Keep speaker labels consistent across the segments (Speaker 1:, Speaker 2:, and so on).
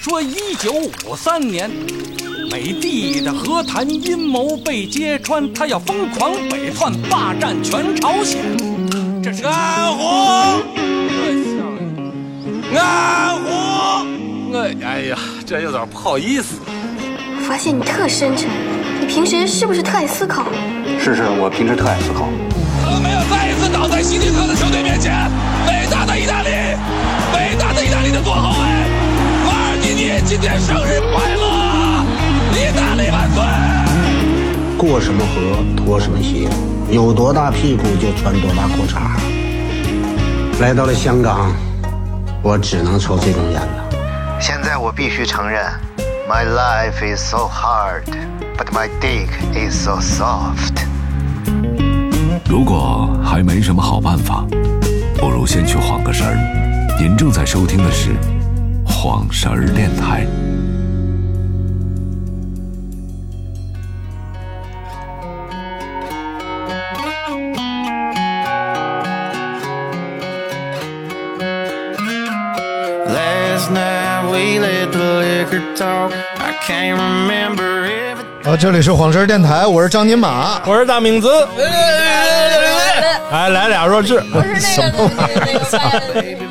Speaker 1: 说一九五三年，美帝的和谈阴谋被揭穿，他要疯狂北窜，霸占全朝鲜。这是
Speaker 2: 安虎，
Speaker 1: 哎
Speaker 2: 安虎，哎哎呀，这有点不好意思。
Speaker 3: 我发现你特深沉，你平时是不是特爱思考？
Speaker 4: 是是，我平时特爱思考。
Speaker 2: 我哎没有再一次倒在希特克的球队面前。伟大的意大利，伟大的意大利的左后卫马尔蒂尼，今天生日快乐！意大利万岁！
Speaker 5: 过什么河脱什么鞋，有多大屁股就穿多大裤衩。来到了香港，我只能抽这种烟了。
Speaker 6: 现在我必须承认，My life is so hard, but my dick is so soft.
Speaker 7: 如果还没什么好办法，不如先去晃个神儿。您正在收听的是《晃神儿电台》。
Speaker 8: 啊，这里是晃神儿电台，我是张金马，
Speaker 9: 我是大明子。哎，来俩弱智，
Speaker 8: 什么玩意儿？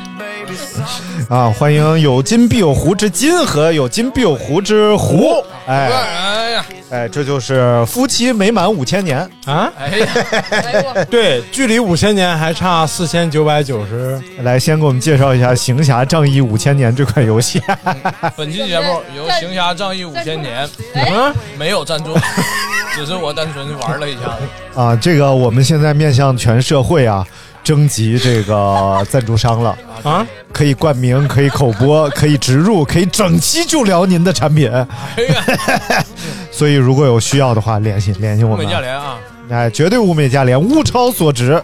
Speaker 8: 啊，欢迎有金必有胡之金和有金必有胡之胡。哎，哎呀，哎，这就是夫妻美满五千年
Speaker 9: 啊！对，距离五千年还差四千九百九十。
Speaker 8: 来，先给我们介绍一下《行侠仗义五千年》这款游戏。
Speaker 10: 本期节目由《行侠仗义五千年》嗯没有赞助。 只是我单纯玩了一下 子
Speaker 8: 啊，这个我们现在面向全社会啊，征集这个赞助商了啊，可以冠名，可以口播，可以植入，可以整期就聊您的产品。哎、 所以如果有需要的话，联系联系我们。
Speaker 10: 物美价廉啊，
Speaker 8: 哎，绝对物美价廉，物超所值。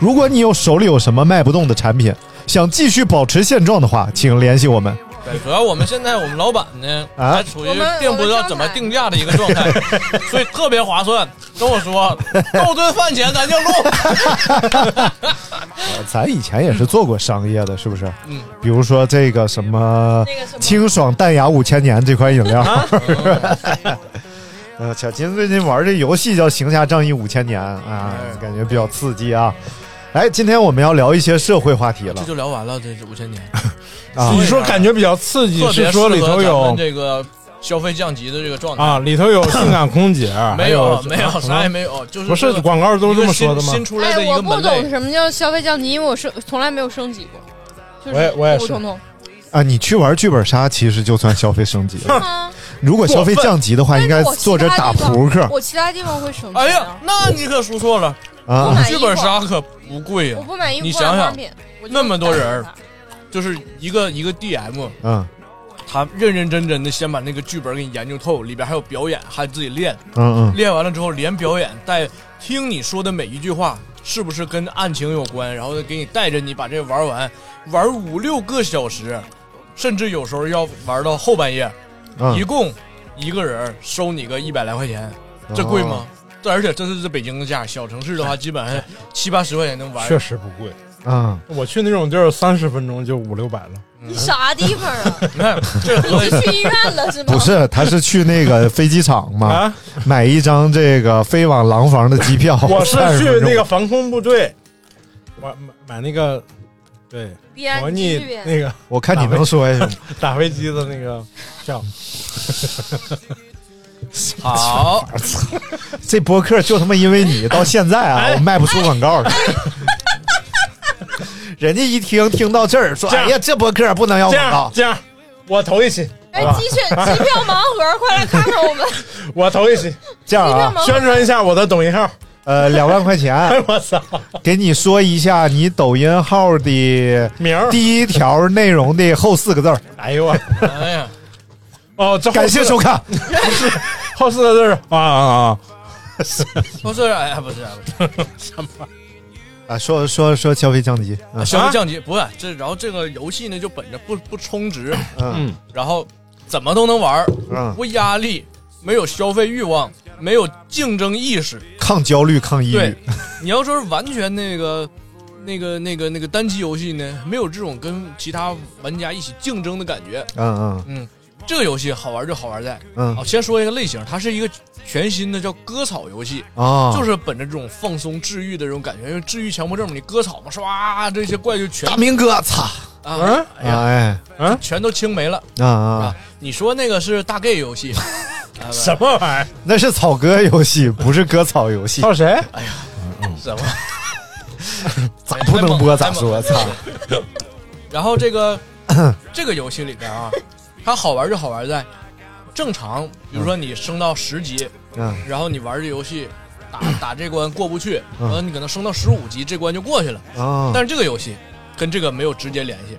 Speaker 8: 如果你有手里有什么卖不动的产品，想继续保持现状的话，请联系我们。
Speaker 10: 对，主要我们现在我们老板呢，啊、还处于并不知道怎么定价的一个状态， 所以特别划算。跟 我说，够顿饭钱咱就录。
Speaker 8: 咱以前也是做过商业的，是不是？嗯。比如说这个什么清爽淡雅五千年这款饮料。 啊、
Speaker 10: 哦哎
Speaker 8: 呃，小金最近玩这游戏叫《行侠仗义五千年》
Speaker 10: 哎
Speaker 8: 啊，感觉比较刺激啊。哎，今天我们要聊一些社会话题了，
Speaker 10: 这就聊完了，这是五千年。
Speaker 9: 啊、你说感觉比较刺激，是说里头有
Speaker 10: 这个消费降级的这个状态
Speaker 9: 啊，里头有性感空姐，
Speaker 10: 没有啊没有啥也没有，就是
Speaker 9: 不是广告都是这么说的吗？
Speaker 10: 新出来的一个
Speaker 11: 哎我不懂什么叫消费降级，因为我升从来没有升级过，就是普普通通。
Speaker 8: 啊，你去玩剧本杀其实就算消费升级了。如果消费降级的话，应该坐着打扑克。
Speaker 11: 我其他地方会升啊级。
Speaker 10: 哎呀，那你可说错了
Speaker 11: 啊！
Speaker 10: 剧本杀可不贵呀、啊，
Speaker 11: 我不买衣服，
Speaker 10: 你想想，那么多人。就是一个一个 DM，嗯，
Speaker 8: 啊
Speaker 10: 他认认真真的先把那个剧本给你研究透，里边还有表演，还自己练，
Speaker 8: 嗯嗯，
Speaker 10: 练完了之后连表演带听你说的每一句话是不是跟案情有关，然后给你带着你把这玩完，玩五六个小时，甚至有时候要玩到后半夜，嗯、一共一个人收你个一百来块钱，这贵吗？这、哦、而且这是北京的价，小城市的话基本上七八十块钱能玩，
Speaker 9: 确实不贵。啊！嗯、我去那种地儿，三十分钟就五六百了。
Speaker 11: 你啥地方 啊？
Speaker 10: 你
Speaker 11: 去医院了是吗？
Speaker 8: 不是，他是去那个飞机场 嘛，啊、买一张这个飞往廊坊的机票。
Speaker 9: 我是去那个防空部队，我买买那个，对，模拟那个。
Speaker 8: 我看你能说 呀，
Speaker 9: 打飞机的那个票。
Speaker 10: 好，
Speaker 8: 这播客就他妈因为你到现在 啊，我卖不出广告了。人家一听听到这儿，说：“哎呀，这博客不能要广告。”
Speaker 9: 这样，我投一期。
Speaker 11: 哎，机选机票盲盒，快来看看我 们。
Speaker 9: 我投一期，
Speaker 8: 这样啊，
Speaker 9: 宣传一下我的抖音号。
Speaker 8: 呃，两万块 钱。
Speaker 9: 哎，我操！
Speaker 8: 给你说一下你抖音号的
Speaker 9: 名，
Speaker 8: 第一条内容的后四个字儿。
Speaker 9: 哎呦我，哎呀，哦，这
Speaker 8: 感谢收看。
Speaker 9: 不是后四个字啊啊啊！
Speaker 10: 不是，哎呀，不是，不是什么。
Speaker 8: 啊，说 说说消费降级，
Speaker 10: 嗯、消费降级不是这，然后这个游戏呢就本着不不充值，嗯，然后怎么都能玩，嗯、无压力，没有消费欲望，没有竞争意识，
Speaker 8: 抗焦虑，抗抑郁。
Speaker 10: 你要说是完全那个那个那个那个单机游戏呢，没有这种跟其他玩家一起竞争的感觉，
Speaker 8: 嗯嗯
Speaker 10: 嗯，这个游戏好玩就好玩在，
Speaker 8: 嗯
Speaker 10: 啊，先说一个类型，它是一个全新的叫割草游戏
Speaker 8: 哦
Speaker 10: 就是本着这种放松治愈的这种感觉，因为治愈强迫症嘛，你割草嘛，唰，这些怪就全
Speaker 8: 大明哥，操
Speaker 10: 啊，哎呀，
Speaker 8: 哎，
Speaker 10: 嗯，全都清没了
Speaker 8: 啊啊，
Speaker 10: 你说那个是大 gay 游戏，
Speaker 9: 什么玩意
Speaker 8: 那是草割游戏， 不是割草游戏。嗯
Speaker 9: 操谁？
Speaker 10: 哎呀，什么？
Speaker 8: 咋不能播咋说？
Speaker 10: 太
Speaker 8: 操
Speaker 10: 猛！然后这个 这个游戏里边啊， 它好玩就好玩在正常，比如说你升到十级，
Speaker 8: 嗯
Speaker 10: 然后你玩这游戏 打打这关过不去，
Speaker 8: 嗯
Speaker 10: 然后你可能升到十五级，这关就过去了。
Speaker 8: 啊
Speaker 10: 但是这个游戏跟这个没有直接联系，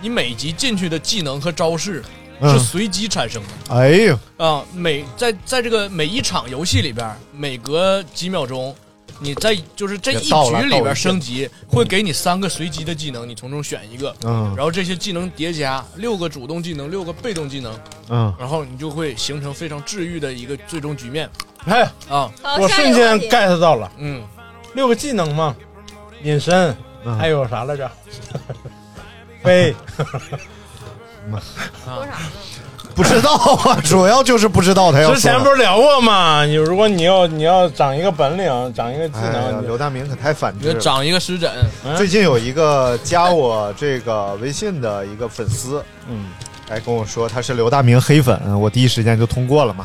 Speaker 10: 你每级进去的技能和招式是
Speaker 8: 嗯
Speaker 10: 随机产生的。
Speaker 8: 哎呦，
Speaker 10: 啊，每在在这个每一场游戏里边，每隔几秒钟，你在就是这一
Speaker 8: 也到了
Speaker 10: 局里边升
Speaker 8: 到
Speaker 10: 级
Speaker 8: 了，
Speaker 10: 会给你三个随机的技能，你从中选一个，
Speaker 8: 嗯
Speaker 10: 然后这些技能叠加，六个主动技能，六个被动技能，
Speaker 8: 嗯
Speaker 10: 然后你就会形成非常治愈的一个最终局面。
Speaker 9: 哎，
Speaker 10: 啊，
Speaker 9: 我瞬间 get 到了，
Speaker 10: 嗯，
Speaker 9: 六个技能嘛，隐身，
Speaker 8: 嗯
Speaker 9: 还有啥来着？飞，
Speaker 8: 不知道啊， 主要就是不知道他要
Speaker 9: 之前不是聊过吗？你如果你要你要长一个本领，长一个技
Speaker 8: 哎呀
Speaker 9: 能，你
Speaker 8: 刘大明可太反
Speaker 10: 你
Speaker 8: 制
Speaker 10: 就
Speaker 8: 了。
Speaker 10: 长一个湿疹，
Speaker 9: 嗯
Speaker 8: 最近有一个加我这个微信的一个粉丝，嗯，来跟我说他是刘大明黑粉，我第一时间就通过了嘛。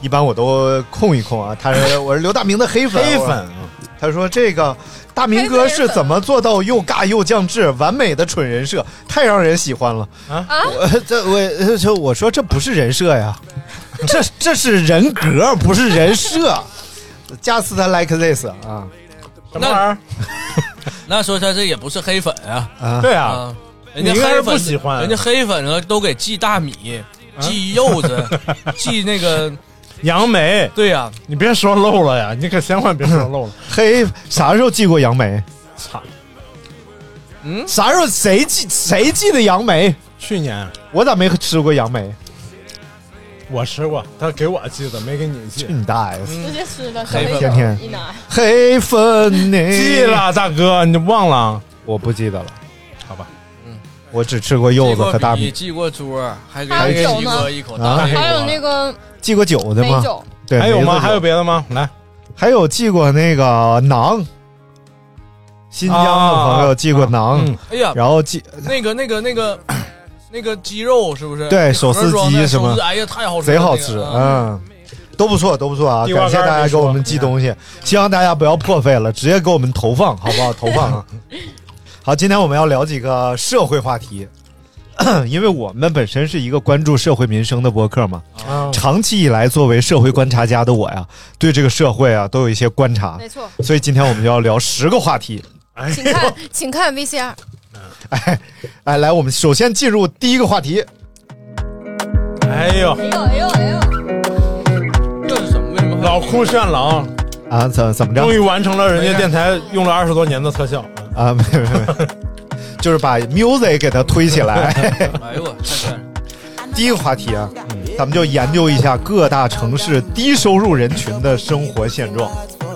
Speaker 8: 一般我都控一控啊，他 是我是刘大明的黑粉，
Speaker 9: 黑粉
Speaker 8: 我。他说这个大明哥是怎么做到又尬又降智，完美的蠢人设，太让人喜欢了
Speaker 9: 啊！
Speaker 8: 我这我这我说这不是人设呀， 这这是人格，不是人 设。Just like this 啊
Speaker 9: 什么玩意儿？
Speaker 10: 那说他这也不是黑粉啊，
Speaker 8: 啊！
Speaker 9: 对啊，
Speaker 10: 啊，人家
Speaker 9: 你应该
Speaker 10: 黑
Speaker 9: 是
Speaker 10: 粉
Speaker 9: 不喜欢啊
Speaker 10: 人家黑粉呢都给寄大米、寄柚子、 寄那个，
Speaker 9: 杨梅，
Speaker 10: 对啊呀、
Speaker 9: 你别说漏了呀，你可千万别说漏了。
Speaker 8: 黑啥时候寄过杨梅？
Speaker 9: 操，
Speaker 8: 啥时候谁寄谁寄的杨梅？
Speaker 9: 去年
Speaker 8: 我咋没吃过杨梅？
Speaker 9: 我吃过，他给我寄的，没给你寄
Speaker 8: 去。你大爷！
Speaker 11: 直接吃了，小
Speaker 10: 黑
Speaker 11: 黑
Speaker 8: 天天
Speaker 11: 一拿，
Speaker 8: 黑粉你
Speaker 9: 寄，了，大哥，你忘了？
Speaker 8: 我不记得了，
Speaker 9: 好吧，
Speaker 8: 我只吃过柚
Speaker 10: 寄
Speaker 8: 子
Speaker 10: 过
Speaker 8: 和大
Speaker 10: 笔
Speaker 8: 米，
Speaker 10: 寄过桌儿，还给
Speaker 11: 还
Speaker 10: 人
Speaker 11: 有酒
Speaker 10: 寄
Speaker 11: 呢
Speaker 10: 过一口
Speaker 8: 啊
Speaker 10: 大米。
Speaker 11: 还有那个
Speaker 8: 寄过酒的
Speaker 11: 美
Speaker 8: 吗？
Speaker 11: 酒，
Speaker 8: 对，
Speaker 9: 哎还有
Speaker 8: 梅
Speaker 9: 吗？
Speaker 8: 子酒
Speaker 9: 还有别的吗？来，
Speaker 8: 还有寄过那个馕，新疆的朋友寄过馕
Speaker 9: 啊嗯，
Speaker 10: 哎呀，
Speaker 8: 然后寄
Speaker 10: 那个那个那个 那个鸡肉是不是？
Speaker 8: 对
Speaker 10: 那
Speaker 8: 手撕
Speaker 10: 盒装的
Speaker 8: 鸡什么
Speaker 10: 手撕哎呀，太好吃了，
Speaker 8: 贼好
Speaker 10: 那个
Speaker 8: 吃，
Speaker 10: 啊
Speaker 8: 嗯。都不错，都不错啊！
Speaker 9: 地瓜
Speaker 8: 感谢
Speaker 9: 干儿
Speaker 8: 大家
Speaker 9: 没
Speaker 8: 给我
Speaker 9: 说
Speaker 8: 们寄东西，希望大家不要破费了，直接给我们投放，好不好？投放啊！好，今天我们要聊几个社会话题，因为我们本身是一个关注社会民生的播客嘛。长期以来，作为社会观察家的我呀，对这个社会啊都有一些观察，
Speaker 11: 没错，
Speaker 8: 所以今天我们就要聊十个话题。
Speaker 11: 请看，请看 VCR，
Speaker 8: 哎，哎，来，我们首先进入第一个话题，
Speaker 9: 哎呦，
Speaker 11: 哎呦哎呦哎呦，
Speaker 10: 这是什么？为什么？
Speaker 9: 老酷炫了啊！
Speaker 8: 啊，怎怎么着
Speaker 9: 终于完成了人家电台用了二十多年的特效。
Speaker 8: 啊？没没没， 就是把 music 给它推起来。
Speaker 10: 哎呦我太帅了！
Speaker 8: 第一个话题啊，咱们就研究一下各大城市低收入人群的生活现状。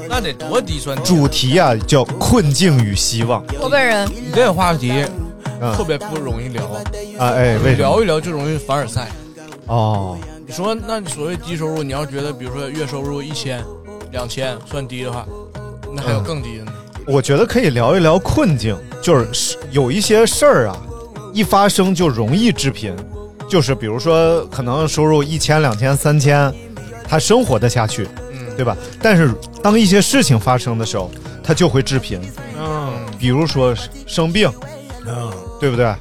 Speaker 10: 那得多低酸！
Speaker 8: 主题啊叫困境与希望
Speaker 11: 我本人
Speaker 10: 你这个话题
Speaker 8: 嗯
Speaker 10: 特别不容易聊，
Speaker 8: 啊，哎，为什么？
Speaker 10: 聊一聊就容易凡尔赛。
Speaker 8: 哦，
Speaker 10: 你说，那你所谓低收入，你要觉得比如说月收入一千、两千算低的话，那
Speaker 8: 嗯
Speaker 10: 还有更低的呢？
Speaker 8: 我觉得可以聊一聊困境，就是有一些事儿啊，一发生就容易致贫，就是比如说可能收入一千、两千、三千，他生活得下去，
Speaker 10: 嗯，
Speaker 8: 对吧？但是当一些事情发生的时候，他就会致贫，
Speaker 9: 嗯
Speaker 8: 比如说生病，
Speaker 9: 嗯
Speaker 8: 对不对？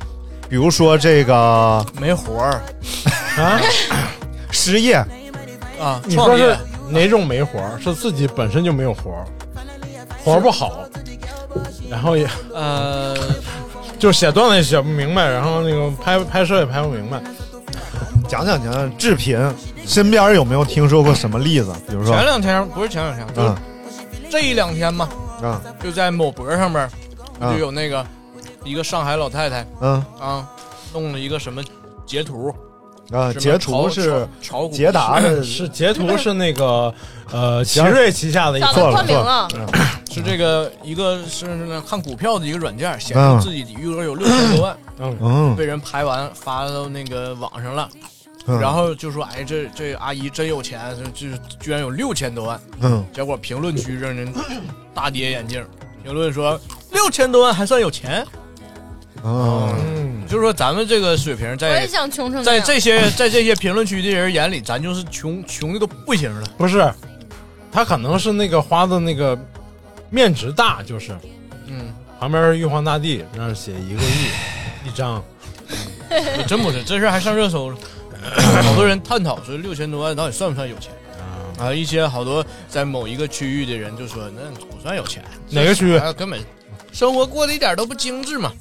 Speaker 8: 比如说这个
Speaker 10: 没活儿
Speaker 9: 啊，
Speaker 8: 失业，
Speaker 10: 啊，
Speaker 9: 你
Speaker 10: 创
Speaker 9: 说
Speaker 10: 业
Speaker 9: 是哪种没活儿？是自己本身就没有活儿，活儿不好，然后也
Speaker 10: 呃，
Speaker 9: 就写段子也写不明白，然后那个拍拍摄也拍不明白。
Speaker 8: 讲讲讲讲致贫，身边有没有听说过什么例子？比如说
Speaker 10: 前，两天不是前两天，就
Speaker 8: 嗯
Speaker 10: 是这一两天嘛，
Speaker 8: 嗯
Speaker 10: 就在某博上面
Speaker 8: 嗯
Speaker 10: 就有那个一个上海老太太
Speaker 8: 嗯
Speaker 10: 啊，弄了一个什么截图，
Speaker 8: 啊，
Speaker 10: 什么
Speaker 8: 截
Speaker 10: 炒
Speaker 8: 图是
Speaker 10: 炒炒股
Speaker 8: 捷达的，
Speaker 9: 是截图是那个呃奇瑞旗下的一
Speaker 11: 长
Speaker 9: 个
Speaker 11: 得
Speaker 8: 错
Speaker 11: 透
Speaker 8: 了
Speaker 11: 明
Speaker 8: 错
Speaker 11: 了
Speaker 8: 了，
Speaker 10: 是这个一个是那看股票的一个软
Speaker 8: 啊
Speaker 10: 件，显 示自己余额有六千多万，
Speaker 9: 嗯
Speaker 8: 嗯
Speaker 10: 被人拍完发到那个网上了，
Speaker 8: 嗯
Speaker 10: 然后就说哎这这阿姨真有钱，就就居然有六千多万，
Speaker 8: 嗯，
Speaker 10: 结果评论区让人 大跌眼镜，评论说六千多万还算有钱，
Speaker 8: 嗯，
Speaker 10: 就说咱们这个水平
Speaker 9: 哎
Speaker 11: 我也
Speaker 10: 在
Speaker 11: 想穷成那
Speaker 10: 在
Speaker 11: 样
Speaker 10: 这 些在这些评论区的人眼里，咱就是穷穷的都不行了。
Speaker 9: 不是，他可 能是那个花的那个面值大，就是
Speaker 10: 嗯，
Speaker 9: 旁边是玉皇大帝那儿写一个亿一张，
Speaker 10: 真不是，这事儿还上热 搜了，好多人探讨说六千多万到底算不算有钱。啊，一些好多在某一个区域的人就说，那不算有钱，
Speaker 9: 哪个区域
Speaker 10: 啊根本生活过得一点都不精致嘛。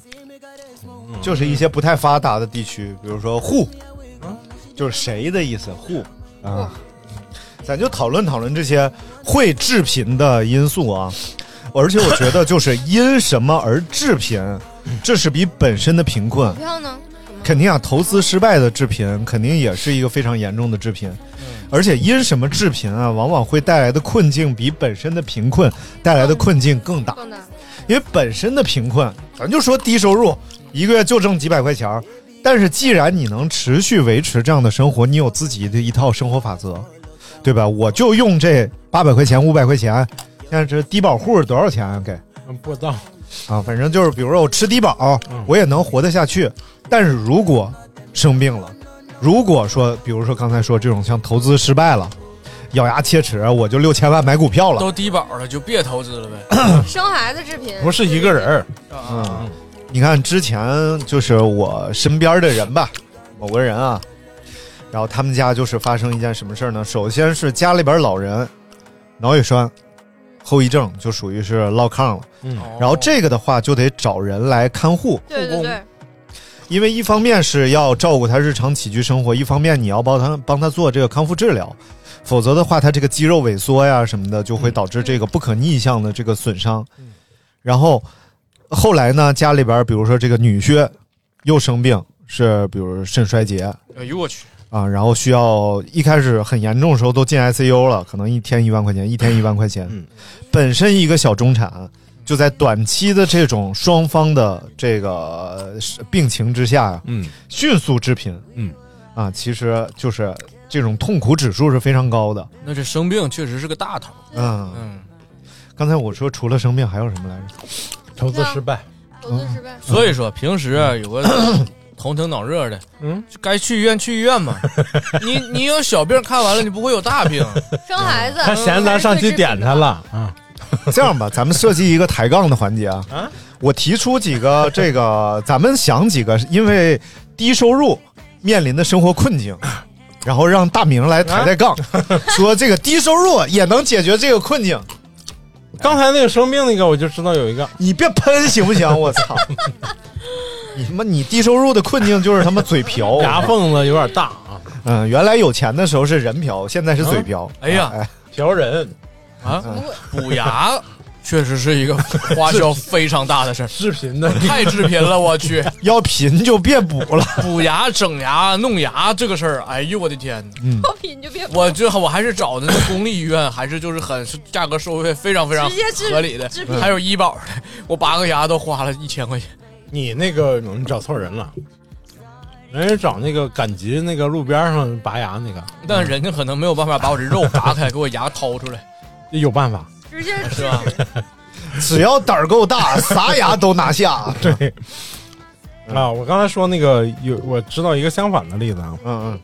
Speaker 8: 就是一些不太发达的地区，比如说户，就是谁的意思户啊。咱就讨论讨论这些会致贫的因素啊，而且我觉得就是因什么而致贫，这是比本身的贫困
Speaker 11: 股票呢？
Speaker 8: 肯定啊，投资失败的致贫肯定也是一个非常严重的致贫，而且因什么致贫啊，往往会带来的困境比本身的贫困带来的困境更大，
Speaker 11: 更大。
Speaker 8: 因为本身的贫困，咱就说低收入，一个月就挣几百块钱儿但是既然你能持续维持这样的生活，你有自己的一套生活法则，对吧？我就用这八百块钱、五百块钱，现在这低保户多少钱啊？给？
Speaker 9: 嗯不知道
Speaker 8: 啊，反正就是，比如说我吃低保，我也能活得下去。但是如果生病了，如果说，比如说刚才说这种像投资失败了，咬牙切齿，我就六千万买股票了，
Speaker 10: 都低保了，就别投资了呗。
Speaker 11: 生孩子致贫，
Speaker 8: 是一个人儿。嗯，你看之前就是我身边的人吧，某个人啊，然后他们家就是发生一件什么事儿呢？首先是家里边老人脑血栓后遗症，就属于是落炕了。
Speaker 9: 嗯，
Speaker 8: 然
Speaker 10: 哦
Speaker 8: 后这个的话就得找人来看护，
Speaker 11: 对对对，
Speaker 8: 因为一方面是要照顾他日常起居生活，一方面你要帮他帮他做这个康复治疗，否则的话，他这个肌肉萎缩呀什么的，就会导致这个不可逆向的这个损伤。然后后来呢，家里边儿比如说这个女婿又生病，是比如肾衰竭
Speaker 10: 哎呦我去，
Speaker 8: 啊，然后需要一开始很严重的时候都进 ICU 了，可能一天一万块钱，一天一万块钱。
Speaker 9: 嗯
Speaker 8: 本身一个小中产就在短期的这种双方的这个呃病情之下呀，
Speaker 9: 嗯，
Speaker 8: 迅速致贫，
Speaker 9: 嗯，
Speaker 8: 啊，其实就是这种痛苦指数是非常高的，
Speaker 10: 那这生病确实是个大头。
Speaker 8: 嗯
Speaker 10: 嗯，
Speaker 8: 刚才我说除了生病还有什么来着？
Speaker 9: 投资失败，
Speaker 11: 投资失败。
Speaker 10: 所以说平时啊有个头疼脑热的，
Speaker 9: 嗯，
Speaker 10: 该去医院去医院嘛。你你有小病看完了，你不会有大病。
Speaker 11: 生孩子，
Speaker 9: 他嫌咱上期点他了啊，
Speaker 8: 这样吧，咱们设计一个抬杠的环节啊，我提出几个这个， 咱们想几个因为低收入面临的生活困境。然后让大明来抬抬杠， 说这个低收入也能解决这个困境。
Speaker 9: 刚才那个生病那个我就知道有一个，
Speaker 8: 你别喷行不行？我操！ 你他妈你低收入的困境就是他妈嘴瓢，
Speaker 9: 牙缝子有点大啊，
Speaker 8: 嗯，原来有钱的时候是人瓢，现在是嘴瓢。
Speaker 10: 哎呀
Speaker 9: 瓢人
Speaker 10: 啊，补牙确实是一个花销非常大的事儿，
Speaker 9: 视频的，
Speaker 10: 太致贫了，我去。
Speaker 8: 要贫就别补了。
Speaker 10: 补牙、整牙、弄牙这个事儿，哎呦我的天！
Speaker 11: 脱贫就别
Speaker 10: 我这我还是找的那公立医院，还是就是很是价格收费非常非常
Speaker 11: 直接治
Speaker 10: 合理的
Speaker 11: 治病，
Speaker 10: 还有医保的，我拔个牙都花了一千块钱。
Speaker 9: 你那个你找错人了，人家找那个赶集那个路边上拔牙那个，
Speaker 10: 但人家可能没有办法把我这肉拔开，给我牙掏出来，
Speaker 9: 有办法，
Speaker 11: 直接
Speaker 10: 是吧？
Speaker 8: 只要胆儿够大，啥牙都拿下。对，嗯
Speaker 9: 啊，我刚才说那个有，我知道一个相反的例子啊，
Speaker 8: 嗯嗯，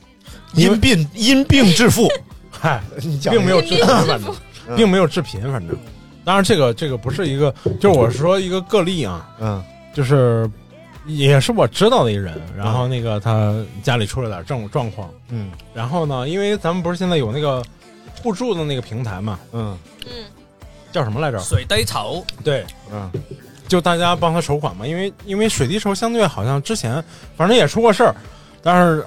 Speaker 8: 因病因病致富，
Speaker 9: 嗨，
Speaker 8: 你讲
Speaker 9: 并没有
Speaker 11: 致
Speaker 9: 致
Speaker 11: 贫
Speaker 9: 贫，
Speaker 11: 反
Speaker 9: 反
Speaker 11: 正
Speaker 9: 正并没有致贫，反正。当然，这个这个不是一个，就是我说一个个例啊，
Speaker 8: 嗯
Speaker 9: 就是也是我知道的一个人，然后那个他家里出了点状状况，
Speaker 8: 嗯
Speaker 9: 然后呢，因为咱们不是现在有那个互助的那个平台嘛，
Speaker 8: 嗯
Speaker 11: 嗯，
Speaker 9: 叫什么来着？
Speaker 10: 水呆草，
Speaker 9: 对，
Speaker 8: 嗯
Speaker 9: 就大家帮他筹款嘛，因为因为水滴筹相对好像之前反正也出过事儿，但是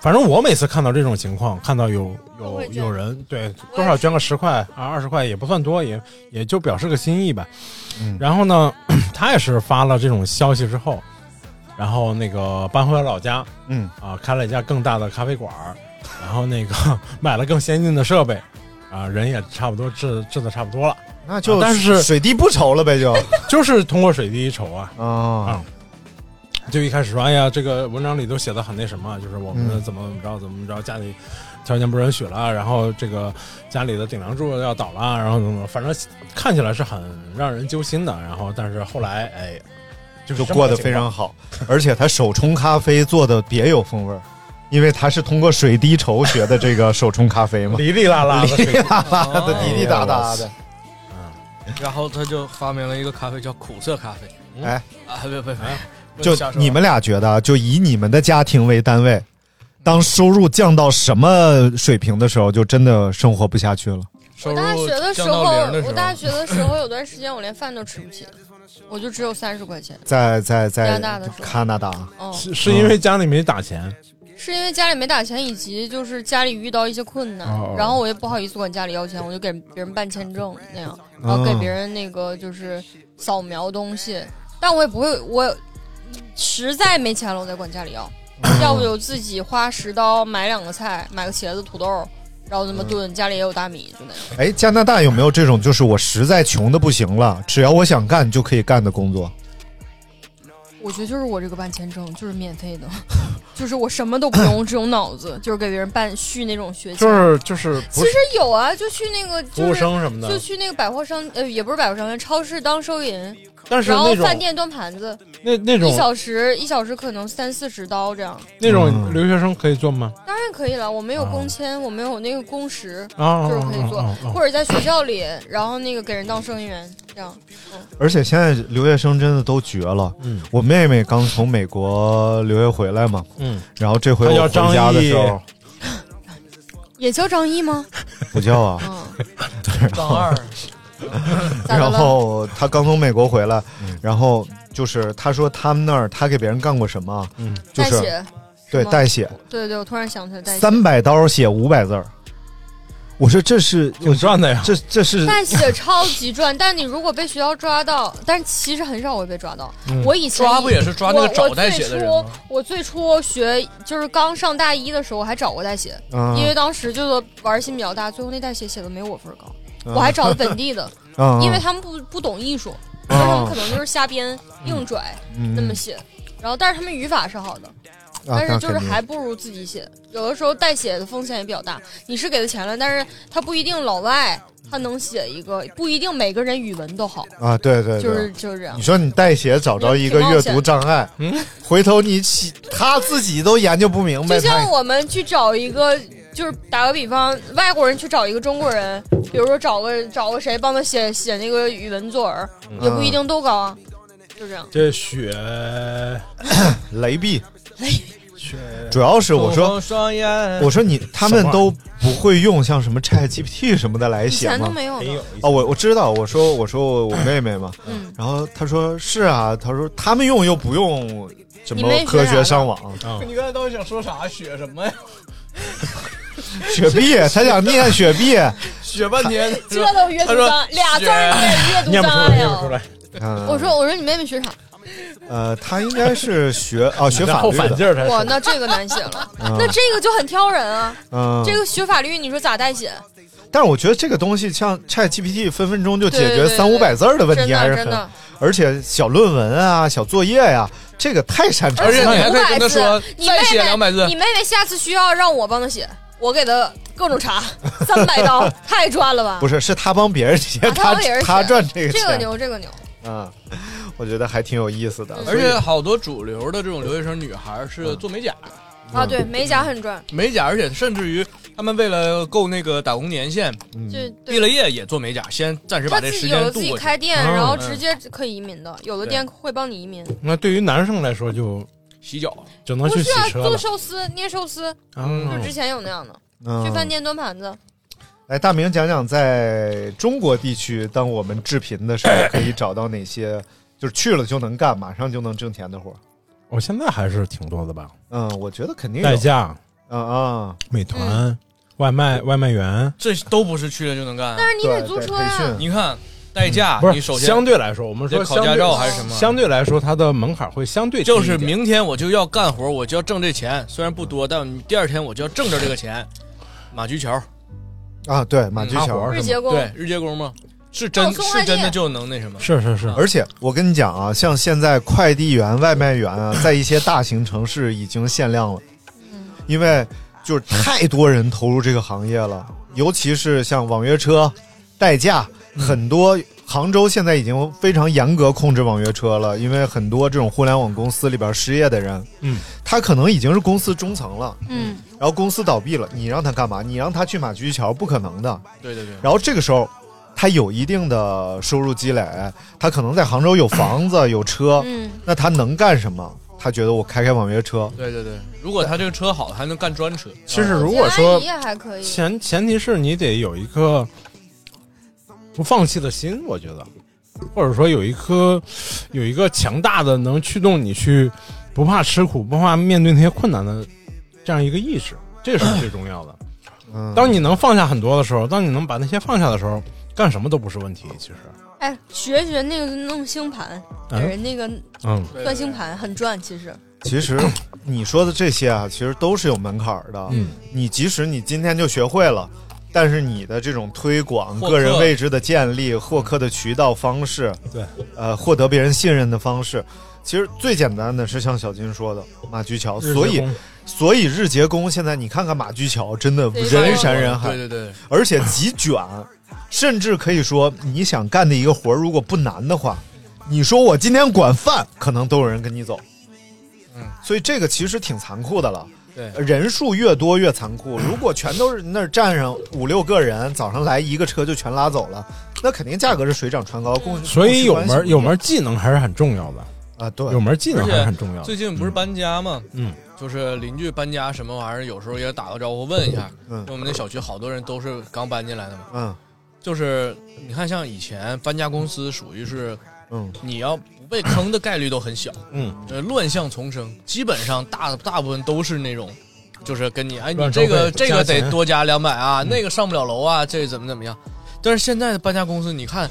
Speaker 9: 反正我每次看到这种情况，看到有
Speaker 11: 都
Speaker 9: 有
Speaker 11: 会捐
Speaker 9: 有人对
Speaker 11: 是
Speaker 9: 多少捐个十块啊二十块也不算多，也也就表示个心意吧。
Speaker 8: 嗯
Speaker 9: 然后呢， 他也是发了这种消息之后，然后那个搬回了老家
Speaker 8: 嗯
Speaker 9: 啊，开了一家更大的咖啡馆儿，然后那个 买了更先进的设备啊，人也差不多治治的差不多了，
Speaker 8: 那就
Speaker 9: 啊但是
Speaker 8: 水滴不愁了呗，就
Speaker 9: 就是通过水滴筹啊。
Speaker 8: 啊
Speaker 9: 啊，就一开始说，哎呀，这个文章里都写的很那什么，就是我们
Speaker 8: 嗯
Speaker 9: 怎么怎么着，怎么着，家里条件不允许了，然后这个家里的顶梁柱要倒了，然后怎么，反正看起来是很让人揪心的。然后，但是后来，哎，就是
Speaker 8: 就
Speaker 9: 这么
Speaker 8: 过得
Speaker 9: 个情
Speaker 8: 非
Speaker 9: 况
Speaker 8: 常好，而且他手冲咖啡做的别有风味儿，因为他是通过水滴筹学的这个手冲咖啡 嘛，
Speaker 9: 哩哩啦啦的
Speaker 8: 哩哩啦啦的，
Speaker 10: 哦
Speaker 8: 滴滴答答的。
Speaker 10: 然后他就发明了一个咖啡叫苦涩咖啡。
Speaker 8: 哎
Speaker 10: 啊，不不不，
Speaker 8: 就你们俩觉得啊，就以你们的家庭为单位，当收入降到什么水平的时候，就真的生活不下去了。
Speaker 10: 收
Speaker 11: 我大
Speaker 10: 入
Speaker 11: 学的时
Speaker 10: 降
Speaker 11: 候
Speaker 10: 到零的，时
Speaker 11: 我
Speaker 10: 候，
Speaker 11: 大学的时候有段时间我连饭都吃不起，我就只有三十块钱。
Speaker 8: 在在
Speaker 11: 加拿
Speaker 8: 在
Speaker 11: 大的时候
Speaker 8: 加拿大，
Speaker 11: 哦，
Speaker 9: 是是因为家里没打钱，
Speaker 11: 是因为家里没打钱，以及就是家里遇到一些困难，
Speaker 9: 哦
Speaker 11: 然后我也不好意思管家里要钱，我就给别人办签证那
Speaker 9: 哦
Speaker 11: 样，然后给别人那个就是扫描东西，但我也不会，我实在没钱了，我再管家里要，要不就自己花十刀买两个菜，买个茄子、土豆，然后那么炖，家里也有大米，就那样。
Speaker 8: 哎，加拿大有没有这种就是我实在穷的不行了，只要我想干就可以干的工作？
Speaker 11: 我觉得就是我这个办签证就是免费的， 就是我什么都不用，只有脑子，就是给别人办续那种学签。
Speaker 9: 就是就是
Speaker 11: 其
Speaker 9: 不
Speaker 11: 实
Speaker 9: 是
Speaker 11: 有啊，就去那个就是
Speaker 9: 服务生什么的
Speaker 11: 就去那个百货商呃，也不是百货商店，超市当收银，
Speaker 9: 但是
Speaker 11: 然后
Speaker 9: 那种
Speaker 11: 饭店端盘子，
Speaker 9: 那那种
Speaker 11: 一小时一小时可能三四十刀这样，
Speaker 9: 那种留学生可以做吗？
Speaker 11: 当然可以了。我们有
Speaker 9: 哦
Speaker 11: 工签，我们有那个工时，
Speaker 8: 哦
Speaker 9: 啊
Speaker 11: 就是可以做
Speaker 9: 啊啊啊，
Speaker 11: 或者在学校里，然后那个给人当生意员这 样。
Speaker 8: 而且现在留学生真的都绝了。
Speaker 9: 嗯，
Speaker 8: 我妹妹刚从美国留学回来嘛，
Speaker 9: 嗯，
Speaker 8: 然后这回
Speaker 9: 她
Speaker 8: 我
Speaker 9: 叫张
Speaker 8: 回家的时候
Speaker 11: 也叫张译吗？
Speaker 8: 不 叫啊，然后
Speaker 10: 张二
Speaker 11: 哦咋的了
Speaker 8: 然后她刚从美国回来，
Speaker 9: 嗯
Speaker 8: 然后就是她说他们那儿她给别人干过什么？啊
Speaker 9: 嗯，
Speaker 8: 就
Speaker 11: 代
Speaker 8: 是
Speaker 11: 写，
Speaker 8: 对
Speaker 11: 吗
Speaker 8: 代写，
Speaker 11: 对对，我突然想起来代写。
Speaker 8: 三百刀写五百字儿。我说这是
Speaker 9: 挺赚的呀，
Speaker 8: 这这是
Speaker 11: 但写超级赚，但你如果被学校抓到，但其实很少会被抓到。
Speaker 9: 嗯
Speaker 11: 我以前
Speaker 10: 抓不也是抓那个找代写的人
Speaker 11: 我
Speaker 10: 吗
Speaker 11: 我最初我最初 学就是刚上大一的时候，我还找过代写，
Speaker 8: 啊
Speaker 11: 因为当时就是玩心比较大，最后那代写写的没有我分儿高，
Speaker 8: 啊
Speaker 11: 我还找了本地的，
Speaker 8: 啊
Speaker 11: 因为他们不不懂艺术，所以他们可能就是瞎编硬拽
Speaker 8: 嗯
Speaker 11: 那么写，然后但是他们语法是好的。
Speaker 8: 啊
Speaker 11: 但是
Speaker 8: 那
Speaker 11: 就是
Speaker 8: 肯定
Speaker 11: 还不如自己写，有的时候代写的风险也比较大。你是给他钱了，但是他不一定老外他能写一个，不一定每个人语文都好，
Speaker 8: 啊，对对对，
Speaker 11: 就是就是这样
Speaker 8: 你。说你代写找着一个阅读障碍，嗯，回头你起他自己都研究不明白，
Speaker 11: 就像
Speaker 8: 他
Speaker 11: 我们去找一个，就是打个比方，外国人去找一个中国人，比如说找个找个谁帮他写写那个语文作文，
Speaker 9: 嗯
Speaker 11: 也不一定都高啊，就这样。
Speaker 9: 这雪
Speaker 8: 嗯雷碧，主要是我
Speaker 10: 凤
Speaker 8: 说
Speaker 10: 凰双眼
Speaker 8: 我说你他们
Speaker 10: 什么
Speaker 8: 都不会用像什么 Chat GPT 什么的来
Speaker 11: 以
Speaker 8: 写
Speaker 11: 前都
Speaker 8: 吗？
Speaker 11: 没有呢，
Speaker 8: 哦，我我知道，我说我说我妹妹嘛，
Speaker 11: 嗯，
Speaker 8: 然后她说是啊，她说他们用又不用什
Speaker 10: 你
Speaker 8: 么
Speaker 10: 妹学
Speaker 8: 科
Speaker 10: 啥了
Speaker 8: 学上网，啊
Speaker 10: 你刚才到底想说啥？雪什么呀？
Speaker 8: 雪碧，她想念雪碧，
Speaker 10: 雪半天，
Speaker 11: 这都阅读障碍，俩字儿也得阅读障碍呀。
Speaker 9: 来。
Speaker 8: 嗯
Speaker 11: 我说我说你妹妹学啥？
Speaker 8: 呃，她应该是学啊学法
Speaker 9: 后
Speaker 8: 律
Speaker 9: 反劲
Speaker 8: 的，
Speaker 9: 儿才
Speaker 11: 哇，
Speaker 9: 是。
Speaker 11: 那这个难写了，
Speaker 9: 啊
Speaker 8: 嗯
Speaker 11: 那这个就很挑人啊。
Speaker 8: 嗯，
Speaker 11: 这个学法律，你说咋代写？
Speaker 8: 但是我觉得这个东西像 Chat GPT 分分钟就解
Speaker 11: 嗯对对
Speaker 8: 决
Speaker 11: 对
Speaker 8: 三五百字儿的问
Speaker 11: 真
Speaker 8: 题，
Speaker 11: 的
Speaker 8: 还是
Speaker 11: 真
Speaker 8: 很
Speaker 11: 的，
Speaker 8: 而且小论文啊、小作业呀、这个太擅长
Speaker 10: 而且
Speaker 8: 了。
Speaker 10: 你还可以跟他
Speaker 11: 500
Speaker 10: 说
Speaker 11: 字
Speaker 10: 再写
Speaker 11: 你
Speaker 10: 两
Speaker 11: 妹
Speaker 10: 百字
Speaker 11: 妹，你妹妹下次需要让我帮她写，我给她各种查，三百刀，太赚了吧？
Speaker 8: 不是，是他帮别人写，
Speaker 11: 啊
Speaker 8: 他
Speaker 11: 帮别人写
Speaker 8: 他赚这个
Speaker 11: 这
Speaker 8: 钱，
Speaker 11: 个牛，嗯这个牛，
Speaker 8: 嗯，我觉得还挺有意思的。
Speaker 10: 嗯
Speaker 8: 所
Speaker 10: 而
Speaker 8: 以
Speaker 10: 且好多主流的这种留学生女孩是做美甲，
Speaker 11: 啊！对，美甲很赚，
Speaker 10: 美甲，而且甚至于他们为了够那个打工年限，
Speaker 8: 嗯
Speaker 11: 就
Speaker 10: 毕
Speaker 11: 对。
Speaker 10: 了业也做美甲，先暂时
Speaker 11: 他
Speaker 10: 把
Speaker 11: 自
Speaker 10: 这时
Speaker 11: 己有
Speaker 10: 间
Speaker 11: 的
Speaker 10: 度
Speaker 11: 自己
Speaker 10: 过去。
Speaker 11: 开店，
Speaker 8: 哦
Speaker 9: 嗯
Speaker 11: 然后直
Speaker 8: 哎
Speaker 11: 接可以移民的，有的店会帮你移民。
Speaker 9: 那对于男生来说就，
Speaker 10: 洗脚，
Speaker 9: 只能
Speaker 11: 不
Speaker 9: 去
Speaker 11: 是啊
Speaker 9: 洗，车
Speaker 11: 做
Speaker 9: 了。
Speaker 11: 寿司、捏寿司，
Speaker 9: 嗯
Speaker 11: 就之前有那样的，去饭
Speaker 8: 嗯，
Speaker 11: 店端盘子。
Speaker 8: 来大明讲讲，在中国地区，当我们致贫的时候，可以找到哪些就是去了就能干、马上就能挣钱的活儿？
Speaker 9: 我现在还是挺多的吧，
Speaker 8: 嗯，我觉得肯定有
Speaker 9: 代。驾、
Speaker 8: 嗯啊，
Speaker 9: 美团、
Speaker 11: 嗯
Speaker 9: 外卖、外卖员，
Speaker 10: 这都不是去了就能干啊。
Speaker 11: 但是你
Speaker 8: 对
Speaker 11: 得租
Speaker 8: 对
Speaker 11: 车
Speaker 8: 培
Speaker 11: 呀
Speaker 8: 训，
Speaker 10: 你看代驾，
Speaker 9: 嗯不
Speaker 10: 你
Speaker 9: 是
Speaker 10: 首先
Speaker 9: 相对来说，我们
Speaker 10: 得
Speaker 9: 说
Speaker 10: 考
Speaker 9: 相
Speaker 10: 驾
Speaker 9: 对
Speaker 10: 照还是什么？
Speaker 9: 相对来说，它的门槛会相对低一
Speaker 10: 就是
Speaker 9: 点
Speaker 10: 明天我就要干活，我就要挣这钱，虽然不多，但第二天我就要挣着这个钱。马驹桥，
Speaker 8: 啊，对，马驹
Speaker 9: 嗯
Speaker 8: 桥
Speaker 9: 哈佛
Speaker 11: 日结工。
Speaker 10: 对，日结工嘛，是真
Speaker 11: 哦送快
Speaker 10: 是
Speaker 11: 递
Speaker 10: 真的就能那什么，
Speaker 9: 是是是
Speaker 8: 而且我跟你讲啊，像现在快递员、外卖员啊，在一些大型城市已经限量了，因为就是太多人投入这个行业了，尤其是像网约车、代驾，很多。杭州现在已经非常严格控制网约车了，因为很多这种互联网公司里边失业的人，
Speaker 9: 嗯，
Speaker 8: 他可能已经是公司中层了，
Speaker 11: 嗯，
Speaker 8: 然后公司倒闭了，你让他干嘛？你让他去马驹桥，不可能的，
Speaker 10: 对 对对，
Speaker 8: 然后这个时候，他有一定的收入积累，他可能在杭州有房子、有车，
Speaker 10: 嗯
Speaker 8: 那他能干什么？他觉得我开开网约车，
Speaker 10: 对对对，如果他这个车好，还能干专车。
Speaker 9: 其实如果说
Speaker 11: 我觉得阿姨还可以
Speaker 9: 前前提是你得有一颗不放弃的心，我觉得，或者说有一颗有一个强大的能驱动你去不怕吃苦、不怕面对那些困难的这样一个意识，这是最重要的。
Speaker 8: 嗯
Speaker 9: 当你能放下很多的时候，当你能把那些放下的时候，干什么都不是问题。其实，
Speaker 11: 哎，学学那个弄星盘，给
Speaker 8: 嗯
Speaker 11: 人那个
Speaker 8: 嗯
Speaker 11: 算星盘很赚，其实。
Speaker 8: 其 实你说的这些啊，其实都是有门槛儿的。
Speaker 9: 嗯，
Speaker 8: 你即使你今天就学会了，但是你的这种推广、
Speaker 9: 获客
Speaker 8: 个人位置的建立、获客的渠道方式，
Speaker 9: 对，
Speaker 8: 呃，获得别人信任的方式，其实最简单的是像小金说的马驹桥，
Speaker 9: 日结
Speaker 8: 所以
Speaker 9: 工。
Speaker 8: 所以日结工现在你看看马驹桥，真的
Speaker 10: 对
Speaker 8: 人山人海，
Speaker 10: 对对对，
Speaker 8: 而且极卷，甚至可以说你想干的一个活儿，如果不难的话，你说我今天管饭，可能都有人跟你走。
Speaker 10: 嗯，
Speaker 8: 所以这个其实挺残酷的了。
Speaker 10: 对
Speaker 8: 人数越多越残酷。如果全都是那儿站上五六个人，早上来一个车就全拉走了，那肯定价格是水涨船高。供
Speaker 9: 所以有
Speaker 8: 供需关
Speaker 9: 门
Speaker 8: 系
Speaker 9: 有门技能还是很重要的
Speaker 8: 啊，对，
Speaker 9: 有门技能还是很重要
Speaker 10: 最
Speaker 9: 的。
Speaker 10: 近不是搬家吗？
Speaker 9: 嗯，
Speaker 10: 就是邻居搬家什么玩意儿，有时候也打个招呼问一下。
Speaker 8: 嗯
Speaker 10: 因为我们那小区好多人都是刚搬进来的嘛。
Speaker 8: 嗯，
Speaker 10: 就是你看，像以前搬家公司属于是，
Speaker 8: 嗯，
Speaker 10: 你要不被坑的概率都很小，
Speaker 9: 嗯，
Speaker 10: 呃，乱象丛生，基本上大大部分都是那种，就是跟你哎，你
Speaker 9: 乱收
Speaker 10: 这个
Speaker 9: 费
Speaker 10: 这个
Speaker 9: 加钱嗯
Speaker 10: 得多加两百啊，那个上不了楼啊，这怎么怎么样？但是现在的搬家公司，你看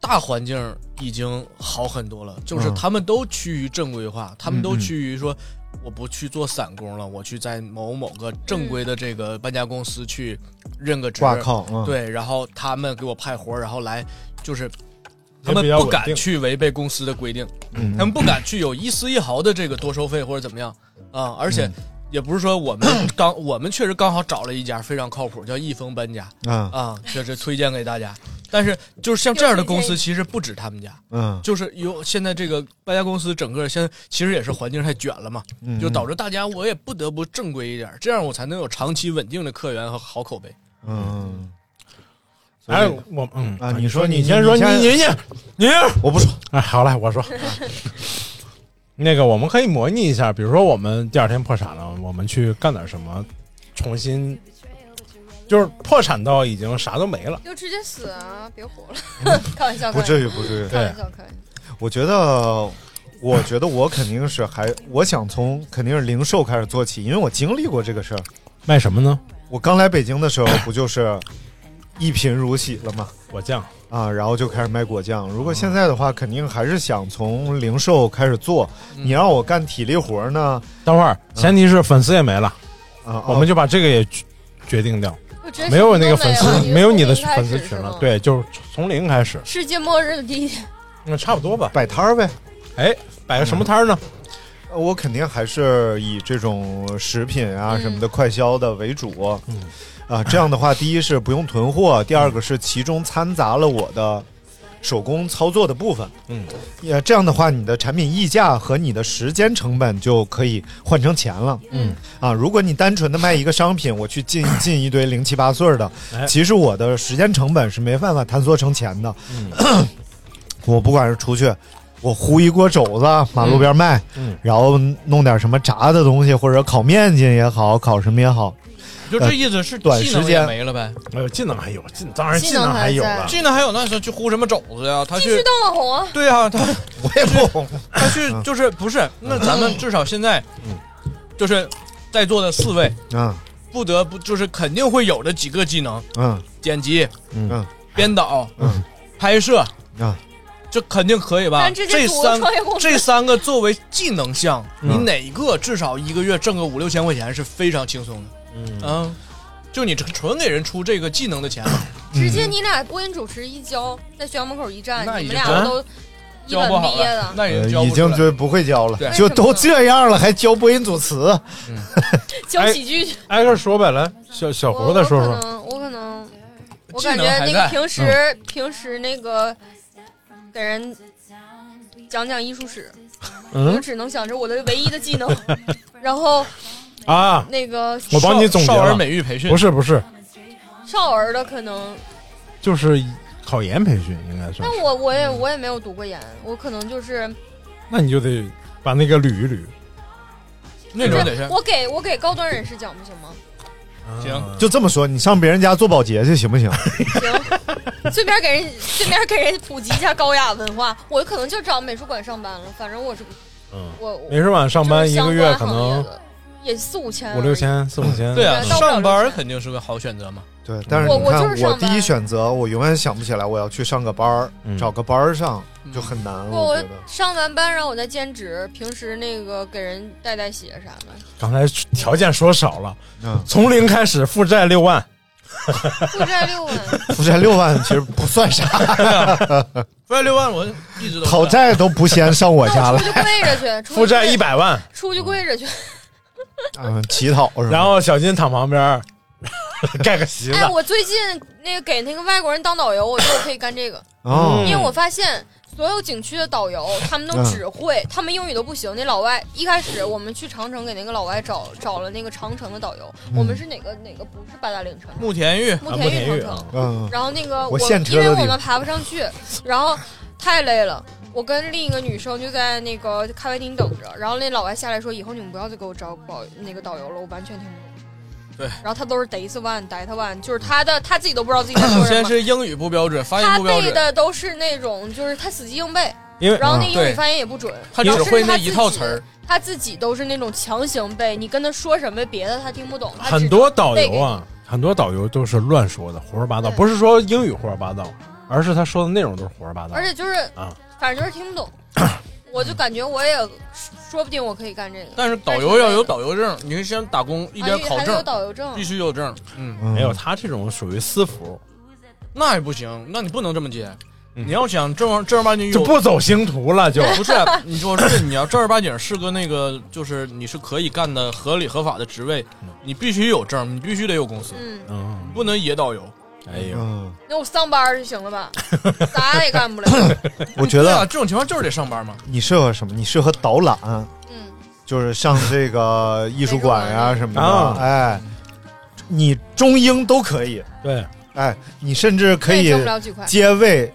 Speaker 10: 大环境已经好很多了，就是
Speaker 9: 嗯
Speaker 10: 他们都趋于正规化，他们
Speaker 9: 嗯
Speaker 10: 都
Speaker 9: 嗯
Speaker 10: 趋于说。我不去做散工了，我去在某某个正规的这个搬家公司去认个职，
Speaker 8: 挂靠嗯
Speaker 10: 对，然后他们给我派活儿，然后来就是他
Speaker 9: 也
Speaker 10: 们
Speaker 9: 比较
Speaker 10: 不
Speaker 9: 稳
Speaker 10: 敢
Speaker 9: 定
Speaker 10: 去违背公司的规定，
Speaker 9: 嗯
Speaker 10: 他们不敢去有一丝一毫的这个多收费或者怎么样啊，而
Speaker 9: 嗯
Speaker 10: 且。也不是说我们 刚，我们确实刚好找了一家非常靠谱，叫易丰搬家
Speaker 8: 嗯
Speaker 10: 啊，这是推荐给大家。但是就是像这样的公
Speaker 11: 又推
Speaker 10: 司，
Speaker 11: 荐
Speaker 10: 其实不止他们家，
Speaker 8: 嗯
Speaker 10: 就是有现在这个搬家公司整个现在其实也是环境太卷了嘛，
Speaker 8: 嗯
Speaker 10: 就导致大家我也不得不正规一点，这样我才能有长期稳定的客源和好口碑。
Speaker 8: 嗯，
Speaker 9: 哎，我嗯
Speaker 8: 啊，你说你
Speaker 9: 先说你
Speaker 8: 先
Speaker 9: 你你你，
Speaker 8: 我不说。
Speaker 9: 哎，好了， 我说。那个，我们可以模拟一下，比如说我们第二天破产了，我们去干点什么，重新就是破产到已经啥都没了。
Speaker 11: 就直接死啊！别活了， 开玩笑，
Speaker 8: 嗯不至于不至于
Speaker 11: 开玩笑，开玩笑。
Speaker 8: 我觉得，我觉得我肯定是还，我想从肯定是零售开始做起，因为我经历过这个事儿。
Speaker 9: 卖什么呢？
Speaker 8: 我刚来北京的时候，不就是一贫如洗了吗？
Speaker 9: 果酱
Speaker 8: 啊，然后就开始卖果酱。如果现在的话，肯定还是想从零售开始做。你让我干体力活儿呢？
Speaker 9: 等会儿，前提是粉丝也没了，
Speaker 8: 啊，
Speaker 9: 我们就把这个也决决定掉，
Speaker 11: 我觉得
Speaker 9: 没有那个
Speaker 11: 啊
Speaker 9: 粉丝，没有你的粉丝
Speaker 11: 是
Speaker 9: 群
Speaker 11: 吗
Speaker 9: 了，，对，就是从零开始，
Speaker 11: 世界末日的第一天，
Speaker 9: 那差不多吧，
Speaker 8: 摆摊儿呗。
Speaker 9: 哎，摆个什么摊儿呢？
Speaker 8: 呃我肯定还是以这种食品啊什么的快消的为主。嗯，啊，这样的话，第一是不用囤货，第二个是其中掺杂了我的手工操作的部分。
Speaker 9: 嗯，
Speaker 8: 也这样的话，你的产品溢价和你的时间成本就可以换成钱了。
Speaker 9: 嗯，
Speaker 8: 啊，如果你单纯的卖一个商品，我去进进一堆零七八碎儿的
Speaker 9: 哎，
Speaker 8: 其实我的时间成本是没办法坍缩成钱的。
Speaker 9: 嗯
Speaker 8: 我不管是出去，我烀一锅肘子，马路边卖，
Speaker 9: 嗯
Speaker 8: 然后弄点什么炸的东西，或者烤面筋也好，烤什么也好，
Speaker 10: 就这意思是
Speaker 8: 短
Speaker 10: 技能
Speaker 8: 时
Speaker 10: 也
Speaker 8: 间
Speaker 10: 没了呗？
Speaker 9: 哎呦，技能还有，技当然
Speaker 11: 技
Speaker 9: 技
Speaker 11: 能
Speaker 9: 能还有
Speaker 11: 还在
Speaker 9: 了，
Speaker 10: 技能还有那时候去呼什么肘子呀？他
Speaker 11: 必须
Speaker 10: 去，
Speaker 11: 当网红啊！
Speaker 10: 对 啊，他
Speaker 8: 我也不红。
Speaker 10: 他去
Speaker 8: 嗯
Speaker 10: 就是不是？那咱们至少现在，就是在座的四位，
Speaker 8: 嗯
Speaker 10: 不得不就是肯定会有的几个技能：
Speaker 8: 嗯
Speaker 10: 剪辑、
Speaker 8: 嗯
Speaker 10: 编导、
Speaker 8: 嗯
Speaker 10: 拍摄，
Speaker 8: 嗯，
Speaker 10: 这肯定可以吧？
Speaker 11: 咱直接
Speaker 10: 这
Speaker 11: 组
Speaker 10: 三
Speaker 11: 创业公司
Speaker 10: 这三个作为技能项，
Speaker 8: 嗯
Speaker 10: 你哪一个至少一个月挣个五六千嗯块钱是非常轻松的？嗯，就你纯给人出这个技能的钱，
Speaker 11: 直接你俩播音主持一教，在学校门口一站，
Speaker 10: 那
Speaker 11: 你
Speaker 10: 已
Speaker 11: 们
Speaker 10: 经
Speaker 11: 俩都一
Speaker 10: 教不
Speaker 11: 本
Speaker 10: 好
Speaker 11: 毕业
Speaker 10: 了
Speaker 11: 的，，
Speaker 10: 那也教
Speaker 8: 呃已
Speaker 10: 不出
Speaker 8: 经
Speaker 10: 来
Speaker 8: 就不会教了
Speaker 10: 对，
Speaker 8: 就都这样了还教播音组词，
Speaker 10: 哎
Speaker 11: 教喜剧去。
Speaker 9: 挨个说呗，来，小小
Speaker 11: 我
Speaker 9: 胡子说
Speaker 11: 我可
Speaker 9: 说，嗯
Speaker 11: 能我可能，我
Speaker 10: 技
Speaker 11: 感
Speaker 10: 能
Speaker 11: 觉
Speaker 10: 还
Speaker 11: 那个
Speaker 10: 在
Speaker 11: 平时平时那个给人讲讲艺术史，
Speaker 9: 嗯
Speaker 11: 我只能想着我的唯一的技 能，然后
Speaker 9: 啊，
Speaker 11: 那个
Speaker 9: 我帮你总结
Speaker 10: 少
Speaker 9: 了
Speaker 10: 儿美育培训
Speaker 9: 不是不是，
Speaker 11: 少儿的可能，
Speaker 9: 就是考研培训应该算
Speaker 11: 但
Speaker 9: 是，
Speaker 11: 我我也我也没有读过研，我可能就是
Speaker 9: 那你就得把那个捋一捋，
Speaker 10: 那
Speaker 11: 就
Speaker 10: 种得
Speaker 11: 是
Speaker 10: 是
Speaker 11: 我给我给高端人士讲不行吗？
Speaker 10: 行，
Speaker 8: 就这么说，你上别人家做保洁去行不行？
Speaker 11: 顺便给人顺便给人普及一下高雅文化，我可能就找美术馆上班了，反正我是
Speaker 9: 嗯，
Speaker 11: 我我
Speaker 9: 美术馆上班
Speaker 11: 就是
Speaker 9: 一个
Speaker 11: 相
Speaker 9: 月
Speaker 11: 关
Speaker 9: 可
Speaker 11: 行业
Speaker 9: 能
Speaker 11: 的也四五千而已，
Speaker 9: 五六千四五千，
Speaker 10: 对啊，
Speaker 11: 嗯到不了
Speaker 10: 上
Speaker 11: 六
Speaker 10: 班儿
Speaker 11: 千
Speaker 10: 肯定是个好选择嘛。
Speaker 8: 对，但是
Speaker 11: 我
Speaker 8: 你
Speaker 11: 我
Speaker 8: 看，
Speaker 11: 就是上
Speaker 8: 我第一
Speaker 11: 班
Speaker 8: 选择，我永远想不起来我要去上个班儿，
Speaker 9: 嗯
Speaker 8: 找个班儿上就很难，
Speaker 11: 不，
Speaker 8: 我
Speaker 11: 嗯我
Speaker 8: 觉得。
Speaker 11: 上完班然后我再兼职，平时那个给人带带鞋啥的，
Speaker 9: 刚才条件说少了，
Speaker 8: 嗯，
Speaker 9: 从零开始负债六万，
Speaker 11: 嗯负债六 万，
Speaker 8: 负债六万其实不算啥，
Speaker 10: 负债六万，我一直都
Speaker 8: 讨债都不先上我家
Speaker 11: 那 我
Speaker 8: 了
Speaker 11: 出，去跪着去，出去
Speaker 9: 负债
Speaker 11: 跪
Speaker 9: 一，百万，
Speaker 11: 出去跪着去。
Speaker 8: 嗯，乞讨是吧？
Speaker 9: 然后小金躺旁边儿 盖个席子
Speaker 11: 哎，，我最近那个给那个外国人当导游，我觉得我可以干这个，
Speaker 8: 哦
Speaker 11: 因为我发现。所有景区的导游，他们都只会，他们英语都不行。那老外一开始我们去长城，给那个老外找找了那个长城的导游。我们是哪个哪个不是八达岭长城？
Speaker 10: 慕田峪
Speaker 11: 慕
Speaker 9: 啊
Speaker 11: 田
Speaker 9: 田
Speaker 11: 峪
Speaker 9: 玉
Speaker 11: 长
Speaker 9: 啊
Speaker 11: 城。
Speaker 8: 嗯，
Speaker 11: 然后那个
Speaker 8: 我现车
Speaker 11: 因为
Speaker 8: 的地
Speaker 11: 我
Speaker 8: 方
Speaker 11: 们爬不上去，然后太累了。我跟另一个女生就在那个咖啡厅等着，然后那老外下来说：“以后你们不要再给我找保那个导游了，我完全听不懂。”
Speaker 10: 对，
Speaker 11: 然后他都是 days one, d a t one，就是他的他自己都不知道自己在 说什
Speaker 10: 先
Speaker 11: 么，
Speaker 10: 是英语不标准，发音
Speaker 11: 他
Speaker 10: 不标
Speaker 11: 背
Speaker 10: 准，
Speaker 11: 的都是那种就是他死记硬背，
Speaker 9: 因为嗯
Speaker 11: 然后那英
Speaker 10: 嗯对
Speaker 11: 语发音也不准，
Speaker 10: 他
Speaker 11: 然
Speaker 10: 只
Speaker 11: 后
Speaker 10: 会
Speaker 11: 甚至
Speaker 10: 那
Speaker 11: 他
Speaker 10: 一
Speaker 11: 自
Speaker 10: 套
Speaker 11: 己
Speaker 10: 词儿，
Speaker 11: 他自己都是那种强行背，你跟他说什么别的他听不懂，他只
Speaker 9: 很多导游啊，很多导游都是乱说的，胡说八道，
Speaker 11: 对
Speaker 9: 不是说英语胡说八道，而是他说的内容都是胡说八道
Speaker 11: 而。且就是
Speaker 9: 啊
Speaker 11: 反正就是听不懂。我就感觉我也说不定我可以干这个，
Speaker 10: 但是导游要有导游证，你是先打工一
Speaker 11: 一
Speaker 10: 边考
Speaker 11: 还得啊有
Speaker 10: 证，
Speaker 11: 导游证
Speaker 10: 必，须有证。嗯，
Speaker 8: 嗯
Speaker 9: 没有，他这种属于私服，
Speaker 10: 那也不行，那你不能这么接。
Speaker 9: 嗯
Speaker 10: 你要想正儿正儿八经
Speaker 9: 就
Speaker 10: 有，
Speaker 9: 不走星途了，就
Speaker 10: 不是啊你说是你要正儿八经是个那个，就是你是可以干的合理合法的职位，
Speaker 8: 嗯
Speaker 10: 你必须有证，你必须得有公司，
Speaker 11: 嗯，
Speaker 9: 嗯，
Speaker 10: 不能野导游。
Speaker 9: 哎呦，
Speaker 8: 嗯，
Speaker 11: 那我上班就行了吧，啥也干不了。
Speaker 8: 我觉
Speaker 10: 对啊，
Speaker 8: 得
Speaker 10: 这种情况就是得上班嘛。
Speaker 8: 你适合什么？你适合导览，
Speaker 11: 嗯，
Speaker 8: 就是上这个艺术 馆呀、什么
Speaker 9: 啊
Speaker 8: 的，哎，你中英都可以，
Speaker 9: 对，
Speaker 8: 哎，你甚至可
Speaker 11: 那也
Speaker 8: 以
Speaker 11: 挣不了几块。
Speaker 8: 接为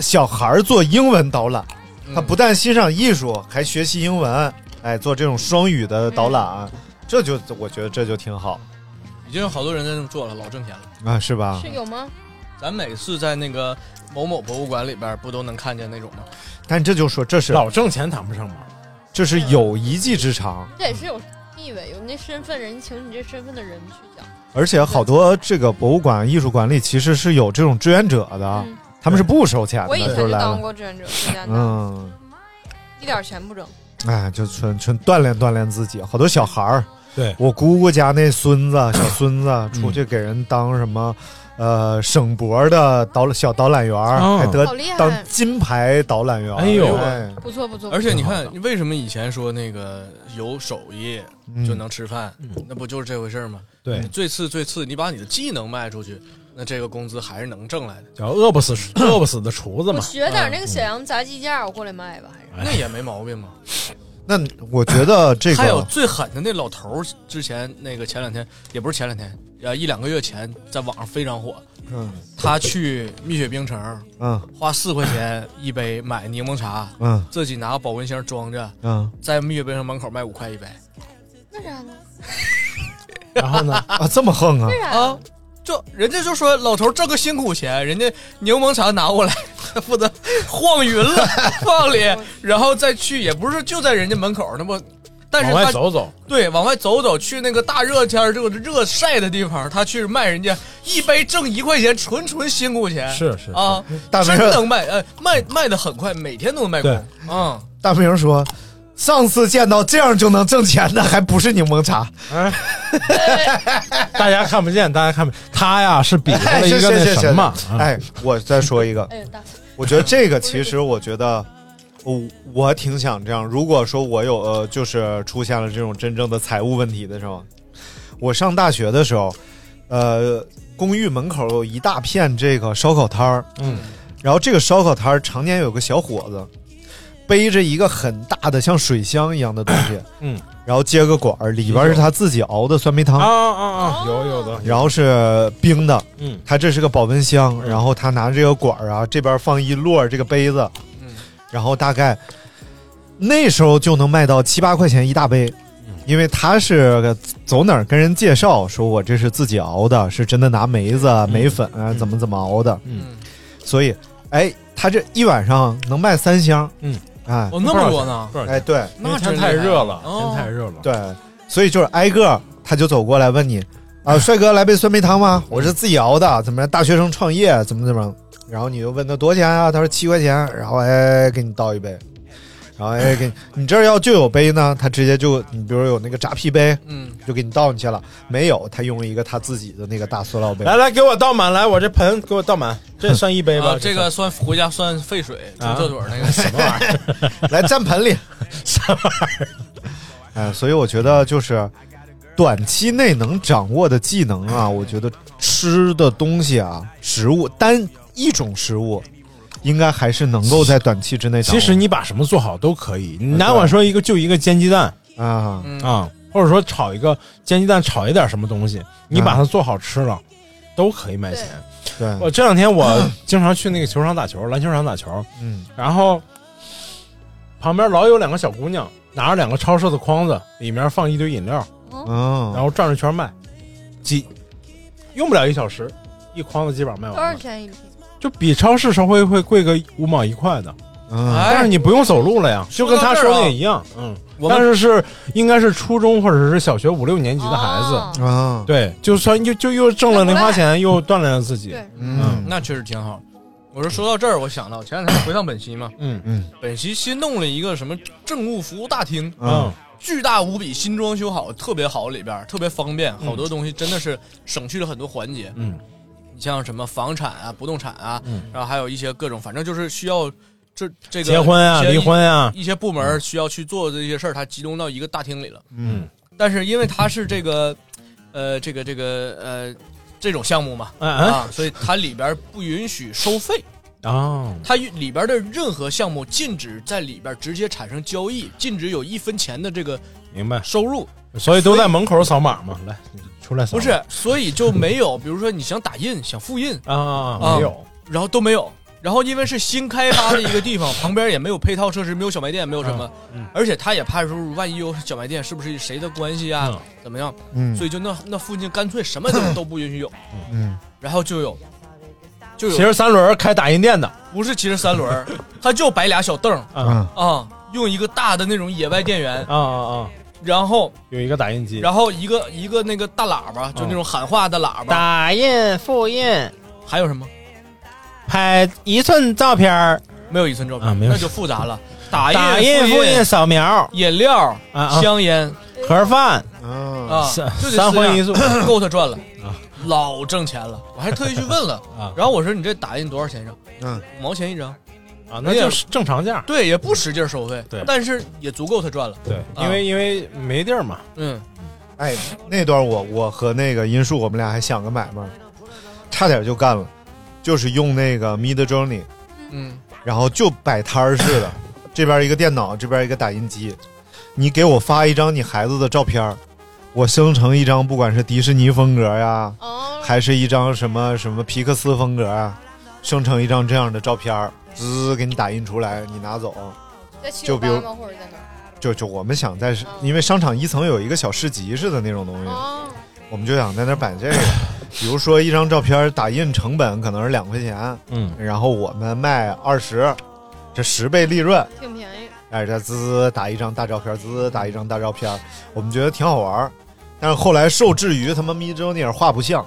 Speaker 8: 小孩儿做英文导览，
Speaker 10: 嗯
Speaker 8: 他不但欣赏艺术，还学习英文，哎，做这种双语的导览，啊
Speaker 11: 嗯
Speaker 8: 这就我觉得这就挺好
Speaker 10: 已经有好多人在这么做了，老挣钱了。
Speaker 8: 啊，是吧
Speaker 11: 是？有吗？
Speaker 10: 咱每次在那个某某博物馆里边，不都能看见那种吗？
Speaker 8: 但这就说这是
Speaker 9: 老挣钱谈不上忙，
Speaker 8: 这是有一技之长，
Speaker 11: 这也是有地位，有那身份人，请你这身份的人去讲。
Speaker 8: 而且好多这个博物馆、艺术馆里其实是有这种志愿者的，
Speaker 11: 嗯，
Speaker 8: 他们是不收钱
Speaker 11: 我以前
Speaker 8: 的，啊就
Speaker 11: 就
Speaker 8: 来
Speaker 11: 当
Speaker 8: 了，
Speaker 11: 过志愿者，在家当，
Speaker 8: 嗯。
Speaker 11: 一点钱不挣。
Speaker 8: 哎，就纯纯锻炼锻炼自己。好多小孩儿，
Speaker 9: 对
Speaker 8: 我姑姑家那孙子、小孙子出去给人当什么，
Speaker 9: 嗯
Speaker 8: 呃，省博的导小导览员儿，
Speaker 9: 哦
Speaker 8: 还得
Speaker 11: 好厉害
Speaker 8: 当金牌导览员儿。
Speaker 9: 哎呦
Speaker 11: 不错不错，
Speaker 10: 而且你
Speaker 9: 挺好
Speaker 10: 看，为什么以前说那个有手艺就能吃饭，
Speaker 9: 嗯
Speaker 10: 那不就是这回事儿吗？
Speaker 9: 对，
Speaker 10: 最次最次，你把你的技能卖出去，那这个工资还是能挣来的，
Speaker 9: 叫饿不 死饿不死的厨子
Speaker 11: 我
Speaker 9: 嘛，
Speaker 11: 学点那个沈阳杂技架，我过来卖吧，还
Speaker 8: 哎
Speaker 11: 是
Speaker 10: 那也没毛病嘛。
Speaker 8: 那我觉得这
Speaker 10: 还有
Speaker 8: 个，
Speaker 10: 最狠的那老头儿，之前那个前两天也不是前两天，呃一两个月前在网上非常火，
Speaker 8: 嗯
Speaker 10: 他去蜜雪冰城
Speaker 8: 嗯
Speaker 10: 花四块钱一杯买柠檬茶，
Speaker 8: 嗯
Speaker 10: 自己拿保温箱装着，
Speaker 8: 嗯
Speaker 10: 在蜜雪冰城门口卖五块一杯
Speaker 11: 为啥呢？
Speaker 9: 然后呢，
Speaker 8: 啊，这么横啊！
Speaker 11: 为啥
Speaker 10: 啊
Speaker 11: 呢？。
Speaker 10: 就人家就说老头儿挣个辛苦钱，人家柠檬茶拿过来， 他负责晃 匀了放里，然后再去，也不是就在人家门口，那不，但是
Speaker 9: 往
Speaker 10: 他
Speaker 9: 外走走，
Speaker 10: 对，往外走走，去那个大热天儿这个热晒的地方，他去卖人家一杯挣一块钱，纯纯辛苦钱。
Speaker 9: 是是
Speaker 10: 啊，
Speaker 8: 大明
Speaker 10: 真
Speaker 8: 儿
Speaker 10: 能卖，呃，卖卖的很快，每天都能卖
Speaker 9: 对
Speaker 10: 光。嗯，
Speaker 8: 大明儿说，上次见到这样就能挣钱的，还不是柠檬茶，
Speaker 9: 哎，大家看不见，大家看不见，他呀哎是比划了一
Speaker 8: 哎是是
Speaker 9: 个那
Speaker 8: 是
Speaker 9: 什么，嗯
Speaker 8: 是哎，我再说一个，
Speaker 11: 哎
Speaker 8: 我觉得这个其实，我觉得我我挺想这样。如果说我有呃，就是出现了这种真正的财务问题的时候，我上大学的时候，呃，公寓门口有一大片这个烧烤摊儿，
Speaker 9: 嗯，
Speaker 8: 然后这个烧烤摊儿常年有个小伙子背着一个很大的像水箱一样的东西，
Speaker 9: 嗯，
Speaker 8: 然后接个管儿，里边是他自己熬的酸梅汤
Speaker 9: 啊啊啊，有有的，
Speaker 8: 然后是冰的，
Speaker 9: 嗯
Speaker 8: 他这是个保温箱，然后他拿这个管儿啊，这边放一摞这个杯子，
Speaker 9: 嗯
Speaker 10: 嗯
Speaker 8: 然后大概那时候就能卖到七八块钱一大杯，因为他是走哪儿跟人介绍，说我这是自己熬的，是真的拿梅子啊、梅粉啊怎么怎么熬的，
Speaker 9: 嗯，
Speaker 8: 所以哎，他这一晚上能卖三箱，
Speaker 9: 嗯，
Speaker 8: 哎，
Speaker 10: 哦，那么多呢？
Speaker 8: 哎，对，
Speaker 9: 因为
Speaker 10: 那
Speaker 9: 天
Speaker 10: 真
Speaker 9: 太
Speaker 10: 厉害
Speaker 9: 热了，
Speaker 10: 哦
Speaker 9: 嗯天太热了，
Speaker 8: 对，所以就是挨个他就走过来问你啊，帅哥来杯酸梅汤吗？我是自己熬的，怎么样？大学生创业怎么怎么样？然后你就问他多少钱啊？他说七块钱，然后哎给你倒一杯，然后哎给你，你这儿要就有杯呢，他直接就你比如有那个扎啤杯，
Speaker 10: 嗯，
Speaker 8: 就给你倒进去了。没有，他用一个他自己的那个大塑料杯。
Speaker 9: 来来，给我倒满，来，我这盆给我倒 满，这算一杯吧
Speaker 10: 啊，，这个算回家算沸水，煮
Speaker 9: 啊
Speaker 10: 厕所那个什么玩意儿？
Speaker 8: 来站盆里，
Speaker 9: 什么玩意儿？
Speaker 8: 哎，所以我觉得就是短期内能掌握的技能啊，我觉得吃的东西啊，食物单一种食物，应该还是能够在短期之内掌
Speaker 9: 其
Speaker 8: 握。
Speaker 9: 实你把什么做好都可以，你哪管说一个就一个煎鸡蛋
Speaker 8: 啊，
Speaker 9: 啊，或者说炒一个煎鸡蛋炒一点什么东西，你把它做好吃了，都可以卖钱。
Speaker 8: 对，
Speaker 9: 我这两天我经常去那个球场打球，篮球场打球，
Speaker 8: 嗯，
Speaker 9: 然后旁边老有两个小姑娘拿着两个超市的筐子，里面放一堆饮料，
Speaker 8: 嗯，
Speaker 9: 然后转着圈卖，几用不了一小时，一筐子基本上卖
Speaker 8: 哦
Speaker 11: 多
Speaker 9: 完
Speaker 11: 少
Speaker 9: 了，
Speaker 11: 钱一瓶？
Speaker 9: 就比超市稍微会贵个五毛一块的。
Speaker 8: 嗯，
Speaker 10: 哎
Speaker 9: 但是你不用走路了呀，就跟他说的也一样，嗯，
Speaker 10: 我
Speaker 9: 但
Speaker 10: 们
Speaker 9: 是是应该是初中或者是小学五六年级的孩子，
Speaker 11: 子，
Speaker 8: 啊，
Speaker 9: 对，就算又就又挣了零花钱，又锻炼了自己，
Speaker 11: 对，
Speaker 8: 嗯，
Speaker 10: 那确实挺好。我说说到这儿，我想到前两天回趟本溪嘛，
Speaker 9: 嗯
Speaker 10: 本溪新弄了一个什么政务服务大厅，
Speaker 8: 嗯
Speaker 9: 嗯，
Speaker 10: 巨大无比，新装修好，特别好，里边儿特别方便，好多东西真的是省去了很多环节。
Speaker 9: 嗯，
Speaker 10: 你像什么房产啊、不动产啊，
Speaker 9: 嗯
Speaker 10: 然后还有一些各种，反正就是需要这这个
Speaker 9: 结婚啊，
Speaker 10: 一些
Speaker 9: 离婚啊，
Speaker 10: 一些部门需要去做的这些事儿，它集中到一个大厅里了。
Speaker 9: 嗯，
Speaker 10: 但是因为它是这个，呃，这个这个呃这种项目嘛，
Speaker 9: 嗯
Speaker 10: 啊，所以它里边不允许收费，
Speaker 9: 啊，
Speaker 10: 它里边的任何项目禁止在里边直接产生交易，禁止有一分钱的这个
Speaker 9: 明白，
Speaker 10: 收入，
Speaker 9: 所以都在门口扫码嘛，来，你出来扫
Speaker 10: 不
Speaker 9: 码，
Speaker 10: 是，所以就没有，比如说你想打印、想复印，
Speaker 9: 啊，
Speaker 10: 啊
Speaker 9: 没有，
Speaker 10: 然后都没有。然后因为是新开发的一个 地方，旁边也没有配套设施，没有小卖店，没有什
Speaker 9: 啊
Speaker 10: 么，
Speaker 9: 嗯
Speaker 10: 而且他也怕说万一有小卖店，是不是谁的关系啊，
Speaker 9: 嗯
Speaker 10: 怎么样？
Speaker 8: 嗯
Speaker 10: 所以就那那附近干脆什么 地方都不允许有，
Speaker 8: 嗯，
Speaker 10: 然后就有， 就
Speaker 9: 其
Speaker 10: 有
Speaker 9: 实三轮开打印店的，
Speaker 10: 不是骑着三轮儿，他就摆俩小凳儿
Speaker 9: 啊
Speaker 10: 啊，用一个大的那种野外电源
Speaker 9: 啊，啊啊，
Speaker 10: 然后
Speaker 9: 有一个打印机，
Speaker 10: 然后一个一个那个大喇
Speaker 9: 啊
Speaker 10: 叭，就那种喊话的喇叭，
Speaker 9: 打印复印，
Speaker 10: 还有什么？
Speaker 9: 拍一寸照片儿，
Speaker 10: 没有一寸照片，
Speaker 9: 啊没有
Speaker 10: 那就复杂了。打印、
Speaker 9: 打印
Speaker 10: 复
Speaker 9: 复印、扫描、
Speaker 10: 饮料、
Speaker 9: 啊
Speaker 10: 香烟
Speaker 9: 盒饭，
Speaker 8: 啊，
Speaker 10: 啊，
Speaker 9: 三
Speaker 10: 就得
Speaker 9: 三荤
Speaker 10: 四样
Speaker 9: 一素
Speaker 10: 够他赚了
Speaker 9: 啊，
Speaker 10: 老挣钱了。我还特意去问了
Speaker 9: 啊，
Speaker 10: 然后我说你这打印多少钱一张？
Speaker 8: 嗯，
Speaker 10: 五毛钱一张。
Speaker 9: 啊，那就是正常价。
Speaker 10: 对，也不使劲收费，
Speaker 9: 对
Speaker 10: 但是也足够他赚了。
Speaker 9: 对，
Speaker 10: 啊
Speaker 9: 因为因为没地儿嘛，
Speaker 10: 嗯，
Speaker 8: 哎，那段我我和那个殷树，我们俩还想个买卖，差点就干了，就是用那个 Mid Journey，
Speaker 10: 嗯，
Speaker 8: 然后就摆摊儿似的，这边一个电脑，这边一个打印机。你给我发一张你孩子的照片儿，我生成一张，不管是迪士尼风格呀，
Speaker 11: 哦，
Speaker 8: 还是一张什么什么皮克斯风格啊，生成一张这样的照片儿，滋给你打印出来，你拿走。
Speaker 11: 在七
Speaker 8: 就
Speaker 11: 九
Speaker 8: 比
Speaker 11: 八
Speaker 8: 如
Speaker 11: 吗？或者在哪儿？
Speaker 8: 就就我们想在，因为商场一层有一个小市集似的那种东西，
Speaker 11: 哦，
Speaker 8: 我们就想在那儿摆这个。比如说一张照片儿打印成本可能是两块钱，
Speaker 9: 嗯，
Speaker 8: 然后我们卖二十，这十倍利润。
Speaker 11: 挺便宜。
Speaker 8: 哎，这滋滋打一张大照片，滋滋打一张大照片，我们觉得挺好玩儿。但是后来受制于他妈咪周尼尔画不像，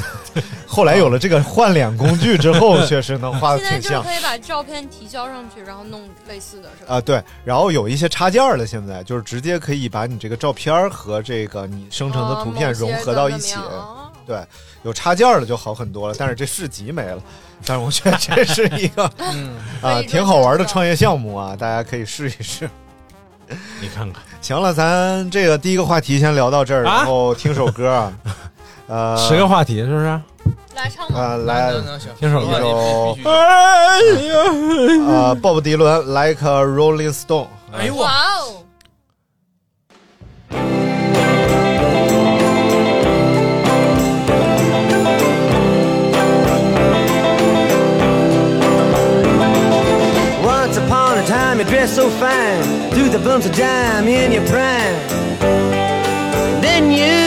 Speaker 8: 后来有了这个换脸工具之后，确实能 画的
Speaker 11: 现在
Speaker 8: 啊挺
Speaker 11: 就是
Speaker 8: 像
Speaker 11: 可以把照片提交上去，然后弄类似的是吧？
Speaker 8: 啊。对，然后有一些插件儿了，现在就是直接可以把你这个照片儿和这个你呃
Speaker 11: 哦
Speaker 8: 生成的图片融合到一起。对，有插件儿了就好很多了，但是这市集没 了。但是我觉得这是一个
Speaker 10: 嗯
Speaker 9: 嗯
Speaker 8: 啊挺好玩的创业项目啊，大家可以试一试。
Speaker 9: 你看看，
Speaker 8: 行了，咱这个第一个话题先聊到这儿，然后听首歌啊。呃，
Speaker 9: 十个话题是不是？
Speaker 11: 来唱
Speaker 8: 吧。呃，来
Speaker 9: 能能行听首歌
Speaker 8: 一首
Speaker 9: 必须必须
Speaker 8: 哎呀，呃，鲍勃迪伦《Like a Rolling Stone》。
Speaker 10: 哎呦
Speaker 11: 哇哦！
Speaker 12: Once upon a time, you dressed so fine, through the bumps of dime in your prime. Then you.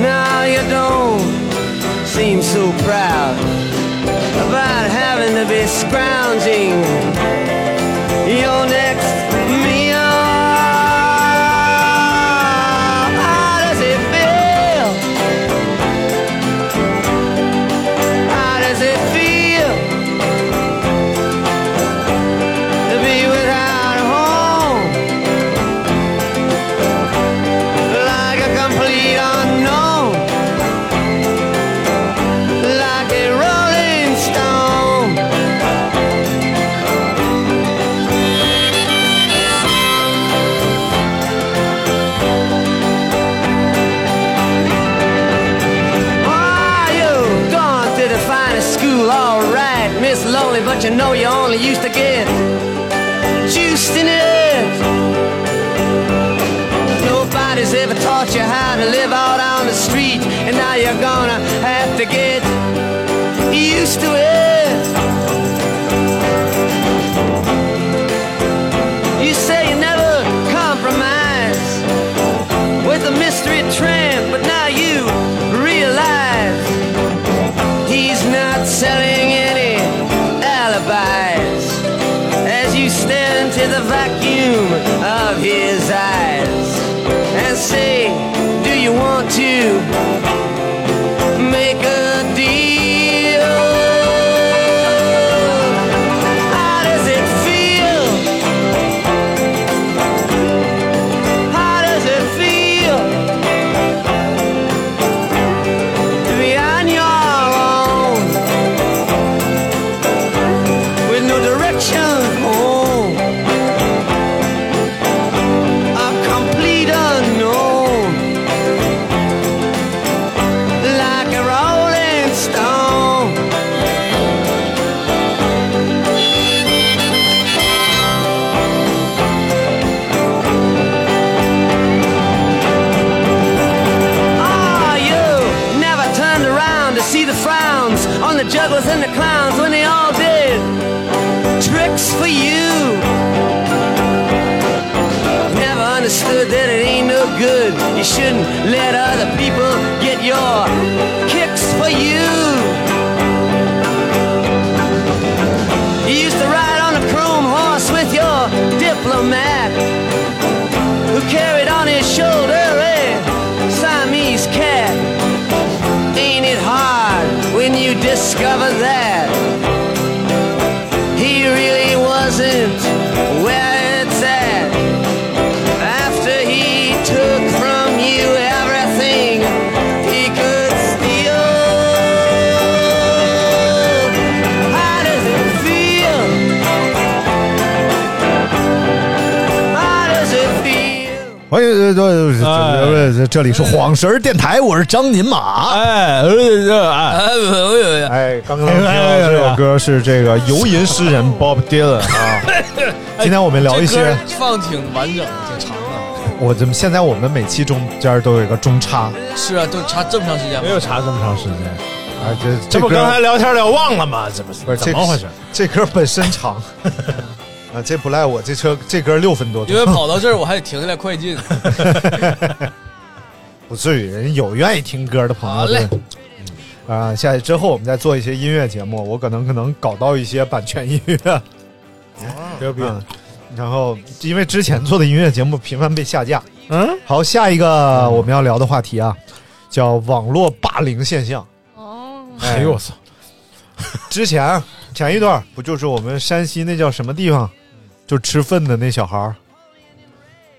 Speaker 12: Now you don't seem so proud about having to be scrounging your next meal. How does it feel? How does it feel to be without a home? Like a complete unknown, like a rolling stone. Are you going to the finest school? Alright, Miss Lonely, but you know you only used to get juiced in it. Nobody's ever taught you how to live out on the street, and now you're gonna have to get used to it. You say you never compromise with a mystery tramp, but now you realize he's not selling any alibis as you stare into the vacuum of his eyes and say, Do you want to make a deal? How does it feel? How does it feel to be on your own with no direction home? A complete unknown, like a rolling stone. Oh, you never turned around to see the frowns on the jugglers and the clowns when they all did tricks for you. Never understood that it ain't no good. You shouldn't let other people get your kicks for you. You used to ride on a chrome horse with your diplomat who carried on his shoulder a Siamese cat. Ain't it hard when you discover that he really wasn't where it's at? After he took from you everything he could steal, how does it feel? How does it feel?
Speaker 8: 欢迎呃呃呃这里是晃神儿电台，我是张宁马。
Speaker 9: 哎，
Speaker 10: 哎
Speaker 8: 哎，刚刚我们听到这首歌是这个游吟诗人 Bob Dylan 啊。今天我们聊一
Speaker 10: 这
Speaker 8: 些
Speaker 10: 歌，放挺完整，挺长的。
Speaker 8: 我怎么现在我们每期中间都有一个中插，
Speaker 10: 是啊，都差这么长时间吗？
Speaker 9: 没有差这么长时间。
Speaker 8: 哎，这
Speaker 9: 这不
Speaker 8: 歌
Speaker 9: 刚才聊天聊忘了吗？这不
Speaker 8: 不是
Speaker 9: 怎么回事？
Speaker 8: 这歌本身长啊，这不赖我，这车这歌六分多钟，
Speaker 10: 因为跑到这儿我还得停下来快进。
Speaker 8: 不至于，人有愿意听歌的朋友。
Speaker 10: 好嘞
Speaker 8: 对嗯啊，下去之后我们再做一些音乐节目，我可能可能搞到一些版权音乐，
Speaker 9: 牛逼
Speaker 8: 嗯然后因为之前做的音乐节目频繁被下架。嗯，好，下一个我们要聊的话题啊，叫网络霸凌现象。哦，
Speaker 9: 哎呦我操！
Speaker 8: 之前前一段不就是我们山西那叫什么地方，就吃粪的那小孩儿，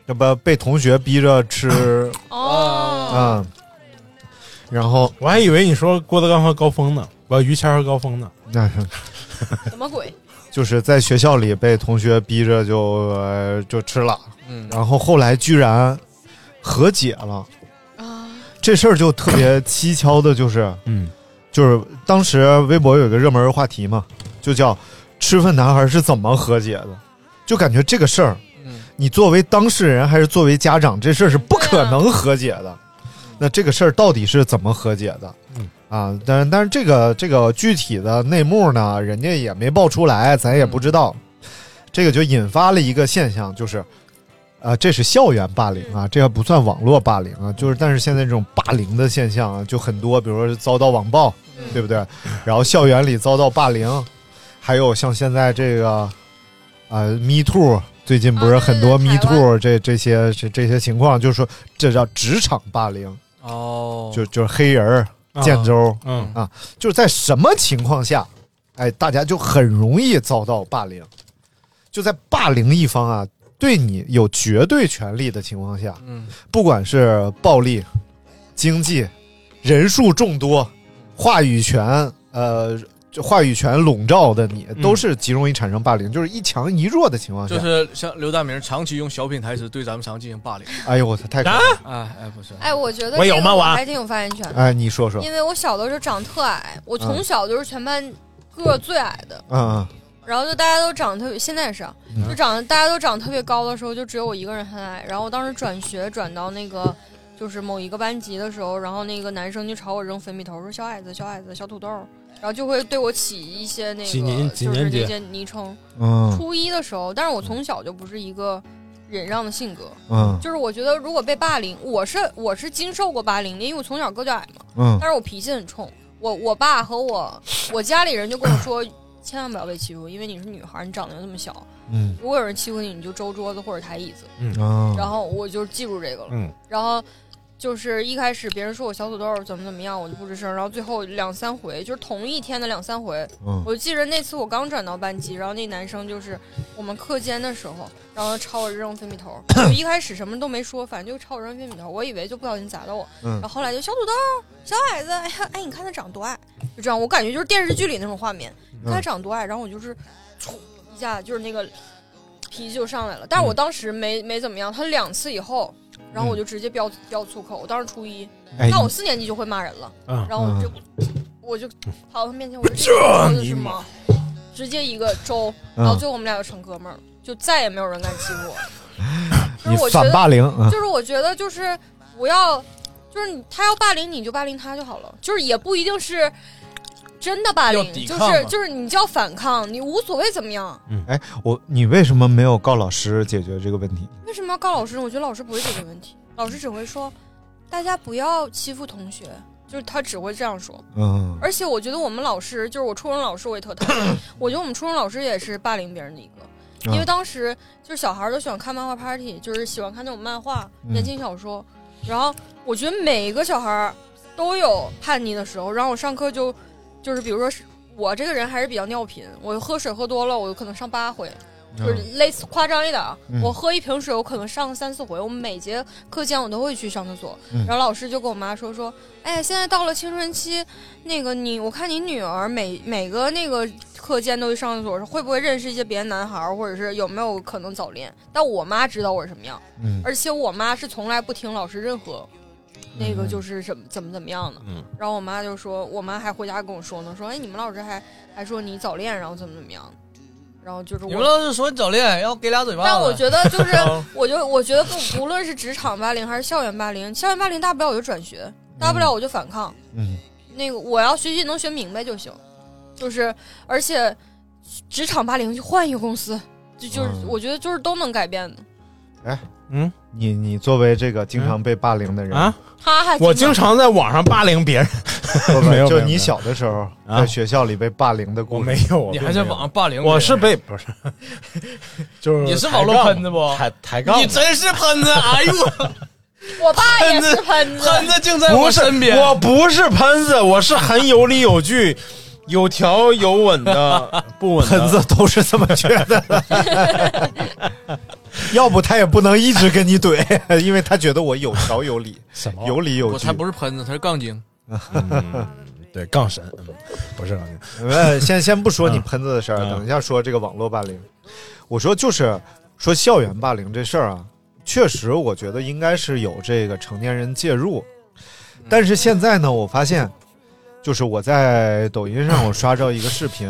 Speaker 8: 那不被同学逼着吃
Speaker 11: 啊
Speaker 10: 哦，
Speaker 8: 嗯，然后
Speaker 9: 我还以为你说郭德纲和高峰呢，我于谦和高峰呢。
Speaker 8: 那
Speaker 11: 什么鬼？
Speaker 8: 就是在学校里被同学逼着就、呃就吃了，
Speaker 11: 嗯
Speaker 8: 然后后来居然和解了，
Speaker 11: 啊
Speaker 8: 这事儿就特别蹊跷的，就是，
Speaker 9: 嗯，
Speaker 8: 就是当时微博有一个热门话题嘛，就叫“吃粪男孩是怎么和解的”，就感觉这个事儿，
Speaker 10: 嗯
Speaker 8: 你作为当事人还是作为家长，这事儿是不可能和解的。那这个事儿到底是怎么和解的？
Speaker 9: 嗯
Speaker 8: 啊，但是但是这个这个具体的内幕呢，人家也没爆出来，咱也不知道。这个就引发了一个现象，就是，啊，这是校园霸凌啊，这个不算网络霸凌啊，就是但是现在这种霸凌的现象啊，就很多，比如说遭到网暴，
Speaker 11: 嗯
Speaker 8: 对不对？然后校园里遭到霸凌，还有像现在这个，啊、m e Too，最近不是很多 Me Too 这这些这这些情况，就是说这叫职场霸凌。
Speaker 10: 哦，
Speaker 8: 就就是黑人儿、
Speaker 10: 啊
Speaker 8: 建州，
Speaker 10: 嗯
Speaker 8: 啊，就是在什么情况下，哎，大家就很容易遭到霸凌，就在霸凌一方啊对你有绝对权利的情况下，
Speaker 10: 嗯，
Speaker 8: 不管是暴力、经济、人数众多、话语权，呃。就话语权笼罩的你，
Speaker 10: 嗯
Speaker 8: 都是极容易产生霸凌，就是一强一弱的情况下。
Speaker 10: 就是像刘大明长期用小品台词对咱们常进行 霸凌。
Speaker 8: 哎呦我操，太可怕了！
Speaker 10: 哎哎，不是，
Speaker 11: 哎，我觉得
Speaker 8: 我有
Speaker 11: 这个
Speaker 8: 吗我啊
Speaker 11: 还挺有发言权的。
Speaker 8: 哎你说说
Speaker 11: 因为我小的时候长特矮，我从小就是全班个儿最矮的，
Speaker 8: 嗯
Speaker 11: 然后就大家都长得特别，现在也是啊，
Speaker 8: 嗯
Speaker 11: 就长得大家都长得特别高的时候，就只有我一个人很矮。然后我当时转学转到那个就是某一个班级的时候，然后那个男生就朝我扔粉笔头，说小矮子、小矮子、小土豆，然后就会对我起一些那个
Speaker 9: 几年几
Speaker 11: 就是
Speaker 9: 年级
Speaker 11: 那些昵称。
Speaker 8: 嗯
Speaker 11: 初一的时候，但是我从小就不是一个忍让的性格，
Speaker 8: 嗯
Speaker 11: 就是我觉得如果被霸凌，我是我是经受过霸凌的，因为我从小个就矮嘛，
Speaker 8: 嗯
Speaker 11: 但是我脾气很冲，我我爸和我我家里人就跟我说，千万不要被欺负，因为你是女孩，你长得又那么小，
Speaker 8: 嗯
Speaker 11: 如果有人欺负你，你就周桌子或者抬椅子，
Speaker 8: 嗯啊
Speaker 11: 然后我就记住这个了，
Speaker 8: 嗯
Speaker 11: 然后。就是一开始别人说我小土豆儿怎么怎么样，我就不吱声。然后最后两三回，就是同一天的两三回，
Speaker 8: 嗯
Speaker 11: 我记着那次我刚转到班级，然后那男生就是我们课间的时候，然后朝我扔粉笔头儿， 我一开始什么都没说，反正就朝我扔粉笔头儿，我以为就不小心砸到我，
Speaker 8: 嗯
Speaker 11: 然后后来就小土豆儿、小矮子， 哎呀，哎，你看他长多矮，就这样，我感觉就是电视剧里那种画面，你看他
Speaker 8: 嗯
Speaker 11: 长多矮，然后我就是，嗖一下就是那个脾气就上来了，但是我
Speaker 8: 嗯
Speaker 11: 当时没没怎么样，他两次以后。然后我就直接飙飙粗口，我当时初一，
Speaker 8: 哎
Speaker 11: 但我
Speaker 8: 你
Speaker 11: 四年级就会骂人了，
Speaker 8: 嗯
Speaker 11: 然后我就、我就跑到他面前，我说
Speaker 8: 这
Speaker 11: 个说的
Speaker 8: 你
Speaker 11: 是
Speaker 8: 妈
Speaker 11: 吗？直接一个周，
Speaker 8: 嗯
Speaker 11: 然后最后我们俩就成哥们儿了，就再也没有人敢欺负我。
Speaker 8: 你
Speaker 11: 就是我觉
Speaker 8: 反
Speaker 11: 得
Speaker 8: 霸凌嗯
Speaker 11: 就是我觉得就是不要，就是你他要霸凌你就霸凌他就好了，就是也不一定是真的霸
Speaker 10: 要
Speaker 11: 凌，
Speaker 10: 抵
Speaker 11: 就
Speaker 10: 抗
Speaker 11: 是
Speaker 10: 嘛
Speaker 11: 就是你叫反抗，你无所谓怎么样。
Speaker 8: 哎，我你为什么没有告老师解决这个问题？
Speaker 11: 为什么要告老师呢？我觉得老师不会解决问题，老师只会说大家不要欺负同学，就是他只会这样说。
Speaker 8: 嗯
Speaker 11: 而且我觉得我们老师，就是我初中老师，我也特讨 厌。我觉得我们初中老师也是霸凌别人的一个，
Speaker 8: 啊
Speaker 11: 因为当时就是小孩儿都喜欢看漫画 party，就是喜欢看那种漫画、
Speaker 13: 嗯
Speaker 11: 言情小说。然后我觉得每一个小孩儿都有叛逆的时候。然后我上课就就是比如说是我这个人还是比较尿频，我喝水喝多了，我有可能上八回。就是类似夸张一点啊，
Speaker 13: 嗯
Speaker 11: 我喝一瓶水，我可能上个三四回。我每节课间我都会去上厕所，
Speaker 13: 嗯
Speaker 11: 然后老师就跟我妈说说，哎，现在到了青春期，那个你，我看你女儿每每个那个课间都去上厕所，会不会认识一些别的男孩儿，或者是有没有可能早恋？但我妈知道我是什么样，
Speaker 13: 嗯
Speaker 11: 而且我妈是从来不听老师任何那个
Speaker 13: 嗯
Speaker 11: 就是怎么怎么怎么样的。
Speaker 13: 嗯
Speaker 11: 然后我妈就说，我妈还回家跟我说呢，说哎，你们老师还还说你早恋，然后怎么怎么样。然后就是我，
Speaker 10: 你们老师说你早恋，要给俩嘴巴子。，
Speaker 11: 但我觉得 就是我就我觉得不，无论是职场霸凌还是校园霸凌，校园霸凌大不了我就转学，大不了我就反抗。
Speaker 8: 嗯，
Speaker 11: 那个我要学习能学明白就行，就是而且职场霸凌去换一个公司，就就是、
Speaker 8: 嗯
Speaker 11: 我觉得就是都能改变的。
Speaker 8: 哎，
Speaker 9: 嗯，
Speaker 8: 你你作为这个经常被霸凌的人啊，
Speaker 11: 他还
Speaker 9: 我经常在网上霸凌别人，
Speaker 8: 不不
Speaker 9: 没有
Speaker 8: 就
Speaker 9: 没有
Speaker 8: 你小的时候
Speaker 9: 啊
Speaker 8: 在学校里被霸凌的故事，
Speaker 9: 没有，
Speaker 10: 你还在网上霸凌别人
Speaker 9: 我是被 不是，就是
Speaker 10: 你是网络喷子不？
Speaker 9: 抬抬杠嘛，
Speaker 10: 你真是喷子！哎呦，
Speaker 11: 我爸也是
Speaker 10: 喷
Speaker 11: 子，
Speaker 10: 喷子竟在我
Speaker 9: 不是
Speaker 10: 身边。
Speaker 9: 我不是喷子，我是很有理有据、有条有稳 的，不稳的
Speaker 8: 喷子都是这么觉得的， 要不他也不能一直跟你怼，因为他觉得我有条有理，
Speaker 9: 哦
Speaker 8: 有理有
Speaker 10: 我
Speaker 8: 据
Speaker 10: 才。不是喷子，他是杠精。
Speaker 9: 对杠神，嗯不是杠精。
Speaker 8: 呃，先 先不说你喷子的事儿，等一下说这个网络霸凌。我说就是说校园霸凌这事儿啊，确实我觉得应该是有这个成年人介入，但是现在呢，我发现就是我在抖音上我刷到一个视频，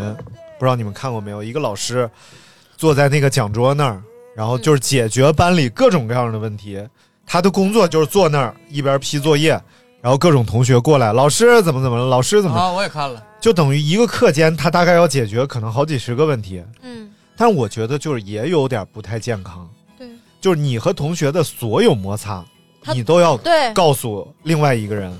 Speaker 8: 不知道你们看过没有？一个老师坐在那个讲桌那儿，然后就是解决班里各种各样的问题。他的工作就是坐那儿一边批作业，然后各种同学过来，老师怎么怎么了，老师怎么了
Speaker 10: 啊，我也看了，
Speaker 8: 就等于一个课间，他大概要解决可能好几十个问题。
Speaker 11: 嗯，
Speaker 8: 但我觉得就是也有点不太健康，
Speaker 11: 对，
Speaker 8: 就是你和同学的所有摩擦，你都要
Speaker 11: 对
Speaker 8: 告诉另外一个人，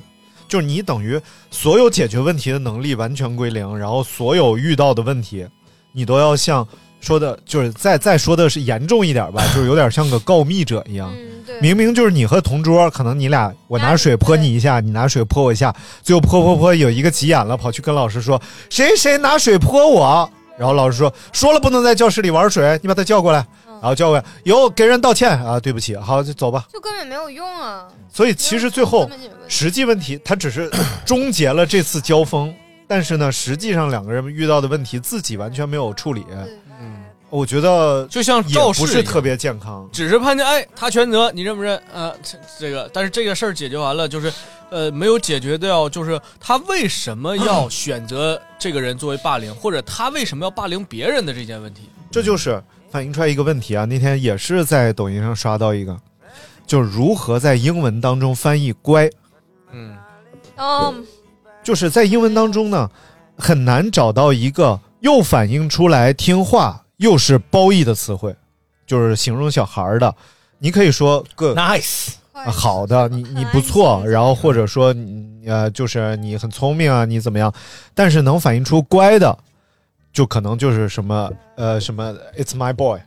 Speaker 8: 就是你等于所有解决问题的能力完全归零，然后所有遇到的问题，你都要像说的，就是再再说的是严重一点吧，就是有点像个告密者一样。
Speaker 11: 嗯对
Speaker 8: 明明就是你和同桌，可能你俩我拿水泼你一下，你拿水泼我一下，最后泼泼泼有一个急眼了，跑去跟老师说谁谁拿水泼我，然后老师说说了不能在教室里玩水，你把他叫过来，
Speaker 11: 嗯
Speaker 8: 然后叫过来，有给人道歉啊，对不起，好就走吧。
Speaker 11: 就根本没有用啊。
Speaker 8: 所以其实最
Speaker 11: 没
Speaker 8: 后
Speaker 11: 有根本解决问题
Speaker 8: 实际问题，他只是 终结了这次交锋，但是呢，实际上两个人遇到的问题自己完全没有处理，
Speaker 10: 嗯，
Speaker 8: 我觉得
Speaker 10: 就像
Speaker 8: 也
Speaker 10: 肇事
Speaker 8: 不
Speaker 10: 一
Speaker 8: 是
Speaker 10: 样
Speaker 8: 特别健康。
Speaker 10: 只是判定哎他全责，你认不认？呃，这这个，但是这个事儿解决完了，就是呃没有解决掉，就是他为什么要选择这个人作为霸凌，或者他为什么要霸凌别人的这件问题？
Speaker 8: 这就是反映出来一个问题啊！那天也是在抖音上刷到一个，就是如何在英文当中翻译“乖
Speaker 10: 嗯，”，
Speaker 11: 嗯，
Speaker 8: 就是在英文当中呢，很难找到一个又反映出来听话又是褒义的词汇，就是形容小孩儿的。你可以说 “good”、
Speaker 9: nice，
Speaker 8: 啊好的，你你不错，然后或者说你呃，就是你很聪明啊，你怎么样？但是能反映出乖的，就可能就是什么呃什么，It's my boy，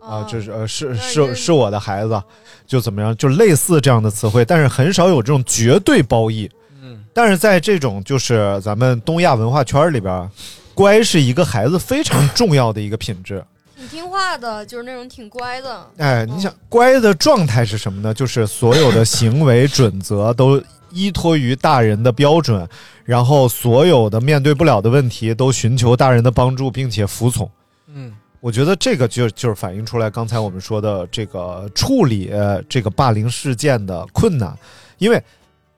Speaker 8: 啊，
Speaker 11: 嗯
Speaker 8: 这是呃是是是我的孩子，就怎么样，就类似这样的词汇，但是很少有这种绝对褒义。
Speaker 10: 嗯，
Speaker 8: 但是在这种就是咱们东亚文化圈里边，乖是一个孩子非常重要的一个品质。
Speaker 11: 挺听话的，就是那种挺乖的。
Speaker 8: 哎，你想乖的状态是什么呢？就是所有的行为准则都依托于大人的标准，然后所有的面对不了的问题都寻求大人的帮助，并且服从。
Speaker 10: 嗯，
Speaker 8: 我觉得这个就就是反映出来刚才我们说的这个处理呃这个霸凌事件的困难，因为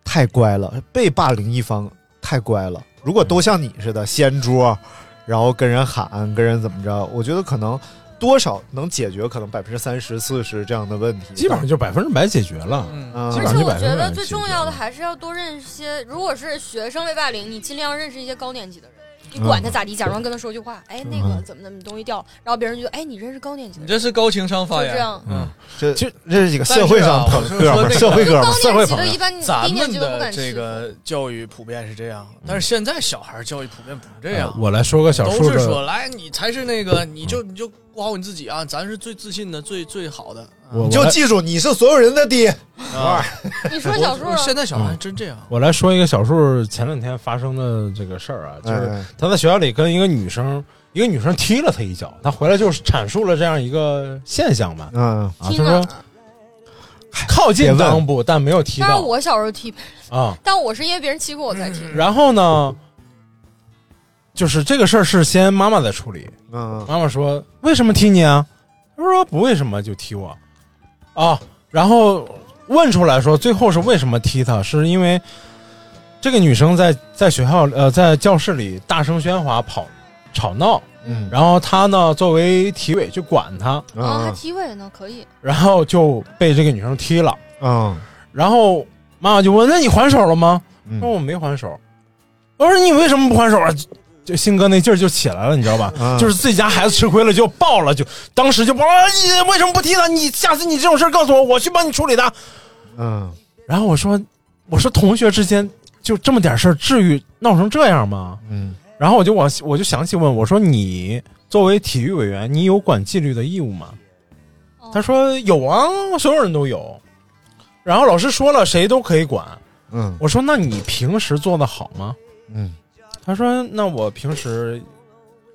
Speaker 8: 太乖了，被霸凌一方太乖了。如果都像你似的掀桌，然后跟人喊，跟人怎么着，我觉得可能多少能解决可能百分之三十、四十这样的问题，
Speaker 9: 基本上就百分之百解决了。
Speaker 8: 嗯
Speaker 9: 基
Speaker 11: 而且
Speaker 9: 本上就
Speaker 11: 我觉
Speaker 9: 百分之百
Speaker 11: 得
Speaker 9: 解
Speaker 11: 最
Speaker 9: 决
Speaker 11: 重要的还是要多认识些，如果是学生被霸凌，你尽量认识一些高年级的人，你管他咋地，假装跟他说句话，哎，那个
Speaker 8: 嗯
Speaker 11: 怎么怎么东西掉了，然后别人就觉得，哎，你认识高年级的
Speaker 10: 你这是高情商
Speaker 11: 人，就
Speaker 10: 发
Speaker 11: 这
Speaker 10: 言。
Speaker 11: 样。
Speaker 8: 嗯，这这是一个社会上
Speaker 10: 但
Speaker 8: 朋
Speaker 10: 是啊
Speaker 8: 哥们
Speaker 10: 我
Speaker 8: 儿，
Speaker 10: 是
Speaker 8: 社
Speaker 10: 说那
Speaker 8: 会
Speaker 10: 个
Speaker 8: 哥们儿，社会
Speaker 11: 高年级
Speaker 8: 朋
Speaker 11: 的
Speaker 8: 友
Speaker 11: 一。般
Speaker 10: 咱
Speaker 11: 低年
Speaker 10: 们
Speaker 11: 级都不
Speaker 10: 的
Speaker 11: 敢欺
Speaker 10: 这
Speaker 11: 负。
Speaker 10: 个教育普遍是这样，
Speaker 8: 嗯
Speaker 10: 但是现在小孩教育普遍不这样
Speaker 8: 啊
Speaker 9: 呃。我来说个小数
Speaker 10: 都是
Speaker 9: 的
Speaker 10: 说，来你才是那个，你就你就顾好你自己啊，咱是最自信的、最最好的。
Speaker 9: 我
Speaker 8: 你
Speaker 9: 我
Speaker 8: 就
Speaker 9: 来
Speaker 8: 记住，你是所有人的爹。
Speaker 10: 啊，
Speaker 11: 你说小
Speaker 10: 我
Speaker 11: 树，
Speaker 10: 现在小孩真这样。
Speaker 9: 我来说一个小树前两天发生的这个事儿啊，就
Speaker 8: 哎
Speaker 9: 是他在学校里跟一个女生，一个女生踢了他一脚，他回来就是阐述了这样一个现象嘛。
Speaker 8: 嗯，
Speaker 9: 啊，
Speaker 11: 踢
Speaker 9: 他
Speaker 11: 哪
Speaker 9: 说靠
Speaker 8: 别
Speaker 9: 近
Speaker 8: 问
Speaker 9: 裆部，但没有踢
Speaker 11: 当然
Speaker 9: 到
Speaker 11: 我小时候踢，
Speaker 9: 啊。
Speaker 11: 但我是因为别人欺负我才踢。
Speaker 9: 然后呢，就是这个事儿是先妈妈在处理，
Speaker 8: 嗯
Speaker 9: 妈妈说：“为什么踢你啊？”他说：“不为什么就踢我。”啊，然后问出来说，最后是为什么踢他？是因为这个女生在在学校呃在教室里大声喧哗跑吵闹，
Speaker 8: 嗯
Speaker 9: 然后他呢作为体委去管他，
Speaker 11: 啊，还
Speaker 8: 嗯
Speaker 11: 踢我也能可以。
Speaker 9: 然后就被这个女生踢了。
Speaker 8: 嗯
Speaker 9: 然后妈妈就问：“那你还手了吗？”
Speaker 8: 嗯
Speaker 9: 说：“我没还手。”我说你为什么不还手啊？就新哥那劲儿就起来了，你知道吧？
Speaker 8: 嗯
Speaker 9: 就是自己家孩子吃亏了就爆了，就当时就爆了。你为什么不踢他？你下次你这种事儿告诉我，我去帮你处理他。
Speaker 8: 嗯，
Speaker 9: 然后我说，我说同学之间就这么点事儿，至于闹成这样吗？
Speaker 8: 嗯，
Speaker 9: 然后我就往我就详细问我说，你作为体育委员，你有管纪律的义务吗？他说有啊，所有人都有。然后老师说了，谁都可以管。
Speaker 8: 嗯，
Speaker 9: 我说那你平时做的好吗？
Speaker 8: 嗯，
Speaker 9: 他说那我平时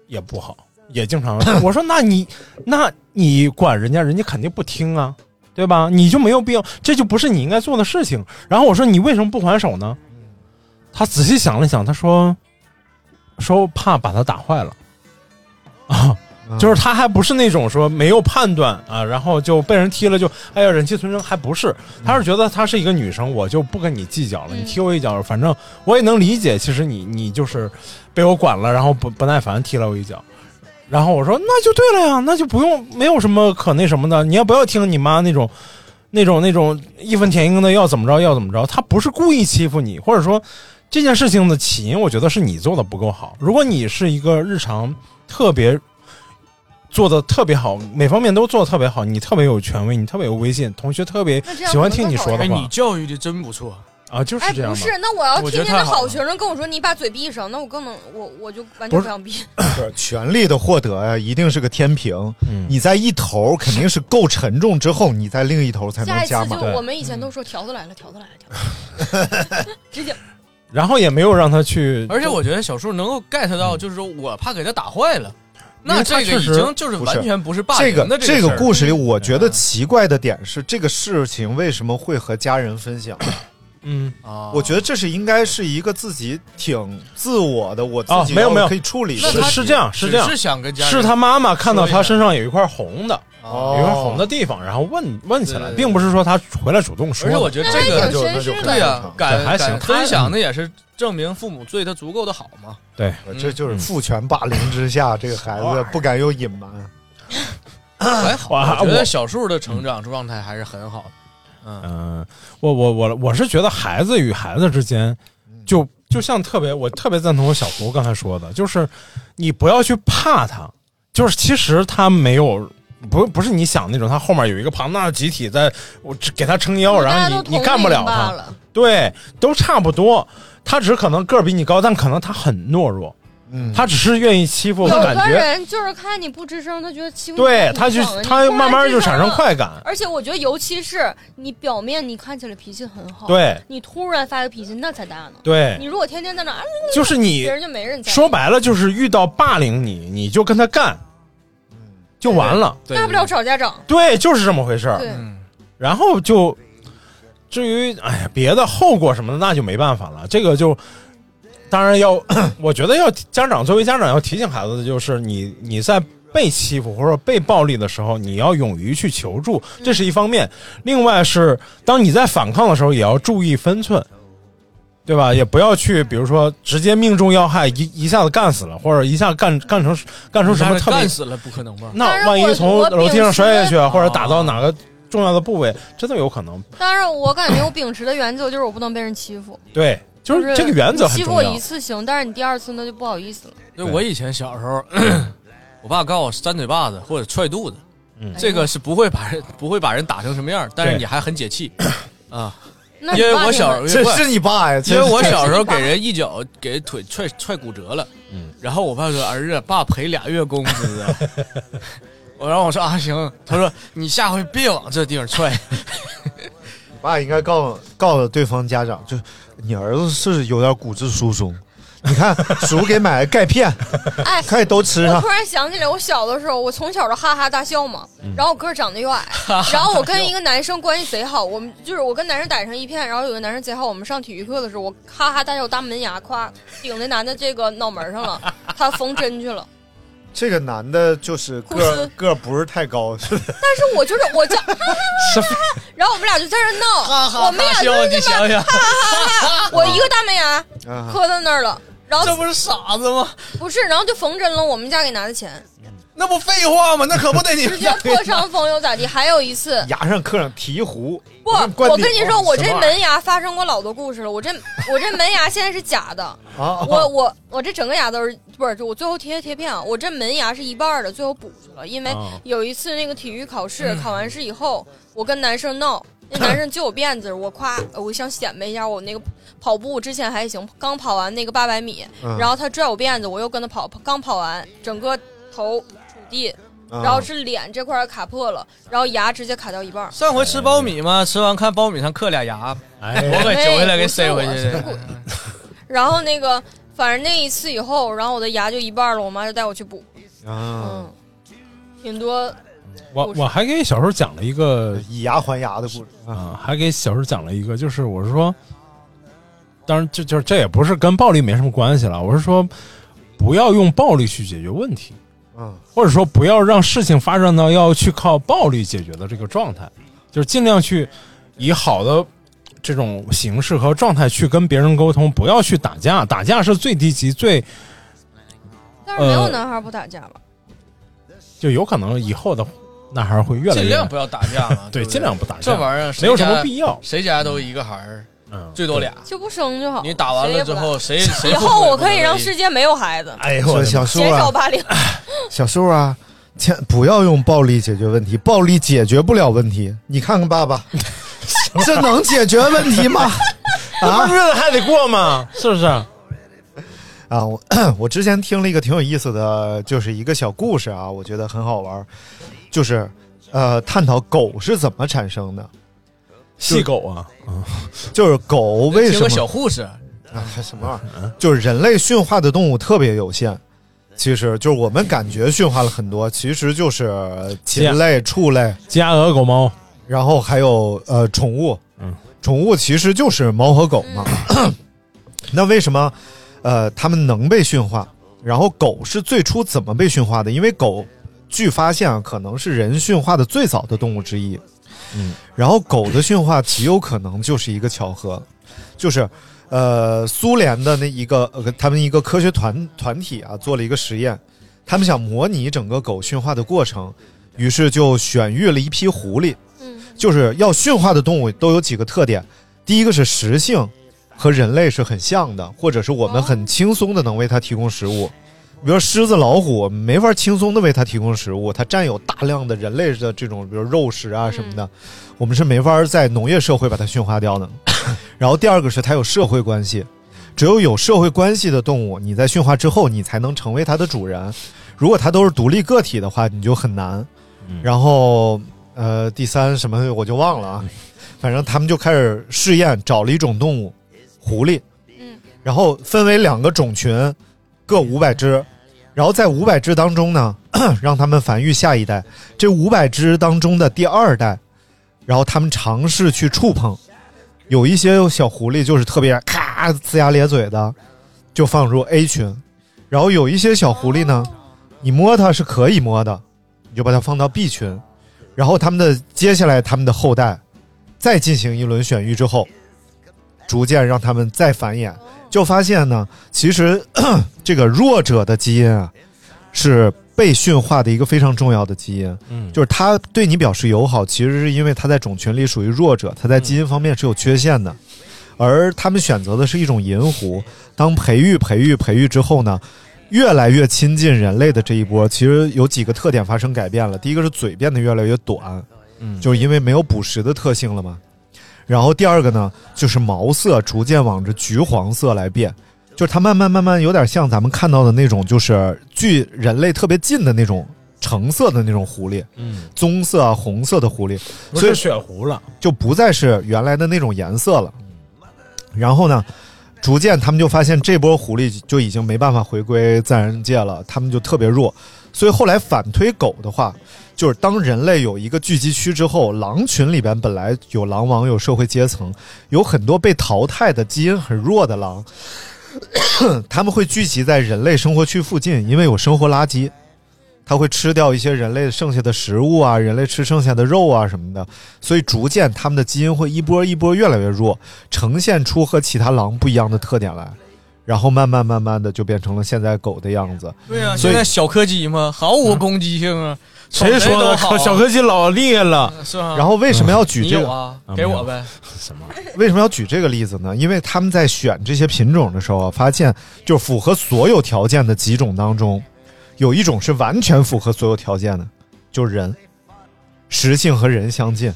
Speaker 9: 也不好，也经常。 我说那你那你管人家，人家肯定不听啊，对吧？你就没有必要，这就不是你应该做的事情。然后我说你为什么不还手呢？他仔细想了想，他说说怕把他打坏了 啊。
Speaker 8: 嗯
Speaker 9: 就是他还不是那种说没有判断啊，然后就被人踢了就哎呀忍气吞声，还不是，他是觉得她是一个女生，我就不跟你计较了，你踢我一脚，反正我也能理解。其实你你就是被我管了，然后不不耐烦踢了我一脚，然后我说那就对了呀，那就不用没有什么可那什么的，你要不要听你妈那种那种那种义愤填膺的要怎么着要怎么着，他不是故意欺负你，或者说这件事情的起因，我觉得是你做的不够好。如果你是一个日常特别做的特别好，每方面都做的特别好，你特别有权威，你特别有威信，同学特别
Speaker 11: 那这样
Speaker 9: 喜欢
Speaker 11: 可能
Speaker 9: 听你
Speaker 11: 更好
Speaker 9: 说的
Speaker 11: 呀
Speaker 9: 话。
Speaker 10: 哎你教育的真不错，
Speaker 9: 啊，就是
Speaker 11: 哎，
Speaker 9: 这样
Speaker 11: 不
Speaker 9: 吧。
Speaker 11: 是，那我要
Speaker 9: 我觉
Speaker 11: 天
Speaker 9: 得
Speaker 11: 天
Speaker 9: 太
Speaker 11: 的
Speaker 9: 好
Speaker 11: 好
Speaker 9: 了
Speaker 11: 学生跟我说你把嘴闭上，那我更能，我我就完
Speaker 8: 不
Speaker 11: 全
Speaker 8: 是
Speaker 11: 不想闭。
Speaker 8: 是权力的获得呀，一定是个天
Speaker 9: 嗯
Speaker 8: 平。你在一头肯定是够沉重之后，你在另一头才
Speaker 11: 下
Speaker 8: 能
Speaker 11: 一次
Speaker 8: 加码
Speaker 11: 就。我们以前都说条子来了，条子来了，条子来了直接
Speaker 9: 然后也没有让他去，
Speaker 10: 而且我觉得小树能够 get 到，就是说我怕给他打坏了，
Speaker 8: 因为
Speaker 10: 那
Speaker 8: 他
Speaker 10: 这个已
Speaker 8: 确实
Speaker 10: 经就是完全不是霸
Speaker 8: 这
Speaker 10: 凌
Speaker 8: 个
Speaker 10: 的
Speaker 8: 这
Speaker 10: 个
Speaker 8: 个
Speaker 10: 事儿
Speaker 8: 故事里，我觉得奇怪的点是，这个事情为什么会和家人分享？
Speaker 9: 嗯
Speaker 10: 啊
Speaker 8: 我觉得这是应该是一个自己挺自我的，我自
Speaker 9: 哦
Speaker 8: 己，
Speaker 9: 没有没有
Speaker 8: 可以处理的
Speaker 9: 是
Speaker 8: 问题。
Speaker 9: 是这样，是这样，是他妈妈看到他身上有一块红的，
Speaker 10: 啊
Speaker 8: 哦
Speaker 9: 有一块红的地方，然后问问起
Speaker 10: 对
Speaker 9: 来，
Speaker 10: 对对
Speaker 9: 并不是说他回来主动说
Speaker 10: 而
Speaker 9: 的。
Speaker 10: 且我觉得这个对呀，敢
Speaker 9: 对还行
Speaker 10: 敢，分享
Speaker 9: 的
Speaker 10: 的也是证明父母对他足够的好嘛。
Speaker 9: 对，
Speaker 8: 这就是父权霸凌之下，这个孩子不敢有隐瞒。
Speaker 10: 还好，
Speaker 9: 哇
Speaker 10: 我觉
Speaker 9: 我
Speaker 10: 得小树的成长状态还是很好的。
Speaker 9: 嗯，我我我我是觉得孩子与孩子之间，就就像特别，我特别赞同小胡刚才说的，就是你不要去怕他，就是其实他没有。不不是你想那种，他后面有一个庞大的集体在，我只给他撑
Speaker 11: 嗯
Speaker 9: 腰，然后你你干不了他， 对，都差不多。他只是可能个儿比你高，但可能他很懦弱，
Speaker 8: 嗯，
Speaker 9: 他只是愿意欺负
Speaker 11: 有
Speaker 9: 和感
Speaker 11: 的
Speaker 9: 觉，
Speaker 11: 人就是看你不吱声，他觉得欺负你
Speaker 9: 对
Speaker 11: 挺
Speaker 9: 他就
Speaker 11: 爽的
Speaker 9: 他
Speaker 11: 你突然
Speaker 9: 慢慢
Speaker 11: 吱
Speaker 9: 就
Speaker 11: 声
Speaker 9: 产生
Speaker 11: 了
Speaker 9: 快感。
Speaker 11: 而且我觉得，尤其是你表面你看起来脾气很好，
Speaker 9: 对
Speaker 11: 你突然发个脾气，那才大呢。
Speaker 9: 对
Speaker 11: 哦你如果天天在那儿，啊
Speaker 9: 就是你
Speaker 11: 别人就没人在，
Speaker 9: 说白了就是遇到霸凌你，你就跟他干，就完了。嗯
Speaker 11: 大不了找家长。
Speaker 9: 对，就是这么回事儿。
Speaker 11: 对，
Speaker 9: 然后就至于哎呀别的后果什么的，那就没办法了。这个就当然要， 我觉得要家长作为家长要提醒孩子的就是你你在。被欺负或者被暴力的时候，你要勇于去求助，
Speaker 10: 嗯
Speaker 9: 这是一方面。另外是，当你在反抗的时候，也要注意分寸，对吧？也不要去，比如说直接命中要害，一一下子干死了，或者一下干干成干出什么
Speaker 10: 一下
Speaker 9: 特别
Speaker 10: 干死了不可能吧？
Speaker 9: 那
Speaker 11: 但是
Speaker 9: 万一
Speaker 11: 我
Speaker 9: 从
Speaker 11: 我
Speaker 9: 楼梯
Speaker 11: 秉
Speaker 9: 上
Speaker 11: 持
Speaker 9: 摔下
Speaker 11: 的
Speaker 9: 去，啊或者打到哪个重要的部位，真的有可能。
Speaker 11: 当然我感觉我秉持的原则就是我不能被人欺负，
Speaker 9: 对，就是这个原则
Speaker 11: 你
Speaker 9: 很
Speaker 11: 欺负
Speaker 9: 重
Speaker 11: 我
Speaker 9: 要
Speaker 11: 一。次行，但是你第二次那就不好意思了。
Speaker 10: 对我以前小时候，我爸告诉我扇嘴巴子或者踹肚子，
Speaker 11: 嗯
Speaker 10: 这个是不会把人不会把人打成什么样，但是
Speaker 9: 对
Speaker 10: 你还很解气啊。
Speaker 11: 那你
Speaker 10: 因为
Speaker 11: 爸
Speaker 10: 我
Speaker 11: 挺
Speaker 10: 小
Speaker 11: 这
Speaker 10: 不
Speaker 11: 是你爸呀这
Speaker 10: 因为
Speaker 11: 是
Speaker 10: 我
Speaker 11: 这
Speaker 10: 小
Speaker 11: 是
Speaker 10: 时候
Speaker 11: 你爸嗯
Speaker 10: 给人一脚给腿踹踹骨折了，然后我爸说儿子，爸赔俩月工资啊。 我然后我说啊行，他说你下回别往这地方踹。
Speaker 8: 你爸应该告告诉对方家长，就你儿子是有点骨质疏松，你 看叔给买的钙片，
Speaker 11: 哎，
Speaker 8: 可以都吃
Speaker 11: 我
Speaker 8: 上
Speaker 11: 突。然想起来，我小的时候，我从小就哈哈大笑嘛，然后我个儿长得又矮，然后我跟一个男生关系贼好，我们就是我跟男生打成一片，然后有个男生贼好，我们上体育课的时候，我哈哈大笑大门牙，夸顶那男的这个脑门上了，他缝针去了。
Speaker 8: 这个男的就是个
Speaker 11: 公
Speaker 8: 儿
Speaker 11: 司
Speaker 8: 个儿不是太高，是吧
Speaker 11: 但是我就是我叫，哈哈哈哈哈然后我们俩就在这闹，
Speaker 8: 哈
Speaker 11: 我们俩就是
Speaker 8: 你想想
Speaker 11: 哈哈哈哈，我一个大门牙
Speaker 8: 啊
Speaker 11: 磕到那儿了，然后
Speaker 10: 这不是傻子吗？
Speaker 11: 不是，然后就缝针了，我们家给拿的钱。
Speaker 10: 那不废话吗？那可不得你
Speaker 11: 直接破伤风又咋地？还有一次，
Speaker 8: 牙上刻上醍醐。
Speaker 11: 不，我跟
Speaker 8: 啊
Speaker 11: 你说，我这门牙发生过老多故事了。我这我这门牙现在是假的，
Speaker 8: 啊
Speaker 11: 我我我这整个牙都是不是？就我最后贴贴片啊，我这门牙是一半儿的，最后补去了。因为
Speaker 13: 哦
Speaker 11: 有一次那个体育考试，
Speaker 13: 嗯
Speaker 11: 考完试以后，我跟男生闹，那男生揪我辫子，我夸我想显摆一下我那个跑步之前还行，刚跑完那个八百米，
Speaker 13: 嗯
Speaker 11: 然后他拽我辫子，我又跟他跑，刚跑完，整个头触地。
Speaker 13: 啊
Speaker 11: 然后是脸这块儿卡破了，然后牙直接卡掉一半儿。
Speaker 13: 上回吃苞米嘛，吃完看苞米上刻俩牙，
Speaker 9: 哎
Speaker 13: 我
Speaker 11: 哎
Speaker 13: 给揪下来给塞回去的。
Speaker 11: 然后那个，反正那一次以后，然后我的牙就一半了，我妈就带我去补，
Speaker 9: 啊，
Speaker 11: 挺多。
Speaker 9: 我我还给小时候讲了一个
Speaker 8: 以牙还牙的故事
Speaker 9: 啊，还给小时候讲了一个，就是我是说，当然这就是这也不是跟暴力没什么关系了，我是说不要用暴力去解决问题，
Speaker 8: 嗯，
Speaker 9: 或者说不要让事情发展到要去靠暴力解决的这个状态，就是尽量去以好的这种形式和状态去跟别人沟通，不要去打架，打架是最低级最
Speaker 11: 但是没有
Speaker 9: 呃
Speaker 11: 男孩不打架
Speaker 13: 嗯
Speaker 11: 吧？
Speaker 9: 就有可能以后的男孩会越来越
Speaker 13: 尽量不要打架嘛对
Speaker 9: 对，
Speaker 13: 不对
Speaker 9: 尽量不打架，
Speaker 13: 这玩意儿谁
Speaker 9: 没有什么
Speaker 13: 家
Speaker 9: 必要，
Speaker 13: 谁家都一个孩儿，
Speaker 8: 嗯
Speaker 13: 最多俩。
Speaker 11: 就不生就好。
Speaker 13: 你打完
Speaker 11: 谁也
Speaker 13: 了
Speaker 11: 不
Speaker 13: 之
Speaker 11: 打
Speaker 13: 后，谁谁
Speaker 11: 以后我可以
Speaker 13: 不能
Speaker 11: 让世界没有孩子。
Speaker 8: 哎呦我的小叔啊
Speaker 11: 减少霸凌。
Speaker 8: 小树啊，千不要用暴力解决问题，暴力解决不了问题。你看看爸 爸，这能解决问题 吗？啊，
Speaker 9: 日子还得过吗？是不是？
Speaker 8: 啊，我 我之前听了一个挺有意思的，就是一个小故事啊，我觉得很好玩儿，就是呃，探讨狗是怎么产生的，
Speaker 9: 细狗啊，
Speaker 8: 就是狗为什
Speaker 13: 听
Speaker 8: 么
Speaker 13: 个小护士，
Speaker 8: 啊，什么玩意儿？就是人类驯化的动物特别有限，其实就是我们感觉驯化了很多，其实就是禽类、畜类、
Speaker 9: 鸡、鸭、鹅、狗、猫，
Speaker 8: 然后还有呃宠物，
Speaker 9: 嗯，
Speaker 8: 宠物其实就是猫和狗 嘛。那为什么呃它们能被驯化？然后狗是最初怎么被驯化的？因为狗据发现啊，可能是人驯化的最早的动物之一。
Speaker 9: 嗯，
Speaker 8: 然后狗的驯化极有可能就是一个巧合，就是，呃，苏联的那一个呃，他们一个科学团团体啊，做了一个实验，他们想模拟整个狗驯化的过程，于是就选育了一批狐狸。
Speaker 11: 嗯，
Speaker 8: 就是要驯化的动物都有几个特点，第一个是食性，和人类是很像的，或者是我们很轻松的能为它提供食物。比如说狮子、老虎，没法轻松的为它提供食物，它占有大量的人类的这种，比如肉食啊什么的，我们是没法在农业社会把它驯化掉的。然后第二个是它有社会关系，只有有社会关系的动物，你在驯化之后，你才能成为它的主人。如果它都是独立个体的话，你就很难。然后呃，第三什么我就忘了啊，反正他们就开始试验，找了一种动物，狐狸，然后分为两个种群，各五百只，然后在五百只当中呢， 让他们繁育下一代。这五百只当中的第二代，然后他们尝试去触碰，有一些小狐狸就是特别咔龇牙咧嘴的，就放入 A 群，然后有一些小狐狸呢，你摸它是可以摸的，你就把它放到 B 群，然后他们的接下来他们的后代再进行一轮选育之后，逐渐让他们再繁衍，就发现呢，其实 这个弱者的基因啊，是被驯化的一个非常重要的基因。
Speaker 9: 嗯
Speaker 8: 就是它对你表示友好，其实是因为它在种群里属于弱者，它在基因方面是有缺陷的。而他们选择的是一种银狐，当培育、培育、培育之后呢，越来越亲近人类的这一波，其实有几个特点发生改变了。第一个是嘴变得越来越短，
Speaker 9: 嗯
Speaker 8: 就是因为没有捕食的特性了嘛。然后第二个呢，就是毛色逐渐往着橘黄色来变，就是它慢慢慢慢有点像咱们看到的那种，就是距人类特别近的那种橙色的那种狐狸，
Speaker 9: 嗯，
Speaker 8: 棕色啊、红色的狐狸，
Speaker 9: 不
Speaker 8: 所以
Speaker 9: 是血狐了，
Speaker 8: 就不再是原来的那种颜色了。然后呢，逐渐他们就发现这波狐狸就已经没办法回归自然界了，他们就特别弱。所以后来反推狗的话，就是当人类有一个聚集区之后，狼群里边本来有狼王，有社会阶层，有很多被淘汰的基因很弱的狼，他们会聚集在人类生活区附近，因为有生活垃圾。它会吃掉一些人类剩下的食物啊，人类吃剩下的肉啊什么的，所以逐渐它们的基因会一波一波越来越弱，呈现出和其他狼不一样的特点来。然后慢慢慢慢的就变成了现在狗的样子。
Speaker 13: 对啊，
Speaker 8: 所
Speaker 13: 现
Speaker 8: 以
Speaker 13: 在小柯基嘛，毫无攻击性啊。
Speaker 8: 谁说的
Speaker 13: 都好啊
Speaker 8: 小柯基
Speaker 9: 老厉害了
Speaker 13: 是
Speaker 10: 啊
Speaker 13: 吧？
Speaker 8: 然后为什么要举
Speaker 13: 你
Speaker 8: 这个
Speaker 10: 嗯
Speaker 13: 有啊
Speaker 8: 啊？
Speaker 13: 给我呗。
Speaker 9: 什么？
Speaker 8: 为什么要举这个例子呢？因为他们在选这些品种的时候啊，发现就符合所有条件的几种当中，有一种是完全符合所有条件的，就是人，实性和人相近，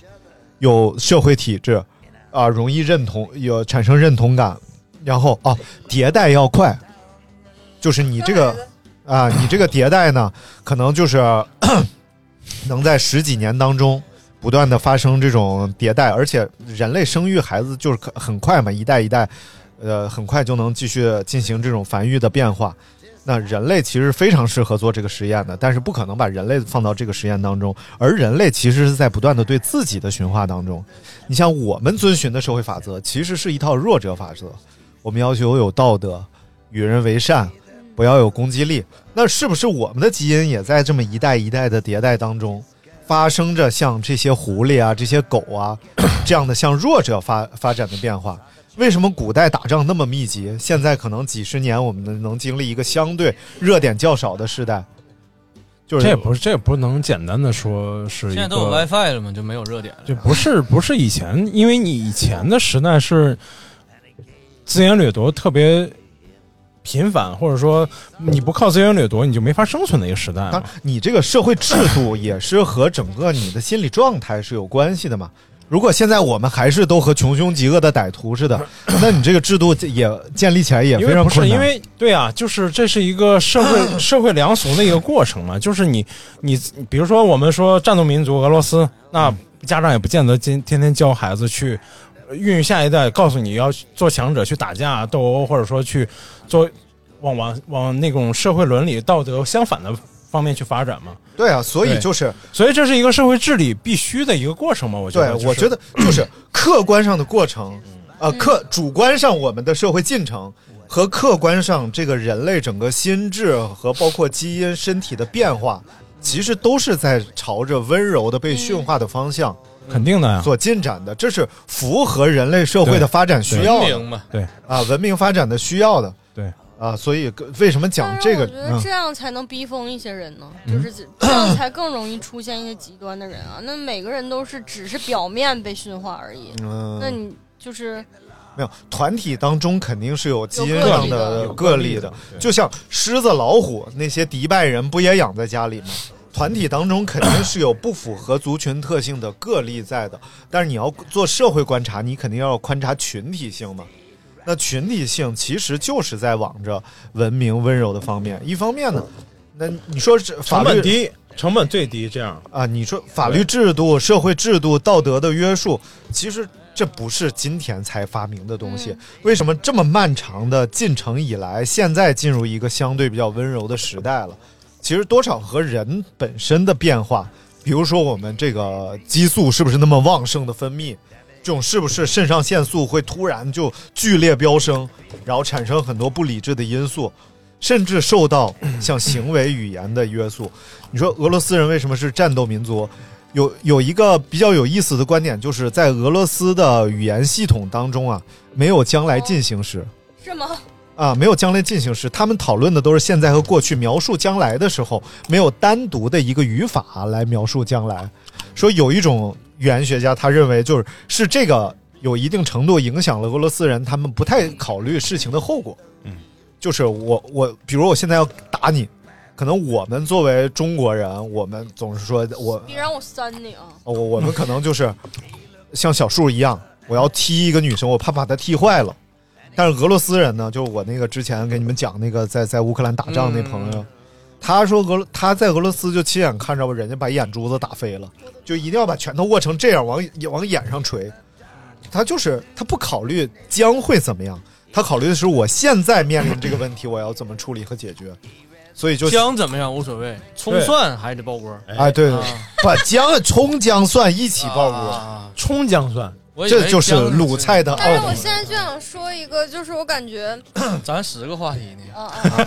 Speaker 8: 有社会体制，啊、容易认同，有产生认同感，然后哦、迭代要快，就是你这个 啊、你这个迭代呢，可能就是 能在十几年当中不断的发生这种迭代，而且人类生育孩子就是可很快嘛，一代一代，呃，很快就能继续进行这种繁育的变化。那人类其实非常适合做这个实验的，但是不可能把人类放到这个实验当中，而人类其实是在不断的对自己的驯化当中。你像我们遵循的社会法则，其实是一套弱者法则，我们要求有道德，与人为善，不要有攻击力。那是不是我们的基因也在这么一代一代的迭代当中，发生着像这些狐狸啊、这些狗啊这样的向弱者发发展的变化？为什么古代打仗那么密集，现在可能几十年我们能经历一个相对热点较少的时代？就是
Speaker 9: 这也不是这也不能简单的说是一
Speaker 13: 现在
Speaker 9: 个
Speaker 13: 都有 WiFi 了嘛，就没有热点了。
Speaker 9: 就不是不是以前，因为你以前的时代是资源掠夺特别频繁，或者说你不靠资源掠夺你就没法生存的一个时代嘛。
Speaker 8: 当然，你这个社会制 度也是和整个你的心理状态是有关系的嘛。如果现在我们还是都和穷凶极恶的歹徒 似的，那你这个制度也建立起来也
Speaker 9: 因
Speaker 8: 非
Speaker 9: 为
Speaker 8: 常
Speaker 9: 不是
Speaker 8: 困难。
Speaker 9: 因为对啊，就是这是一个社 会社会良俗的一个过程嘛，就是你你比如说我们说战斗民族俄罗斯，那
Speaker 8: 嗯
Speaker 9: 家长也不见得今天天教孩子去孕育下一代，告诉你要做强者去打架啊斗殴，或者说去做往往往那种社会伦理道德相反的方面去发展嘛。
Speaker 8: 对啊，所以就是，
Speaker 9: 所以这是一个社会治理必须的一个过程嘛，我觉
Speaker 8: 对
Speaker 9: 得、就是。嗯
Speaker 8: 我觉得就是客观上的过程，呃，客主观上我们的社会进程和客观上这个人类整个心智和包括基因、身体的变化，其实都是在朝着温柔的
Speaker 9: 嗯
Speaker 8: 被驯化的方向。
Speaker 9: 肯定的呀啊
Speaker 8: 所进展的，这是符合人类社会的发展需要的
Speaker 13: 嘛？
Speaker 9: 对
Speaker 8: 啊，文明发展的需要的，
Speaker 9: 对
Speaker 8: 啊，所以跟为什么讲这
Speaker 11: 哎
Speaker 8: 个？
Speaker 11: 我觉得
Speaker 8: 嗯
Speaker 11: 这样才能逼疯一些人呢，
Speaker 8: 嗯
Speaker 11: 就是 这这样才更容易出现一些极端的人啊。那每个人都是只是表面被驯化而已，
Speaker 8: 嗯
Speaker 11: 那你就是
Speaker 8: 没有，团体当中肯定是有基因
Speaker 11: 有个
Speaker 8: 上
Speaker 11: 例的
Speaker 8: 的
Speaker 11: 有
Speaker 8: 个
Speaker 11: 个
Speaker 8: 例
Speaker 11: 例
Speaker 8: 的
Speaker 11: 的，
Speaker 8: 就像狮子、老虎那些迪拜人不也养在家里吗？团体当中肯定是有不符合族群特性的个例在的，但是你要做社会观察，你肯定要观察群体性嘛。那群体性其实就是在往着文明温柔的方面，一方面呢，那你说是法
Speaker 9: 成
Speaker 8: 律
Speaker 9: 本低，成本最低，这样
Speaker 8: 啊，你说法律制度、社会制度、道德的约束，其实这不是今天才发明的东西。为什么这么漫长的进程以来，现在进入一个相对比较温柔的时代了？其实多少和人本身的变化，比如说我们这个激素是不是那么旺盛的分泌，这种是不是肾上腺素会突然就剧烈飙升，然后产生很多不理智的因素，甚至受到像行为语言的约束。你说俄罗斯人为什么是战斗民族？有有一个比较有意思的观点，就是在俄罗斯的语言系统当中啊，没有将来进行时。
Speaker 11: 是吗？
Speaker 8: 啊，没有将来进行时，他们讨论的都是现在和过去。描述将来的时候，没有单独的一个语法来描述将来。说有一种语言学家，他认为就是是这个有一定程度影响了俄罗斯人，他们不太考虑事情的后果。
Speaker 9: 嗯，
Speaker 8: 就是我我，比如我现在要打你，可能我们作为中国人，我们总是说我
Speaker 11: 别让我扇你啊！
Speaker 8: 我呃我们可能就是像小树一样，我要踢一个女生，我怕把她踢坏了。但是俄罗斯人呢，就是我那个之前给你们讲那个在在乌克兰打仗那朋友，他说俄罗他在俄罗斯就亲眼看着人家把眼珠子打飞了，就一定要把拳头握成这样往往眼上捶。他就是他不考虑将会怎么样，他考虑的是我现在面临这个问题，我要怎么处理和解决。所以就
Speaker 13: 姜怎么样无所谓，葱蒜还得爆锅。
Speaker 8: 哎，对，
Speaker 13: 啊
Speaker 8: 把姜、葱、姜、蒜一
Speaker 10: 啊
Speaker 8: 起爆锅，
Speaker 9: 葱姜蒜
Speaker 13: 我以为
Speaker 8: 这就是
Speaker 13: 姜
Speaker 8: 鲁菜的奥
Speaker 11: 但是我
Speaker 8: 秘。
Speaker 11: 现在就想说一个，就是我感觉，
Speaker 13: 咱十个话
Speaker 11: 哎
Speaker 13: 题呢，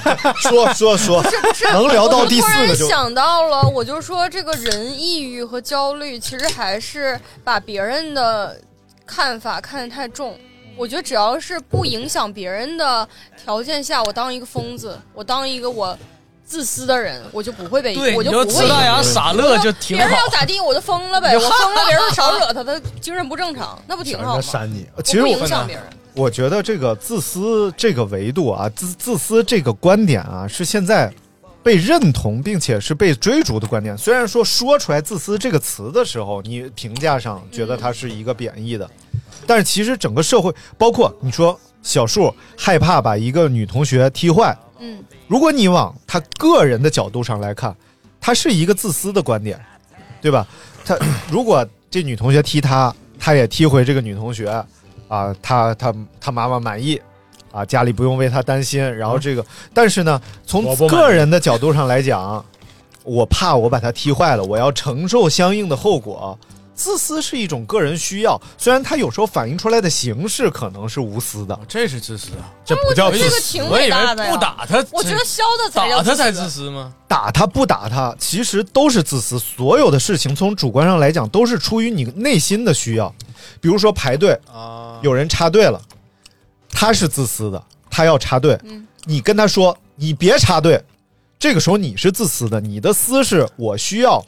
Speaker 8: 说说说
Speaker 11: 不是不是，
Speaker 8: 能聊到第四
Speaker 11: 哦我
Speaker 8: 个
Speaker 11: 突
Speaker 8: 就
Speaker 11: 然想到了，我就说这个人抑郁和焦虑，其实还是把别人的看法看得太重。我觉得只要是不影响别人的条件下，我当一个疯子，我当一个我自私的人，我就不会被，
Speaker 10: 对
Speaker 11: 我就
Speaker 10: 你就
Speaker 11: 不会
Speaker 10: 呲大牙傻乐就挺好
Speaker 11: 别人要咋地，我就疯 了呗，我疯了，别人少惹他，他精神不正常，那不挺好
Speaker 8: 想
Speaker 11: 吗？
Speaker 8: 着扇你
Speaker 11: 我
Speaker 8: 呃其实
Speaker 11: 不
Speaker 8: 我
Speaker 11: 影响别人。
Speaker 8: 我觉得这个自私这个维度啊，自自私这个观点啊，是现在被认同并且是被追逐的观点。虽然说说出来“自私”这个词的时候，你评价上觉得
Speaker 11: 嗯
Speaker 8: 它是一个贬义的，但是其实整个社会，包括你说小树害怕把一个女同学踢坏，
Speaker 11: 嗯，
Speaker 8: 如果你往他个人的角度上来看，他是一个自私的观点，对吧？他如果这女同学踢他，他也踢回这个女同学，啊，他他他妈妈满意，啊，家里不用为他担心。然后这个，但是呢，从
Speaker 9: 我不满意
Speaker 8: 个人的角度上来讲，我怕我把他踢坏了，我要承受相应的后果。自私是一种个人需要，虽然他有时候反映出来的形式可能是无私的，
Speaker 10: 这是自私啊，
Speaker 8: 这
Speaker 11: 我觉得这个挺伟大的呀，
Speaker 10: 不打他，
Speaker 11: 我觉得削他才叫
Speaker 10: 打他才
Speaker 11: 自
Speaker 10: 自
Speaker 11: 私。
Speaker 10: 私吗？
Speaker 8: 打他不打他，其实都是自私。所有的事情从主观上来讲，都是出于你内心的需要。比如说排队，
Speaker 10: 啊
Speaker 8: 有人插队了，他是自私的，他要插队，你跟他说你别插队，这个时候你是自私的，你的私是我需要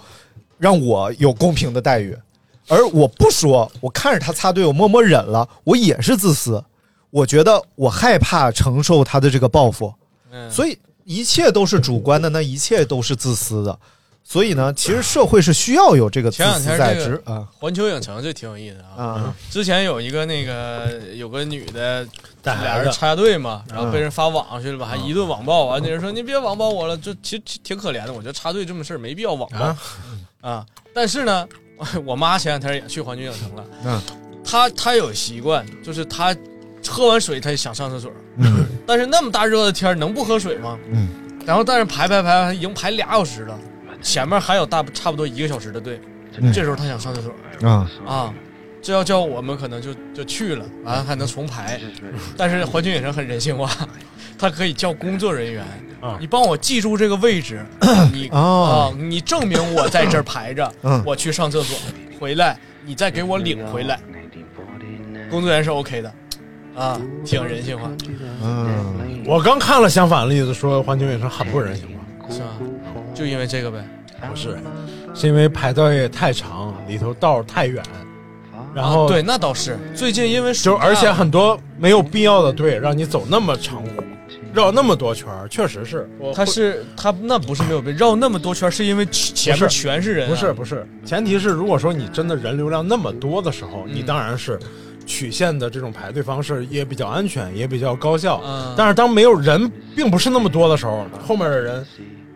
Speaker 8: 让我有公平的待遇，而我不说，我看着他插队，我默默忍了，我也是自私。我觉得我害怕承受他的这个报复，
Speaker 10: 嗯
Speaker 8: 所以一切都是主观的，那一切都是自私的。所以呢，其实社会是需要有这个自
Speaker 10: 前两
Speaker 8: 私
Speaker 10: 天
Speaker 8: 在
Speaker 10: 这
Speaker 8: 之
Speaker 10: 个
Speaker 8: 啊
Speaker 10: 环球影城就挺有意思啊。
Speaker 8: 啊！
Speaker 10: 之前有一个那个有个女的，
Speaker 9: 带孩子
Speaker 10: 俩人插队嘛，
Speaker 9: 嗯
Speaker 10: 然后被人发网上去了吧，还一顿网暴啊。那人说：“你别网暴我了，这其实挺可怜的。我觉得插队这么事儿没必要网暴啊
Speaker 9: 啊
Speaker 10: 但是呢， 我妈前两天也去环球影城了，
Speaker 8: 嗯
Speaker 10: 她她有习惯，就是她喝完水她也想上厕所，
Speaker 9: 嗯
Speaker 10: 但是那么大热的天儿能不喝水吗？
Speaker 8: 嗯，
Speaker 10: 然后但是排排排已经排俩小时了，
Speaker 9: 哎
Speaker 10: 前面还有大差不多一个小时的队，
Speaker 8: 嗯
Speaker 10: 这时候她想上厕所。
Speaker 8: 啊
Speaker 10: 啊，这要叫我们可能就就去了，完了还能重排。但嗯是哎环球影城很人性化，它可以叫工作人员，你帮我记住这个位 置，你啊
Speaker 8: 哦，
Speaker 10: 你证明我在这儿排着
Speaker 8: 嗯，
Speaker 10: 我去上厕所，回来你再给我领回来。工作人员是 OK 的，啊，挺人性化，
Speaker 8: 啊
Speaker 9: 嗯，我刚看了相反的例子，说环球影城很不人性化，
Speaker 10: 是吧？就因为这个呗，
Speaker 9: 不是，是因为排队太长，里头道儿太远，然后、
Speaker 10: 啊对，那倒是最近因为暑
Speaker 9: 就
Speaker 10: 假
Speaker 9: 而且很多没有必要的队，让你走那么长路，绕那么多圈儿，确实是。我
Speaker 10: 他是他那不是没有被绕那么多圈，是因为前面
Speaker 9: 不是
Speaker 10: 全是人啊，
Speaker 9: 不是不是，前提是如果说你真的人流量那么多的时候，
Speaker 10: 嗯
Speaker 9: 你当然是曲线的这种排队方式也比较安全，也比较高效。
Speaker 10: 嗯
Speaker 9: 但是当没有人，并不是那么多的时候，后面的人，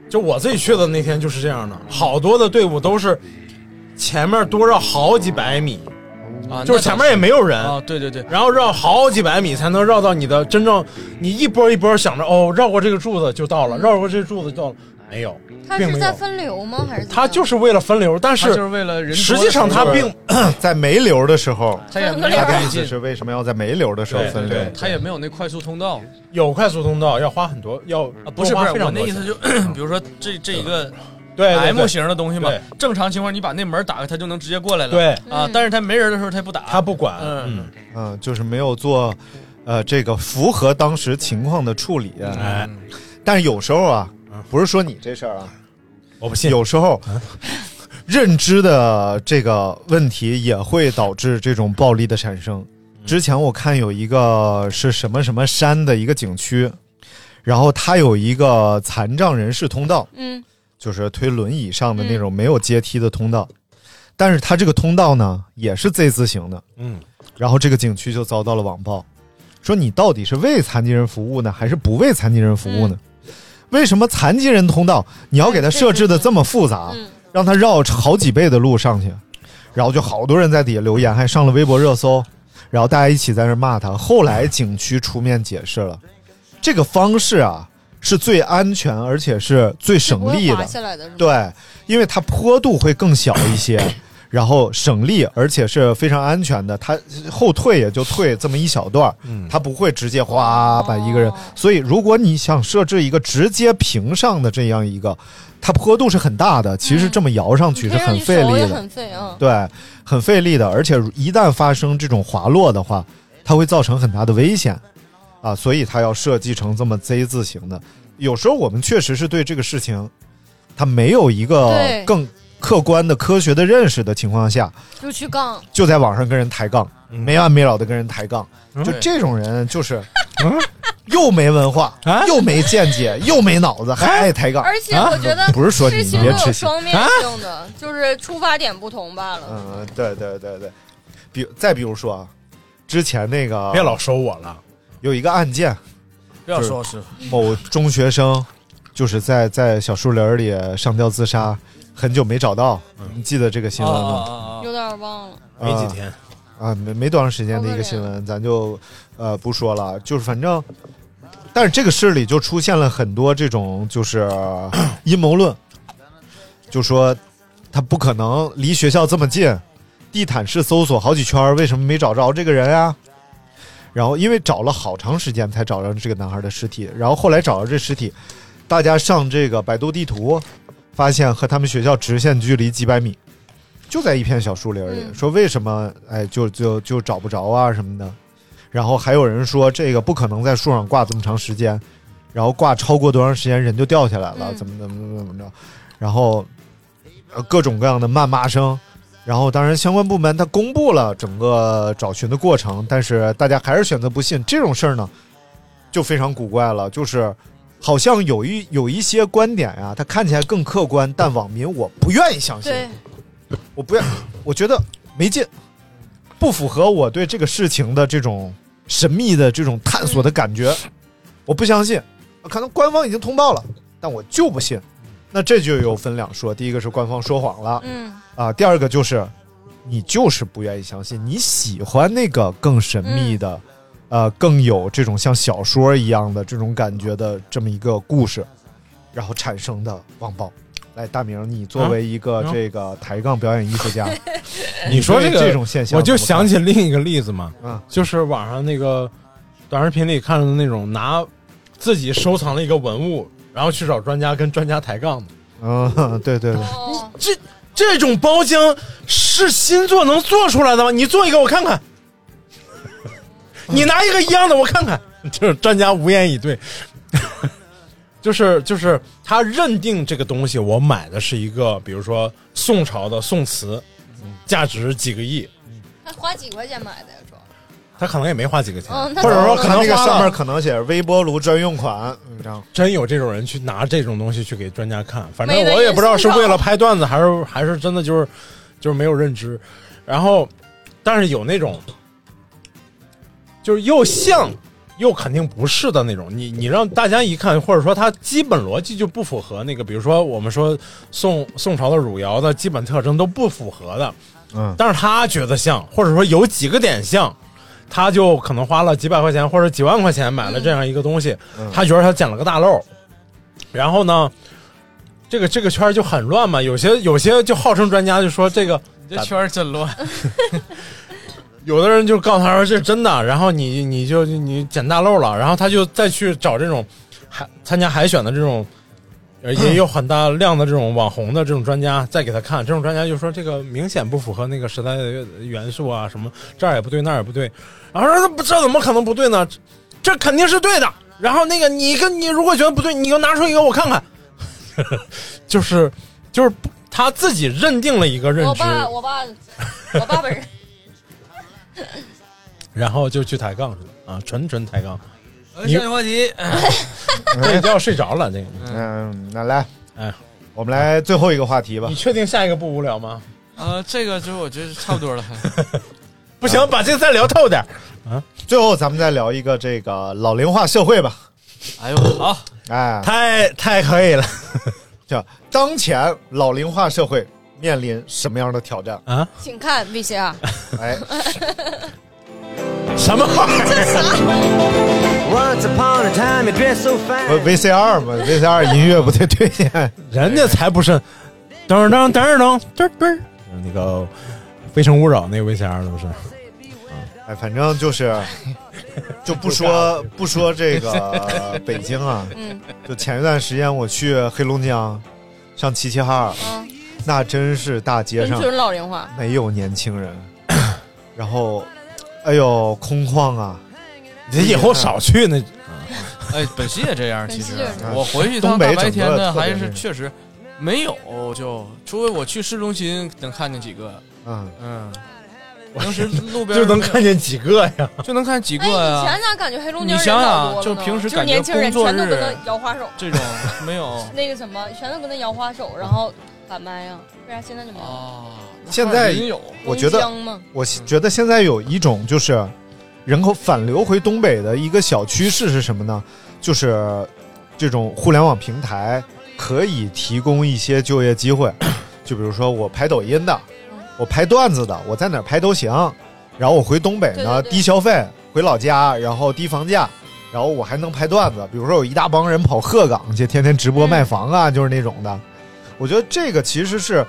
Speaker 9: 就我自己去的那天就是这样的，好多的队伍都是前面多绕好几百米，
Speaker 10: 啊，
Speaker 9: 就是
Speaker 10: 那倒
Speaker 9: 前面也没有人
Speaker 10: 啊，对对对，
Speaker 9: 然后绕好几百米才能绕到你的真正，你一波一波想着哦，绕过这个柱子就到了，绕过这个柱子就到了，没有，
Speaker 11: 他
Speaker 9: 并
Speaker 11: 是
Speaker 9: 没
Speaker 11: 在
Speaker 9: 有。
Speaker 11: 分流吗？还是
Speaker 9: 他就是为了分流，但是
Speaker 10: 他就是为了人多的时
Speaker 9: 实
Speaker 10: 候
Speaker 9: 际上他并
Speaker 8: 在没流的时候，
Speaker 10: 他也没
Speaker 8: 他的意思
Speaker 10: 进
Speaker 8: 是为什么要在没流的时候
Speaker 10: 对
Speaker 8: 分流
Speaker 10: 对？他也没有那快速通道。
Speaker 9: 有快速通道要花很多，要
Speaker 10: 啊，不是
Speaker 9: 多
Speaker 10: 不
Speaker 9: 花
Speaker 10: 是，
Speaker 9: 非
Speaker 10: 我
Speaker 9: 常
Speaker 10: 那
Speaker 9: 多
Speaker 10: 意思
Speaker 9: 钱
Speaker 10: 就，比如说这这一个。
Speaker 9: 对对对
Speaker 10: M 型的东西嘛
Speaker 9: 对，
Speaker 10: 正常情况你把那门打开，他就能直接过来了。
Speaker 9: 对
Speaker 10: 啊，但是他没人的时候他不打，
Speaker 9: 他不管，
Speaker 10: 嗯，
Speaker 8: 嗯，就是没有做，呃，这个符合当时情况的处理。啊
Speaker 10: 嗯
Speaker 9: 哎，嗯
Speaker 8: 但是有时候啊，不是说你这事儿啊，
Speaker 9: 我不信。
Speaker 8: 有时候，认知的这个问题也会导致这种暴力的产生。之前我看有一个是什么什么山的一个景区，然后它有一个残障人士通道，
Speaker 11: 嗯，
Speaker 8: 就是推轮椅上的那种没有阶梯的通道，但是它这个通道呢也是 Z 字形的，
Speaker 9: 嗯，
Speaker 8: 然后这个景区就遭到了网暴，说你到底是为残疾人服务呢，还是不为残疾人服务呢？为什么残疾人通道你要给他设置的这么复杂，让他绕好几倍的路上去？然后就好多人在底下留言，还上了微博热搜，然后大家一起在那骂他。后来景区出面解释了，这个方式啊是最安全，而且是最省力
Speaker 11: 不会
Speaker 8: 的
Speaker 11: 滑。下来的是吗？
Speaker 8: 对，因为它坡度会更小 一些，然后省力，而且是非常安全的。它后退也就退这么一小段儿，它不会直接哗把一个人。所以，如果你想设置一个直接平上的这样一个，它坡度是很大的，其实这么摇上去是很费
Speaker 11: 手
Speaker 8: 力
Speaker 11: 也
Speaker 8: 的
Speaker 11: 很，费啊。
Speaker 8: 对，很费力的。而且一旦发生这种滑落的话，它会造成很大的危险啊，所以它要设计成这么 Z 字形的。有时候我们确实是对这个事情，它没有一个
Speaker 11: 对
Speaker 8: 更客观的科学的认识的情况下，
Speaker 11: 就去杠。
Speaker 8: 就在网上跟人抬杠，没完没了的跟人抬杠，
Speaker 10: 嗯
Speaker 8: 就这种人就是， 又没文化，又没见解，又没脑子，还爱抬杠。
Speaker 11: 而且我觉得、
Speaker 8: 啊不是说你
Speaker 11: 事情
Speaker 8: 别
Speaker 11: 都有
Speaker 8: 痴心
Speaker 11: 双面
Speaker 8: 啊
Speaker 11: 性的，就是出发点不同罢了。
Speaker 8: 嗯，对对对对，比再比如说啊，之前那个
Speaker 9: 别老收我
Speaker 10: 啊
Speaker 9: 了，
Speaker 8: 有一个案件，
Speaker 10: 不要
Speaker 8: 就是
Speaker 10: 说师傅
Speaker 8: 某中学 生就是在在小树林儿里上吊自杀，很久没找到，
Speaker 9: 嗯
Speaker 8: 你记得这个
Speaker 10: 啊
Speaker 8: 新闻吗？
Speaker 11: 有点忘了。
Speaker 8: 啊
Speaker 9: 哦没几天
Speaker 8: 啊，没没多长时间的一个新闻，咱就呃不说了，就是反正，但是这个事里就出现了很多这种就是 阴谋论，就说他不可能离学校这么近，地毯式搜索好几圈儿，为什么没找着这个人啊？然后因为找了好长时间才找着这个男孩的尸体，然后后来找着这尸体，大家上这个百度地图，发现和他们学校直线距离几百米，就在一片小树林里。说为什么哎就就就找不着啊什么的，然后还有人说这个不可能在树上挂这么长时间，然后挂超过多长时间人就掉下来了，怎么怎么怎么着，然后呃各种各样的谩骂声。然后，当然，相关部门他公布了整个找寻的过程，但是大家还是选择不信。这种事儿呢，就非常古怪了，就是好像有一有一些观点呀、它看起来更客观，但网民我不愿意相信，
Speaker 11: 对，
Speaker 8: 我不愿，我觉得没劲，不符合我对这个事情的这种神秘的这种探索的感觉，我不相信，可能官方已经通报了，但我就不信。那这就有分两说，第一个是官方说谎了，
Speaker 11: 嗯
Speaker 8: 啊，第二个就是你就是不愿意相信，你喜欢那个更神秘的，呃，更有这种像小说一样的这种感觉的这么一个故事，然后产生的网暴。来，大明，你作为一个
Speaker 9: 啊
Speaker 8: 这个抬杠表演艺术 家，
Speaker 9: 你说
Speaker 8: 对
Speaker 9: 这个
Speaker 8: 这种现象
Speaker 9: 我就
Speaker 8: 怎么看
Speaker 9: 想起另一个例子嘛，
Speaker 8: 嗯
Speaker 9: 就是网上那个短视频里看到的那种拿自己收藏的一个文物，然后去找专家跟专家抬杠的。
Speaker 8: 嗯， 对对对，
Speaker 11: 哦
Speaker 9: 这这种包浆是新做能做出来的吗？你做一个我看看，你拿一个一样的我看看，就是专家无言以对。 就是就是他认定这个东西，我买的是一个，比如说宋朝的宋词，价值几个亿，
Speaker 11: 他花几块钱买的呀？主要
Speaker 9: 他可能也没花几个钱，
Speaker 11: 嗯那
Speaker 9: 或者说可能
Speaker 8: 那个
Speaker 9: 哦花了
Speaker 8: 上面可能写着微波炉专用款，嗯你知道吗？
Speaker 9: 真有这种人去拿这种东西去给专家看，反正
Speaker 8: 没为
Speaker 9: 我也
Speaker 8: 人
Speaker 9: 不知道
Speaker 8: 所
Speaker 9: 是
Speaker 8: 扰
Speaker 9: 为了拍段子，还是还是真的就是就是没有认知。然后，但是有那种就是又像又肯定不是的那种，你你让大家一看，或者说它基本逻辑就不符合那个，比如说我们说宋宋朝的汝窑的基本特征都不符合的，
Speaker 8: 嗯，
Speaker 9: 但是他觉得像，或者说有几个点像，他就可能花了几百块钱或者几万块钱买了这样一个东西，
Speaker 8: 嗯
Speaker 9: 他觉得他捡了个大漏，然后呢，这个这个圈儿就很乱嘛，有些有些就号称专家就说这个
Speaker 13: 这圈儿真乱，
Speaker 9: 有的人就告诉他说这是真的，然后你你就你捡大漏了，然后他就再去找这种海参加海选的这种，呃也有很大量的这种网红的这种专家再给他看，这种专家就说这个明显不符合那个时代的元素啊，什么这儿也不对那儿也不对，然后说这怎么可能不对呢？这肯定是对的。然后那个你跟你如果觉得不对，你给我拿出一个我看看， 就是就是不他自己认定了一个认
Speaker 11: 我
Speaker 9: 知，
Speaker 11: 爸，我 爸，我爸本人，
Speaker 9: 然后就去抬杠去了啊，纯纯抬杠。
Speaker 13: 呃下一个话 题，
Speaker 9: 这就要睡着了，这个。
Speaker 8: 嗯，那来，
Speaker 9: 哎，
Speaker 8: 我们来最后一个话题吧
Speaker 9: 你。确定下一个不无聊吗？
Speaker 13: 呃，这个就我觉得差不 多了。
Speaker 9: 不行，把这个再聊透点。
Speaker 8: 啊，最后咱们再聊一个这个老龄化社会吧。
Speaker 13: 哎呦，好，
Speaker 8: 哎，
Speaker 9: 太太可以了。
Speaker 8: 叫当前老龄化社会面临什么样的 挑战
Speaker 9: 啊？
Speaker 11: 请看 VCR。
Speaker 8: 哎，
Speaker 9: 什么玩
Speaker 8: 意
Speaker 12: 儿？Once upon a time, you dressed so fine.
Speaker 8: V C R 嘛，V C R 音乐不太对呀，
Speaker 9: 人家才不是，噔噔噔噔噔噔，那个《非诚勿扰》那个 VCR 都是。
Speaker 8: 哎，反正就是，就不说不说这个 北京啊，
Speaker 11: 嗯
Speaker 8: 就前一段时间我去黑龙江，上齐齐哈尔，
Speaker 11: 嗯
Speaker 8: 那真是大街
Speaker 11: 纯
Speaker 8: 上哎
Speaker 11: 纯老龄化，
Speaker 8: 没有年轻人，然后哎呦，空旷啊！
Speaker 9: 你以后少去那。
Speaker 13: 哎，本溪也这样，其实啊
Speaker 9: 本溪也这样
Speaker 13: 我回去一趟
Speaker 9: 东
Speaker 13: 大
Speaker 9: 北
Speaker 13: 白天
Speaker 9: 整个
Speaker 13: 的，
Speaker 9: 特别
Speaker 13: 还
Speaker 9: 这
Speaker 13: 是
Speaker 9: 样
Speaker 13: 确实没有，就除非我去市中心能看见几个，
Speaker 8: 嗯
Speaker 13: 嗯，平时路边
Speaker 9: 就能看见几个呀？
Speaker 13: 就能看
Speaker 9: 哎
Speaker 13: 几个
Speaker 11: 哎
Speaker 8: 啊
Speaker 11: 以
Speaker 13: 呀
Speaker 11: 前。咱感觉黑龙江
Speaker 13: 你
Speaker 11: 人
Speaker 13: 想想，
Speaker 11: 老多
Speaker 13: 就
Speaker 11: 了呢
Speaker 13: 平时
Speaker 11: 就是
Speaker 13: 感觉
Speaker 11: 年轻人
Speaker 13: 工作
Speaker 11: 全都
Speaker 13: 日
Speaker 11: 跟他摇花手，
Speaker 13: 这种没 有
Speaker 11: 那个什么，全都跟他摇花手，然后把麦啊，为啥现在就没有
Speaker 13: 啊
Speaker 11: 了？
Speaker 8: 现在
Speaker 9: 啊
Speaker 8: 我觉
Speaker 11: 龙
Speaker 8: 得
Speaker 11: 江嘛，
Speaker 8: 我觉得现在有一种就是人口反流回东北的一个小趋势是什么呢？就是这种互联网平台可以提供一些就业机会，就比如说我拍抖音的，我拍段子的，我在哪儿拍都行。然后我回东北呢，低消费，回老家，然后低房价，然后我还能拍段子。比如说有一大帮人跑鹤岗去，天天直播卖房啊，就是那种的。我觉得这个其实是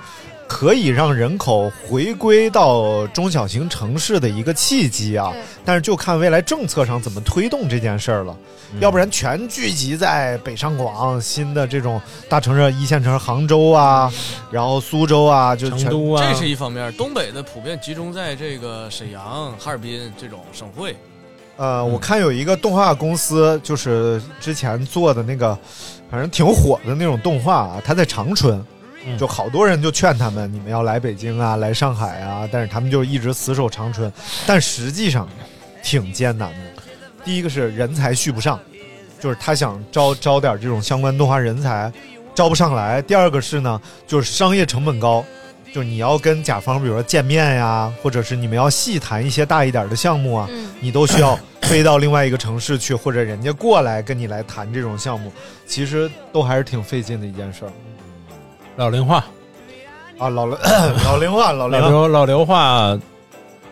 Speaker 8: 可以让人口回归到中小型城市的一个契机啊。但是就看未来政策上怎么推动这件事儿了，要不然全聚集在北上广新的这种大城市、一线城市，杭州啊，然后苏州啊，就全
Speaker 13: 这是一方面。东北的普遍集中在这个沈阳、哈尔滨这种省会。
Speaker 8: 呃，我看有一个动画公司，就是之前做的那个，反正挺火的那种动画啊，它在长春，就好多人就劝他们，你们要来北京啊，来上海啊，但是他们就一直死守长春，但实际上挺艰难的。第一个是人才续不上，就是他想招招点这种相关动画人才，招不上来。第二个是呢，就是商业成本高，就是你要跟甲方，比如说见面呀，或者是你们要细谈一些大一点的项目啊，
Speaker 11: 嗯
Speaker 8: 你都需要飞到另外一个城市去，或者人家过来跟你来谈这种项目，其实都还是挺费劲的一件事儿
Speaker 9: 老龄化，
Speaker 8: 啊。老了 老龄化，老龄
Speaker 9: 老刘老刘话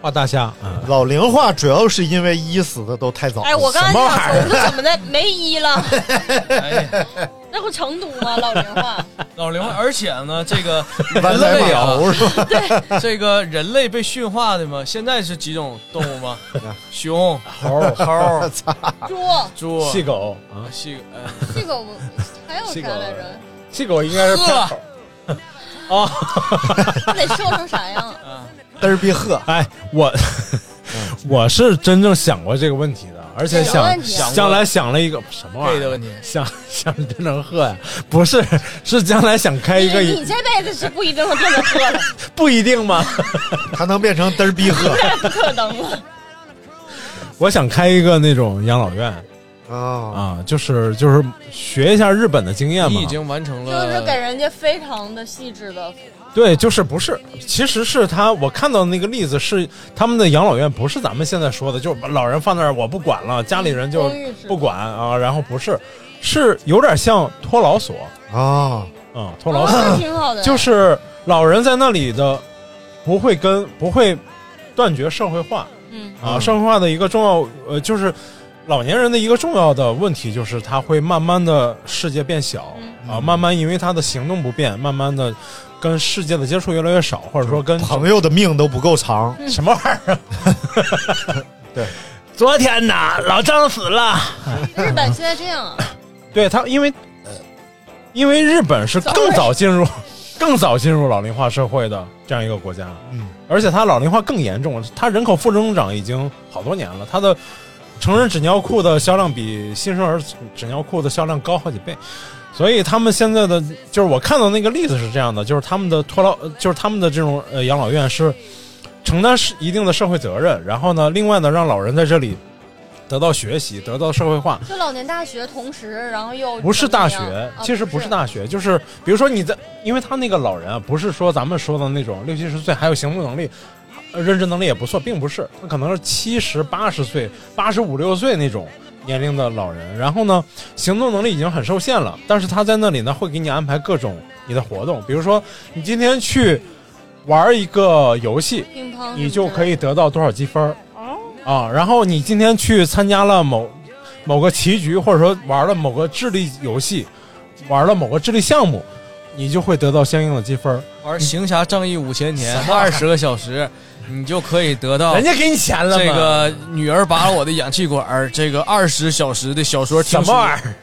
Speaker 9: 画大虾啊，
Speaker 8: 老龄化主要是因为一死的都太
Speaker 9: 哦
Speaker 8: 早。
Speaker 11: 哎，我刚才想说，我说怎么的没一了？ 那不成都吗？老龄 化，
Speaker 13: 哎老龄化，而且呢，这个
Speaker 8: 弯
Speaker 13: 人
Speaker 8: 来
Speaker 13: 类啊
Speaker 8: 马猴是吧？
Speaker 13: 对，这个人类被驯化的嘛，现在是几种动物 吗？熊、
Speaker 9: 猴
Speaker 13: 猴、
Speaker 9: 啊
Speaker 11: 猪、
Speaker 13: 猪、
Speaker 9: 细狗啊，
Speaker 13: 细呃
Speaker 11: 这个我还有啥来着？
Speaker 9: 细狗应该是偏猴。哦，
Speaker 11: 那得瘦成啥 样？
Speaker 8: 嘚儿逼喝！
Speaker 9: 哎，我
Speaker 13: 嗯
Speaker 9: 我是真正想过这个问题的，而且
Speaker 11: 想过
Speaker 9: 想
Speaker 11: 问题啊
Speaker 9: 将来想了一个什么玩意
Speaker 13: 背
Speaker 9: 儿
Speaker 13: 的问题
Speaker 9: 想 想真能喝呀？不是， 是将来想开哎一个
Speaker 11: 哎你你这辈子是不一定能变成喝的，
Speaker 9: 不一定吗？
Speaker 8: 他能变成嘚儿逼喝？
Speaker 11: 不可能了。
Speaker 9: 我想开一个那种养老院。啊，就是就是学一下日本的经验嘛。
Speaker 13: 你已经完成
Speaker 11: 就是
Speaker 13: 了
Speaker 11: 给人家非常的细致的，
Speaker 9: 对，就是不是，其实是他，我看到那个例子是他们的养老院不是咱们现在说的，就是把老人放那儿我不管了， 家里人就
Speaker 11: 公寓制
Speaker 9: 不管啊，然后不是，是有点像托老所
Speaker 8: 啊，
Speaker 9: 嗯，托老所、
Speaker 11: 哦那挺好的
Speaker 9: 就是老人在那里的不会跟不会断绝社会化，
Speaker 11: 嗯
Speaker 9: 啊，社会化的一个重要呃，就是老年人的一个重要的问题，就是他会慢慢的世界变小
Speaker 11: 嗯
Speaker 9: 啊，慢慢因为他的行动不便，慢慢的跟世界的接触越来越少，或者说
Speaker 11: 嗯
Speaker 9: 跟
Speaker 8: 朋友的命都不够长，
Speaker 9: 什么玩意儿啊？啊
Speaker 8: 对，
Speaker 9: 昨天呐，老张死了。
Speaker 11: 日本现在这样啊，
Speaker 9: 对他，因为呃因为日本是更早进入 更早进入老龄化社会的这样一个国家，
Speaker 8: 嗯，
Speaker 9: 而且它老龄化更严重，它人口负增长已经好多年了，它的成人纸尿裤的销量比新生儿纸尿裤的销量高好几倍。所以他们现在的就是我看到那个例子是这样的，就是他们的托老，就是他们的这种呃养老院是承担是一定的社会责任，然后呢，另外呢让老人在这里得到学习，得到社会化，
Speaker 11: 就老年大学同时，然后又
Speaker 9: 不是大学
Speaker 11: 怎么样，啊
Speaker 9: 其实不是大学，就是比如说你在，因为他那个老人啊，不是说咱们说的那种六七十岁还有行动能力，呃认知能力也不错，并不是，他可能是七十八十岁、八十五六岁那种年龄的老人。然后呢，行动能力已经很受限了，但是他在那里呢，会给你安排各种你的活动，比如说你今天去玩一个游戏，
Speaker 11: 乒乓什么的
Speaker 9: 你就可以得到多少积分儿啊。然后你今天去参加了某某个棋局，或者说玩了某个智力游戏，玩了某个智力项目，你就会得到相应的积分儿。
Speaker 13: 玩《行侠仗义五千年
Speaker 9: 什》么玩意
Speaker 13: 二
Speaker 9: 儿
Speaker 13: 十个小时，你就可以得到。
Speaker 9: 人家给你钱了吗
Speaker 13: 哦这个女儿拔了我的氧气管儿，这个二十小时的小说听
Speaker 9: 什么玩意
Speaker 13: 儿？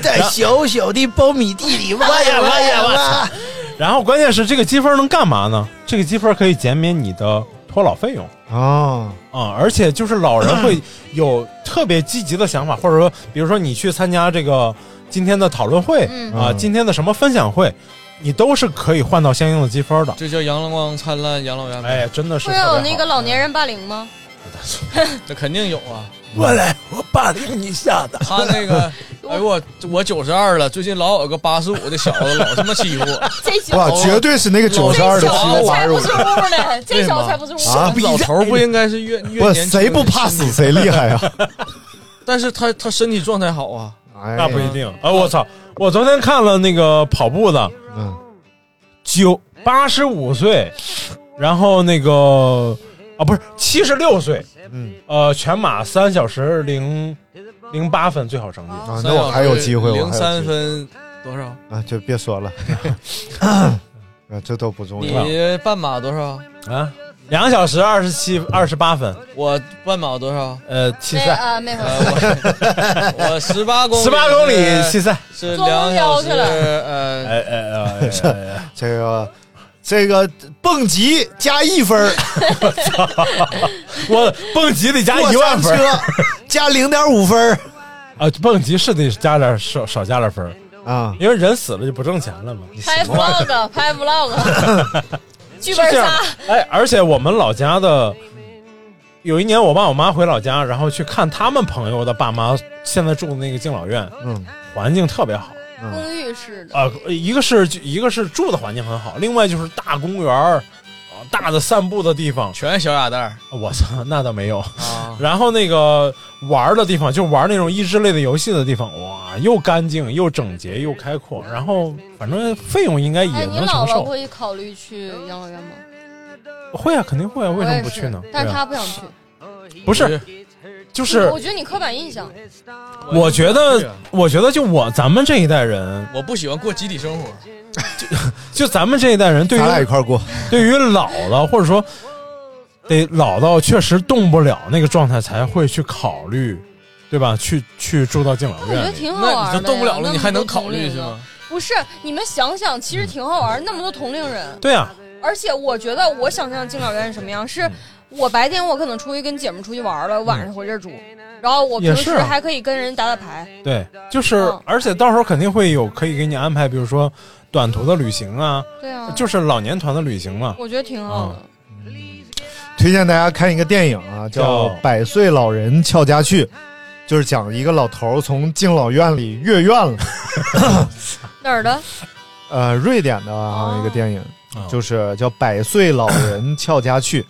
Speaker 9: 在
Speaker 12: 小小的苞米地里挖呀挖呀挖。
Speaker 9: 然后关键是这个积分能干嘛呢？这个积分可以减免你的托老费用
Speaker 8: 啊
Speaker 9: 啊！而且就是老人会有特别积极的想法，或者说，比如说你去参加这个今天的讨论会、
Speaker 13: 嗯
Speaker 9: 啊，
Speaker 13: 嗯
Speaker 9: 今天的什么分享会，你都是可以换到相应的积分的。
Speaker 13: 这叫阳光灿烂养老院。
Speaker 9: 哎，真的是
Speaker 11: 会有那个老年人霸凌吗？
Speaker 13: 这肯定有啊！
Speaker 9: 过来，我霸凌你一下子。
Speaker 13: 他那 个，哎呦我我九十二了，最近老有个八十五的小子老他妈欺负我
Speaker 11: 这
Speaker 8: 小哇绝对是那个92的欺负85
Speaker 11: 这小子才不是物呢，这小子才不是物。
Speaker 8: 啊
Speaker 13: 老 头儿不应该是越越
Speaker 8: 不
Speaker 13: 年轻
Speaker 8: 谁不怕死谁厉害啊呀、
Speaker 13: 但是他他身体状态好啊，
Speaker 9: 那不一定。哎，我操！我昨天看了那个跑步的，
Speaker 8: 嗯，
Speaker 9: 九八十五岁，然后那个啊，不是七十六岁，
Speaker 8: 嗯，
Speaker 9: 呃，全马三小时零零八分最好成
Speaker 11: 哦
Speaker 9: 绩
Speaker 8: 啊那我还有机会我还有
Speaker 13: 零
Speaker 8: 机会
Speaker 13: 三分多少？
Speaker 8: 啊，就别说了， 啊，这都不重要。
Speaker 13: 你半马多少？
Speaker 9: 啊，两小时二十七二十八分，
Speaker 13: 我半马多少？
Speaker 9: 呃，弃
Speaker 11: 没
Speaker 9: 赛，
Speaker 11: 啊，没回
Speaker 9: 呃
Speaker 13: 呃我 我十八公里，
Speaker 9: 18公里弃赛
Speaker 13: 是
Speaker 11: 中
Speaker 13: 两小
Speaker 11: 标
Speaker 13: 时，
Speaker 11: 去了
Speaker 13: 呃，
Speaker 9: 哎哎哎，
Speaker 8: 这个这个蹦极加一分儿，
Speaker 9: 我蹦极得加一万分
Speaker 8: 过山车 加零点五分儿
Speaker 9: 啊，蹦极是得加点少少加点分儿
Speaker 8: 啊，
Speaker 9: 因为人死了就不挣钱了嘛。
Speaker 11: 拍 vlog，拍 vlog，剧 本
Speaker 9: 是这样
Speaker 11: 杀。
Speaker 9: 的。哎，而且我们老家的，有一年我爸我妈回老家，然后去看他们朋友的爸妈现在住的那个敬老院，
Speaker 8: 嗯，
Speaker 9: 环境特别好。
Speaker 11: 公寓式的，
Speaker 9: 啊、一个是一个是住的环境很好，另外就是大公园儿啊大的散步的地方，
Speaker 13: 全小雅蛋。
Speaker 9: 我操，那倒没有。
Speaker 13: 啊，
Speaker 9: 然后那个玩儿的地方，就玩那种益智类的游戏的地方，哇，又干净又整洁又开阔，然后反正费用应该也
Speaker 11: 哎，你
Speaker 9: 能
Speaker 11: 姥
Speaker 9: 承
Speaker 11: 姥
Speaker 9: 受。
Speaker 11: 会考虑去养老院吗？
Speaker 9: 会啊，肯定会啊，为什
Speaker 11: 我也
Speaker 9: 么不去呢
Speaker 11: 是？但
Speaker 9: 对
Speaker 11: 是
Speaker 9: 啊
Speaker 11: 他不想去，
Speaker 9: 不是，就是
Speaker 11: 我觉得你刻板印象，
Speaker 9: 我觉得，我觉得就我咱们这一代人，
Speaker 13: 我不喜欢过集体生活，
Speaker 9: 就咱们这一代人，对于
Speaker 8: 咱俩一块儿过，
Speaker 9: 对于老了或者说得老到确实动不了那个状态，才会去考虑，对吧？去去住到敬老
Speaker 11: 我觉
Speaker 9: 院
Speaker 11: 得
Speaker 9: 里。
Speaker 11: 挺好玩的呀。
Speaker 13: 那你都动不了了
Speaker 11: 那么
Speaker 13: 你还能
Speaker 11: 多同
Speaker 13: 考虑
Speaker 11: 龄
Speaker 13: 是
Speaker 11: 人
Speaker 13: 吗？
Speaker 11: 不是，你们想想，其实挺好玩，那么多同龄人。
Speaker 9: 对啊，
Speaker 11: 而且我觉得我想象的敬老院是什么样，
Speaker 9: 嗯
Speaker 11: 是我白天我可能出去跟姐们出去玩了，晚上回这儿住，然后我平
Speaker 9: 也是
Speaker 11: 时
Speaker 9: 啊
Speaker 11: 还可以跟人打打牌。
Speaker 9: 对，就是，
Speaker 11: 嗯
Speaker 9: 而且到时候肯定会有可以给你安排，比如说短途的旅行啊，
Speaker 11: 对啊，
Speaker 9: 就是啊老年团的旅行嘛。
Speaker 11: 我觉得挺好的。
Speaker 8: 推荐大家看一个电影啊，叫
Speaker 9: 叫
Speaker 8: 《百岁老人俏家趣》，就是讲一个老头儿从敬老院里越院了。
Speaker 11: 哪儿的？
Speaker 8: 呃，瑞典的啊一个电影，就是叫《百岁老人俏家趣》，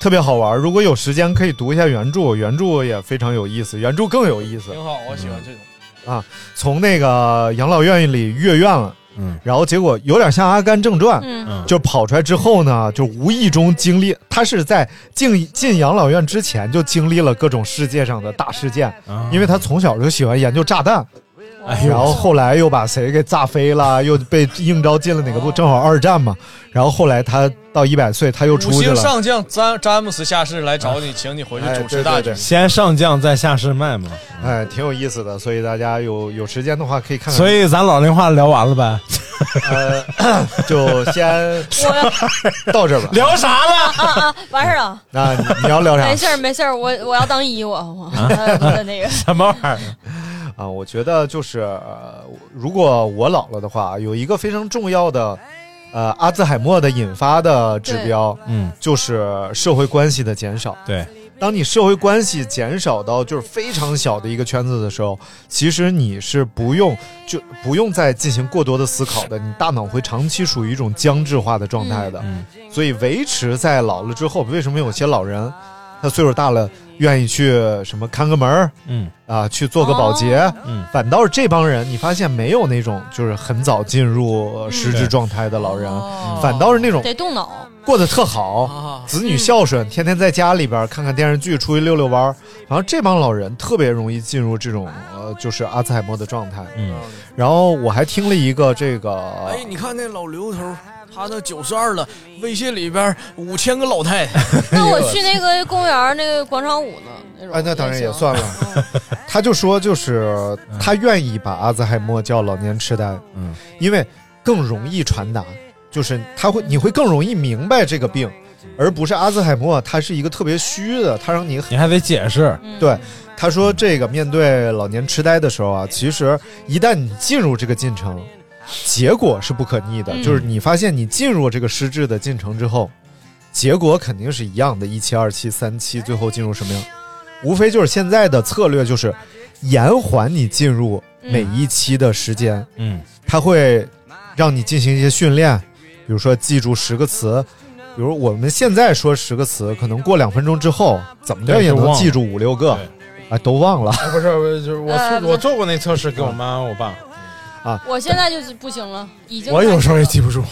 Speaker 8: 特别好玩。如果有时间可以读一下原著，原著也非常有意思，原著更有意思
Speaker 13: 挺好，我喜欢这种。
Speaker 8: 啊。从那个养老院里越院了，
Speaker 9: 嗯，
Speaker 8: 然后结果有点像《阿甘正传》，
Speaker 11: 嗯
Speaker 9: 嗯
Speaker 8: 就跑出来之后呢，就无意中经历，他是在进进养老院之前就经历了各种世界上的大事件，
Speaker 9: 啊
Speaker 8: 因为他从小就喜欢研究炸弹，
Speaker 9: 哎呦
Speaker 8: 然后后来又把谁给炸飞了，又被应招进了哪个部，正好二战嘛，然后后来他到一百岁他又
Speaker 13: 五
Speaker 8: 出去
Speaker 13: 星
Speaker 8: 了，
Speaker 13: 上将詹詹姆斯下士来找你，请你回去主持大局。
Speaker 9: 先上将再下士卖嘛，
Speaker 8: 哎，挺有意思的，所以大家有有时间的话可以看看，
Speaker 9: 所以咱老龄化聊完了呗，
Speaker 8: 呃 就先到这儿吧。
Speaker 9: 聊啥呢？
Speaker 11: 啊啊！完事儿了，
Speaker 8: 那你你要聊啥
Speaker 11: 没？事儿没事儿，我我要当一我我呃我那个
Speaker 9: 什么玩意儿？
Speaker 8: 啊，我觉得就是、呃如果我老了的话，有一个非常重要的，呃，阿兹海默的引发的指标，
Speaker 9: 嗯，
Speaker 8: 就是社会关系的减少。
Speaker 9: 对，
Speaker 8: 当你社会关系减少到就是非常小的一个圈子的时候，其实你是不用就不用再进行过多的思考的，你大脑会长期属于一种僵滞化的状态的。
Speaker 9: 嗯
Speaker 8: 所以维持在老了之后，为什么有些老人他岁数大了愿意去什么看个门儿？
Speaker 9: 嗯
Speaker 8: 啊，去做个保洁，
Speaker 9: 嗯，
Speaker 8: 反倒是这帮人，你发现没有那种就是很早进入
Speaker 9: 嗯
Speaker 8: 呃失智状态的老人，
Speaker 10: 哦
Speaker 11: 哦
Speaker 8: 反倒是那种
Speaker 11: 得动脑。
Speaker 8: 过得特好，子女孝顺，天天在家里边看看电视剧，出去溜溜弯儿，然后这帮老人特别容易进入这种呃就是阿兹海默的状态。
Speaker 9: 嗯，
Speaker 8: 然后我还听了一个这个，
Speaker 13: 哎，你看那老刘头，他都九十二了，微信里边五千个老太太，
Speaker 11: 那我去那个公园儿那个广场舞呢？那种
Speaker 8: 哎，那当然也
Speaker 11: 行
Speaker 8: 算了。他就说，就是他愿意把阿兹海默叫老年痴呆，
Speaker 9: 嗯，
Speaker 8: 因为更容易传达，就是他会，你会更容易明白这个病。而不是阿兹海默，它是一个特别虚的，它让你
Speaker 9: 你还得解释。
Speaker 11: 嗯
Speaker 8: 对，他说这个面对老年痴呆的时候啊，其实一旦你进入这个进程，结果是不可逆的，
Speaker 9: 嗯
Speaker 8: 就是你发现你进入这个失智的进程之后，结果肯定是一样的，一期、二期、三期，最后进入什么样，无非就是现在的策略就是延缓你进入每一期的时间。
Speaker 9: 嗯，
Speaker 8: 它会让你进行一些训练，比如说记住十个词，比如我们现在说十个词，可能过两分钟之后怎么着
Speaker 9: 对
Speaker 8: 也
Speaker 9: 都
Speaker 8: 能
Speaker 9: 忘了
Speaker 8: 记住五六个，啊，都忘了
Speaker 9: 哎不是，不是就是我
Speaker 11: 呃
Speaker 9: 做我做过那测试，给我妈我爸。
Speaker 8: 啊，
Speaker 11: 我现在就是不行了，已经
Speaker 9: 嗯我有时候也记不住。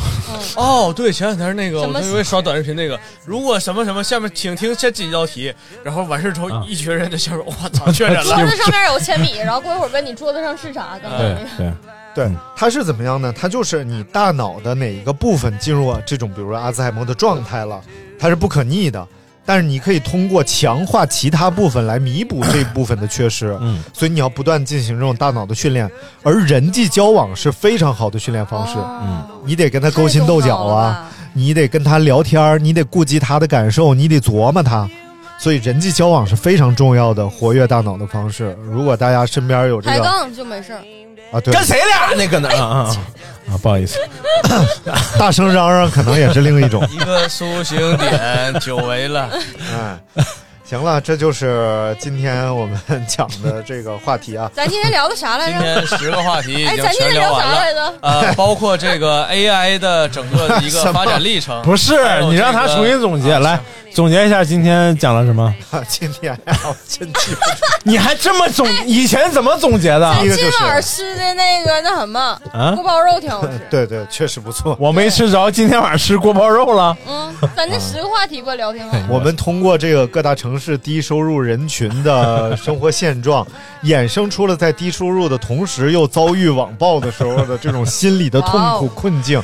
Speaker 10: 哦，对，前两天那个
Speaker 11: 什
Speaker 10: 我
Speaker 11: 么
Speaker 10: 因为刷短视频那个，如果什么什么，下面请听这几道题，然后完事儿之后，
Speaker 9: 啊
Speaker 10: 一群人在下面，我操，确诊了。
Speaker 11: 桌子上面有铅 笔，然后过一会儿问你桌子上是啥，刚才
Speaker 9: 对
Speaker 8: 对，它是怎么样呢？它就是你大脑的哪一个部分进入这种，比如说阿兹海默的状态了，它是不可逆的。但是你可以通过强化其他部分来弥补这部分的缺失，嗯，所以你要不断进行这种大脑的训练，而人际交往是非常好的训练方式，
Speaker 11: 哦
Speaker 8: 嗯，你得跟他勾心斗角啊，你得跟他聊天儿，你得顾及他的感受，你得琢磨他，所以人际交往是非常重要的活跃大脑的方式。如果大家身边有这
Speaker 11: 抬
Speaker 8: 个
Speaker 11: 杠就没事儿。
Speaker 8: 啊，对，
Speaker 9: 跟谁俩那个呢？啊啊啊！不好意思，
Speaker 8: 大声嚷嚷可能也是另一 种。
Speaker 10: 一个苏醒点，久 违了。
Speaker 8: 哎，行了，这就是今天我们讲的这个话题啊。
Speaker 11: 咱今天聊的啥来
Speaker 10: 今
Speaker 11: 着？
Speaker 10: 天十个话题已
Speaker 11: 哎，
Speaker 10: 经
Speaker 11: 咱今
Speaker 10: 全
Speaker 11: 天
Speaker 10: 聊
Speaker 11: 聊
Speaker 10: 完
Speaker 11: 啥来着
Speaker 10: 了，？呃，包括这个 AI 的整个的一
Speaker 9: 什
Speaker 10: 个
Speaker 9: 么
Speaker 10: 发展历程。
Speaker 9: 不是
Speaker 10: 还有
Speaker 9: 你让
Speaker 10: 这
Speaker 9: 他
Speaker 10: 个
Speaker 9: 重新总结，来总结一下今天讲了什么？
Speaker 8: 今天啊，我真记不住。
Speaker 9: 你还这么总？以前怎么总结的？
Speaker 11: 咱今晚吃的那个那什么
Speaker 9: 啊
Speaker 11: 锅包肉挺好吃。
Speaker 8: 对对，确实不错。
Speaker 9: 我没吃着，今天晚上吃锅包肉了。
Speaker 11: 嗯，咱这十个话题吧，聊挺啊好。
Speaker 8: 我们通过这个各大城市低收入人群的生活现状，衍生出了在低收入的同时又遭遇网暴的时候的这种心理的痛苦困境，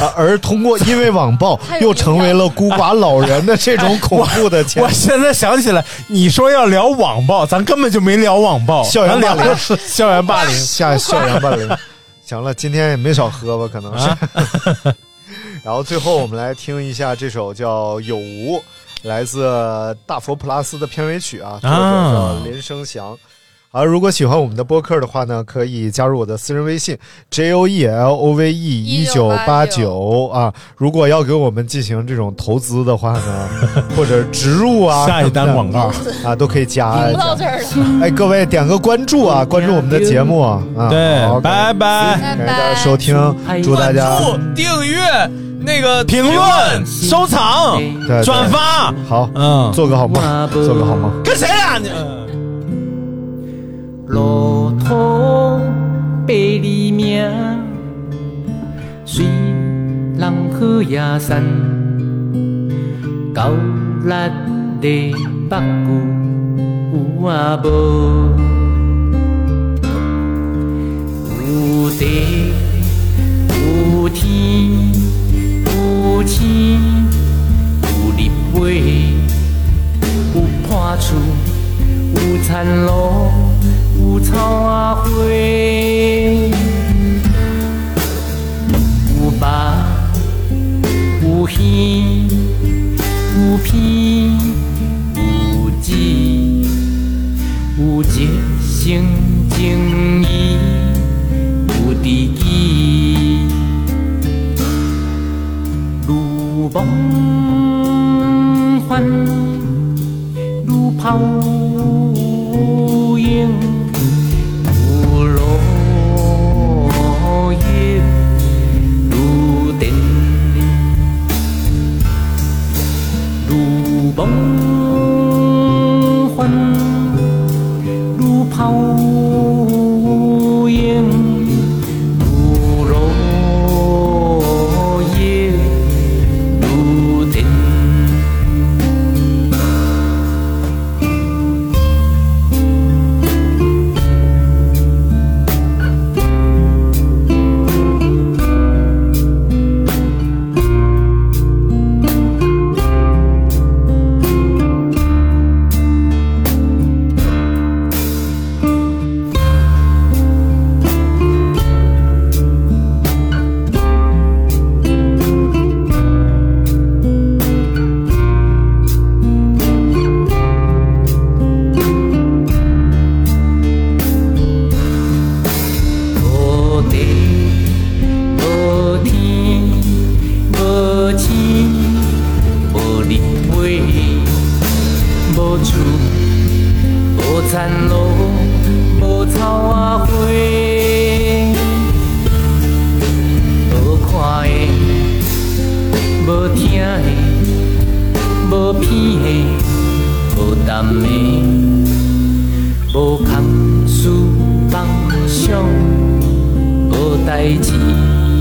Speaker 8: 啊，而通过因为网暴又成为了孤寡老人的这种恐怖的前
Speaker 9: 我现在想起来，你说要聊网暴，咱根本就没聊网暴，
Speaker 8: 校园霸
Speaker 9: 咱聊
Speaker 8: 凌
Speaker 9: 的是，校园霸 凌，
Speaker 8: 下校园霸凌。行了，今天也没少喝吧，可能是。 然后最后我们来听一下这首叫《有无》，来自大佛普拉斯的片尾曲啊，作者
Speaker 9: 啊
Speaker 8: 叫林生祥。而如果喜欢我们的播客的话呢，可以加入我的私人微信 j o e l o v e 一九八九啊。如果要给我们进行这种投资的话呢，或者植入啊，
Speaker 9: 下一单
Speaker 8: 什么的
Speaker 9: 广告
Speaker 8: 啊，都可以加。
Speaker 11: 听不到这儿了。
Speaker 8: 哎，各位点个关注啊，关注我们的节目啊。
Speaker 9: 对
Speaker 8: 好
Speaker 9: 拜拜
Speaker 8: 感谢大家收听，祝大家
Speaker 10: 关注、哦订阅、那个
Speaker 9: 评论、收藏
Speaker 8: 对、对
Speaker 9: 转发，
Speaker 8: 好，嗯，做个好梦，做个好梦。
Speaker 9: 跟谁啊俩呢？
Speaker 12: 路途百里命，随人去也散。九力的北久有啊无？有地有天有星有立位有破厝有田路。有草啊花，有肉，有鱼，有片，有籽，有一生情意，有知己，愈梦幻，愈泡影。如落叶，如电，如梦幻，如泡影，如落叶，如电。
Speaker 14: Thank
Speaker 12: 看的，无听的，无片的，无淡的，无堪思妄想，无代志。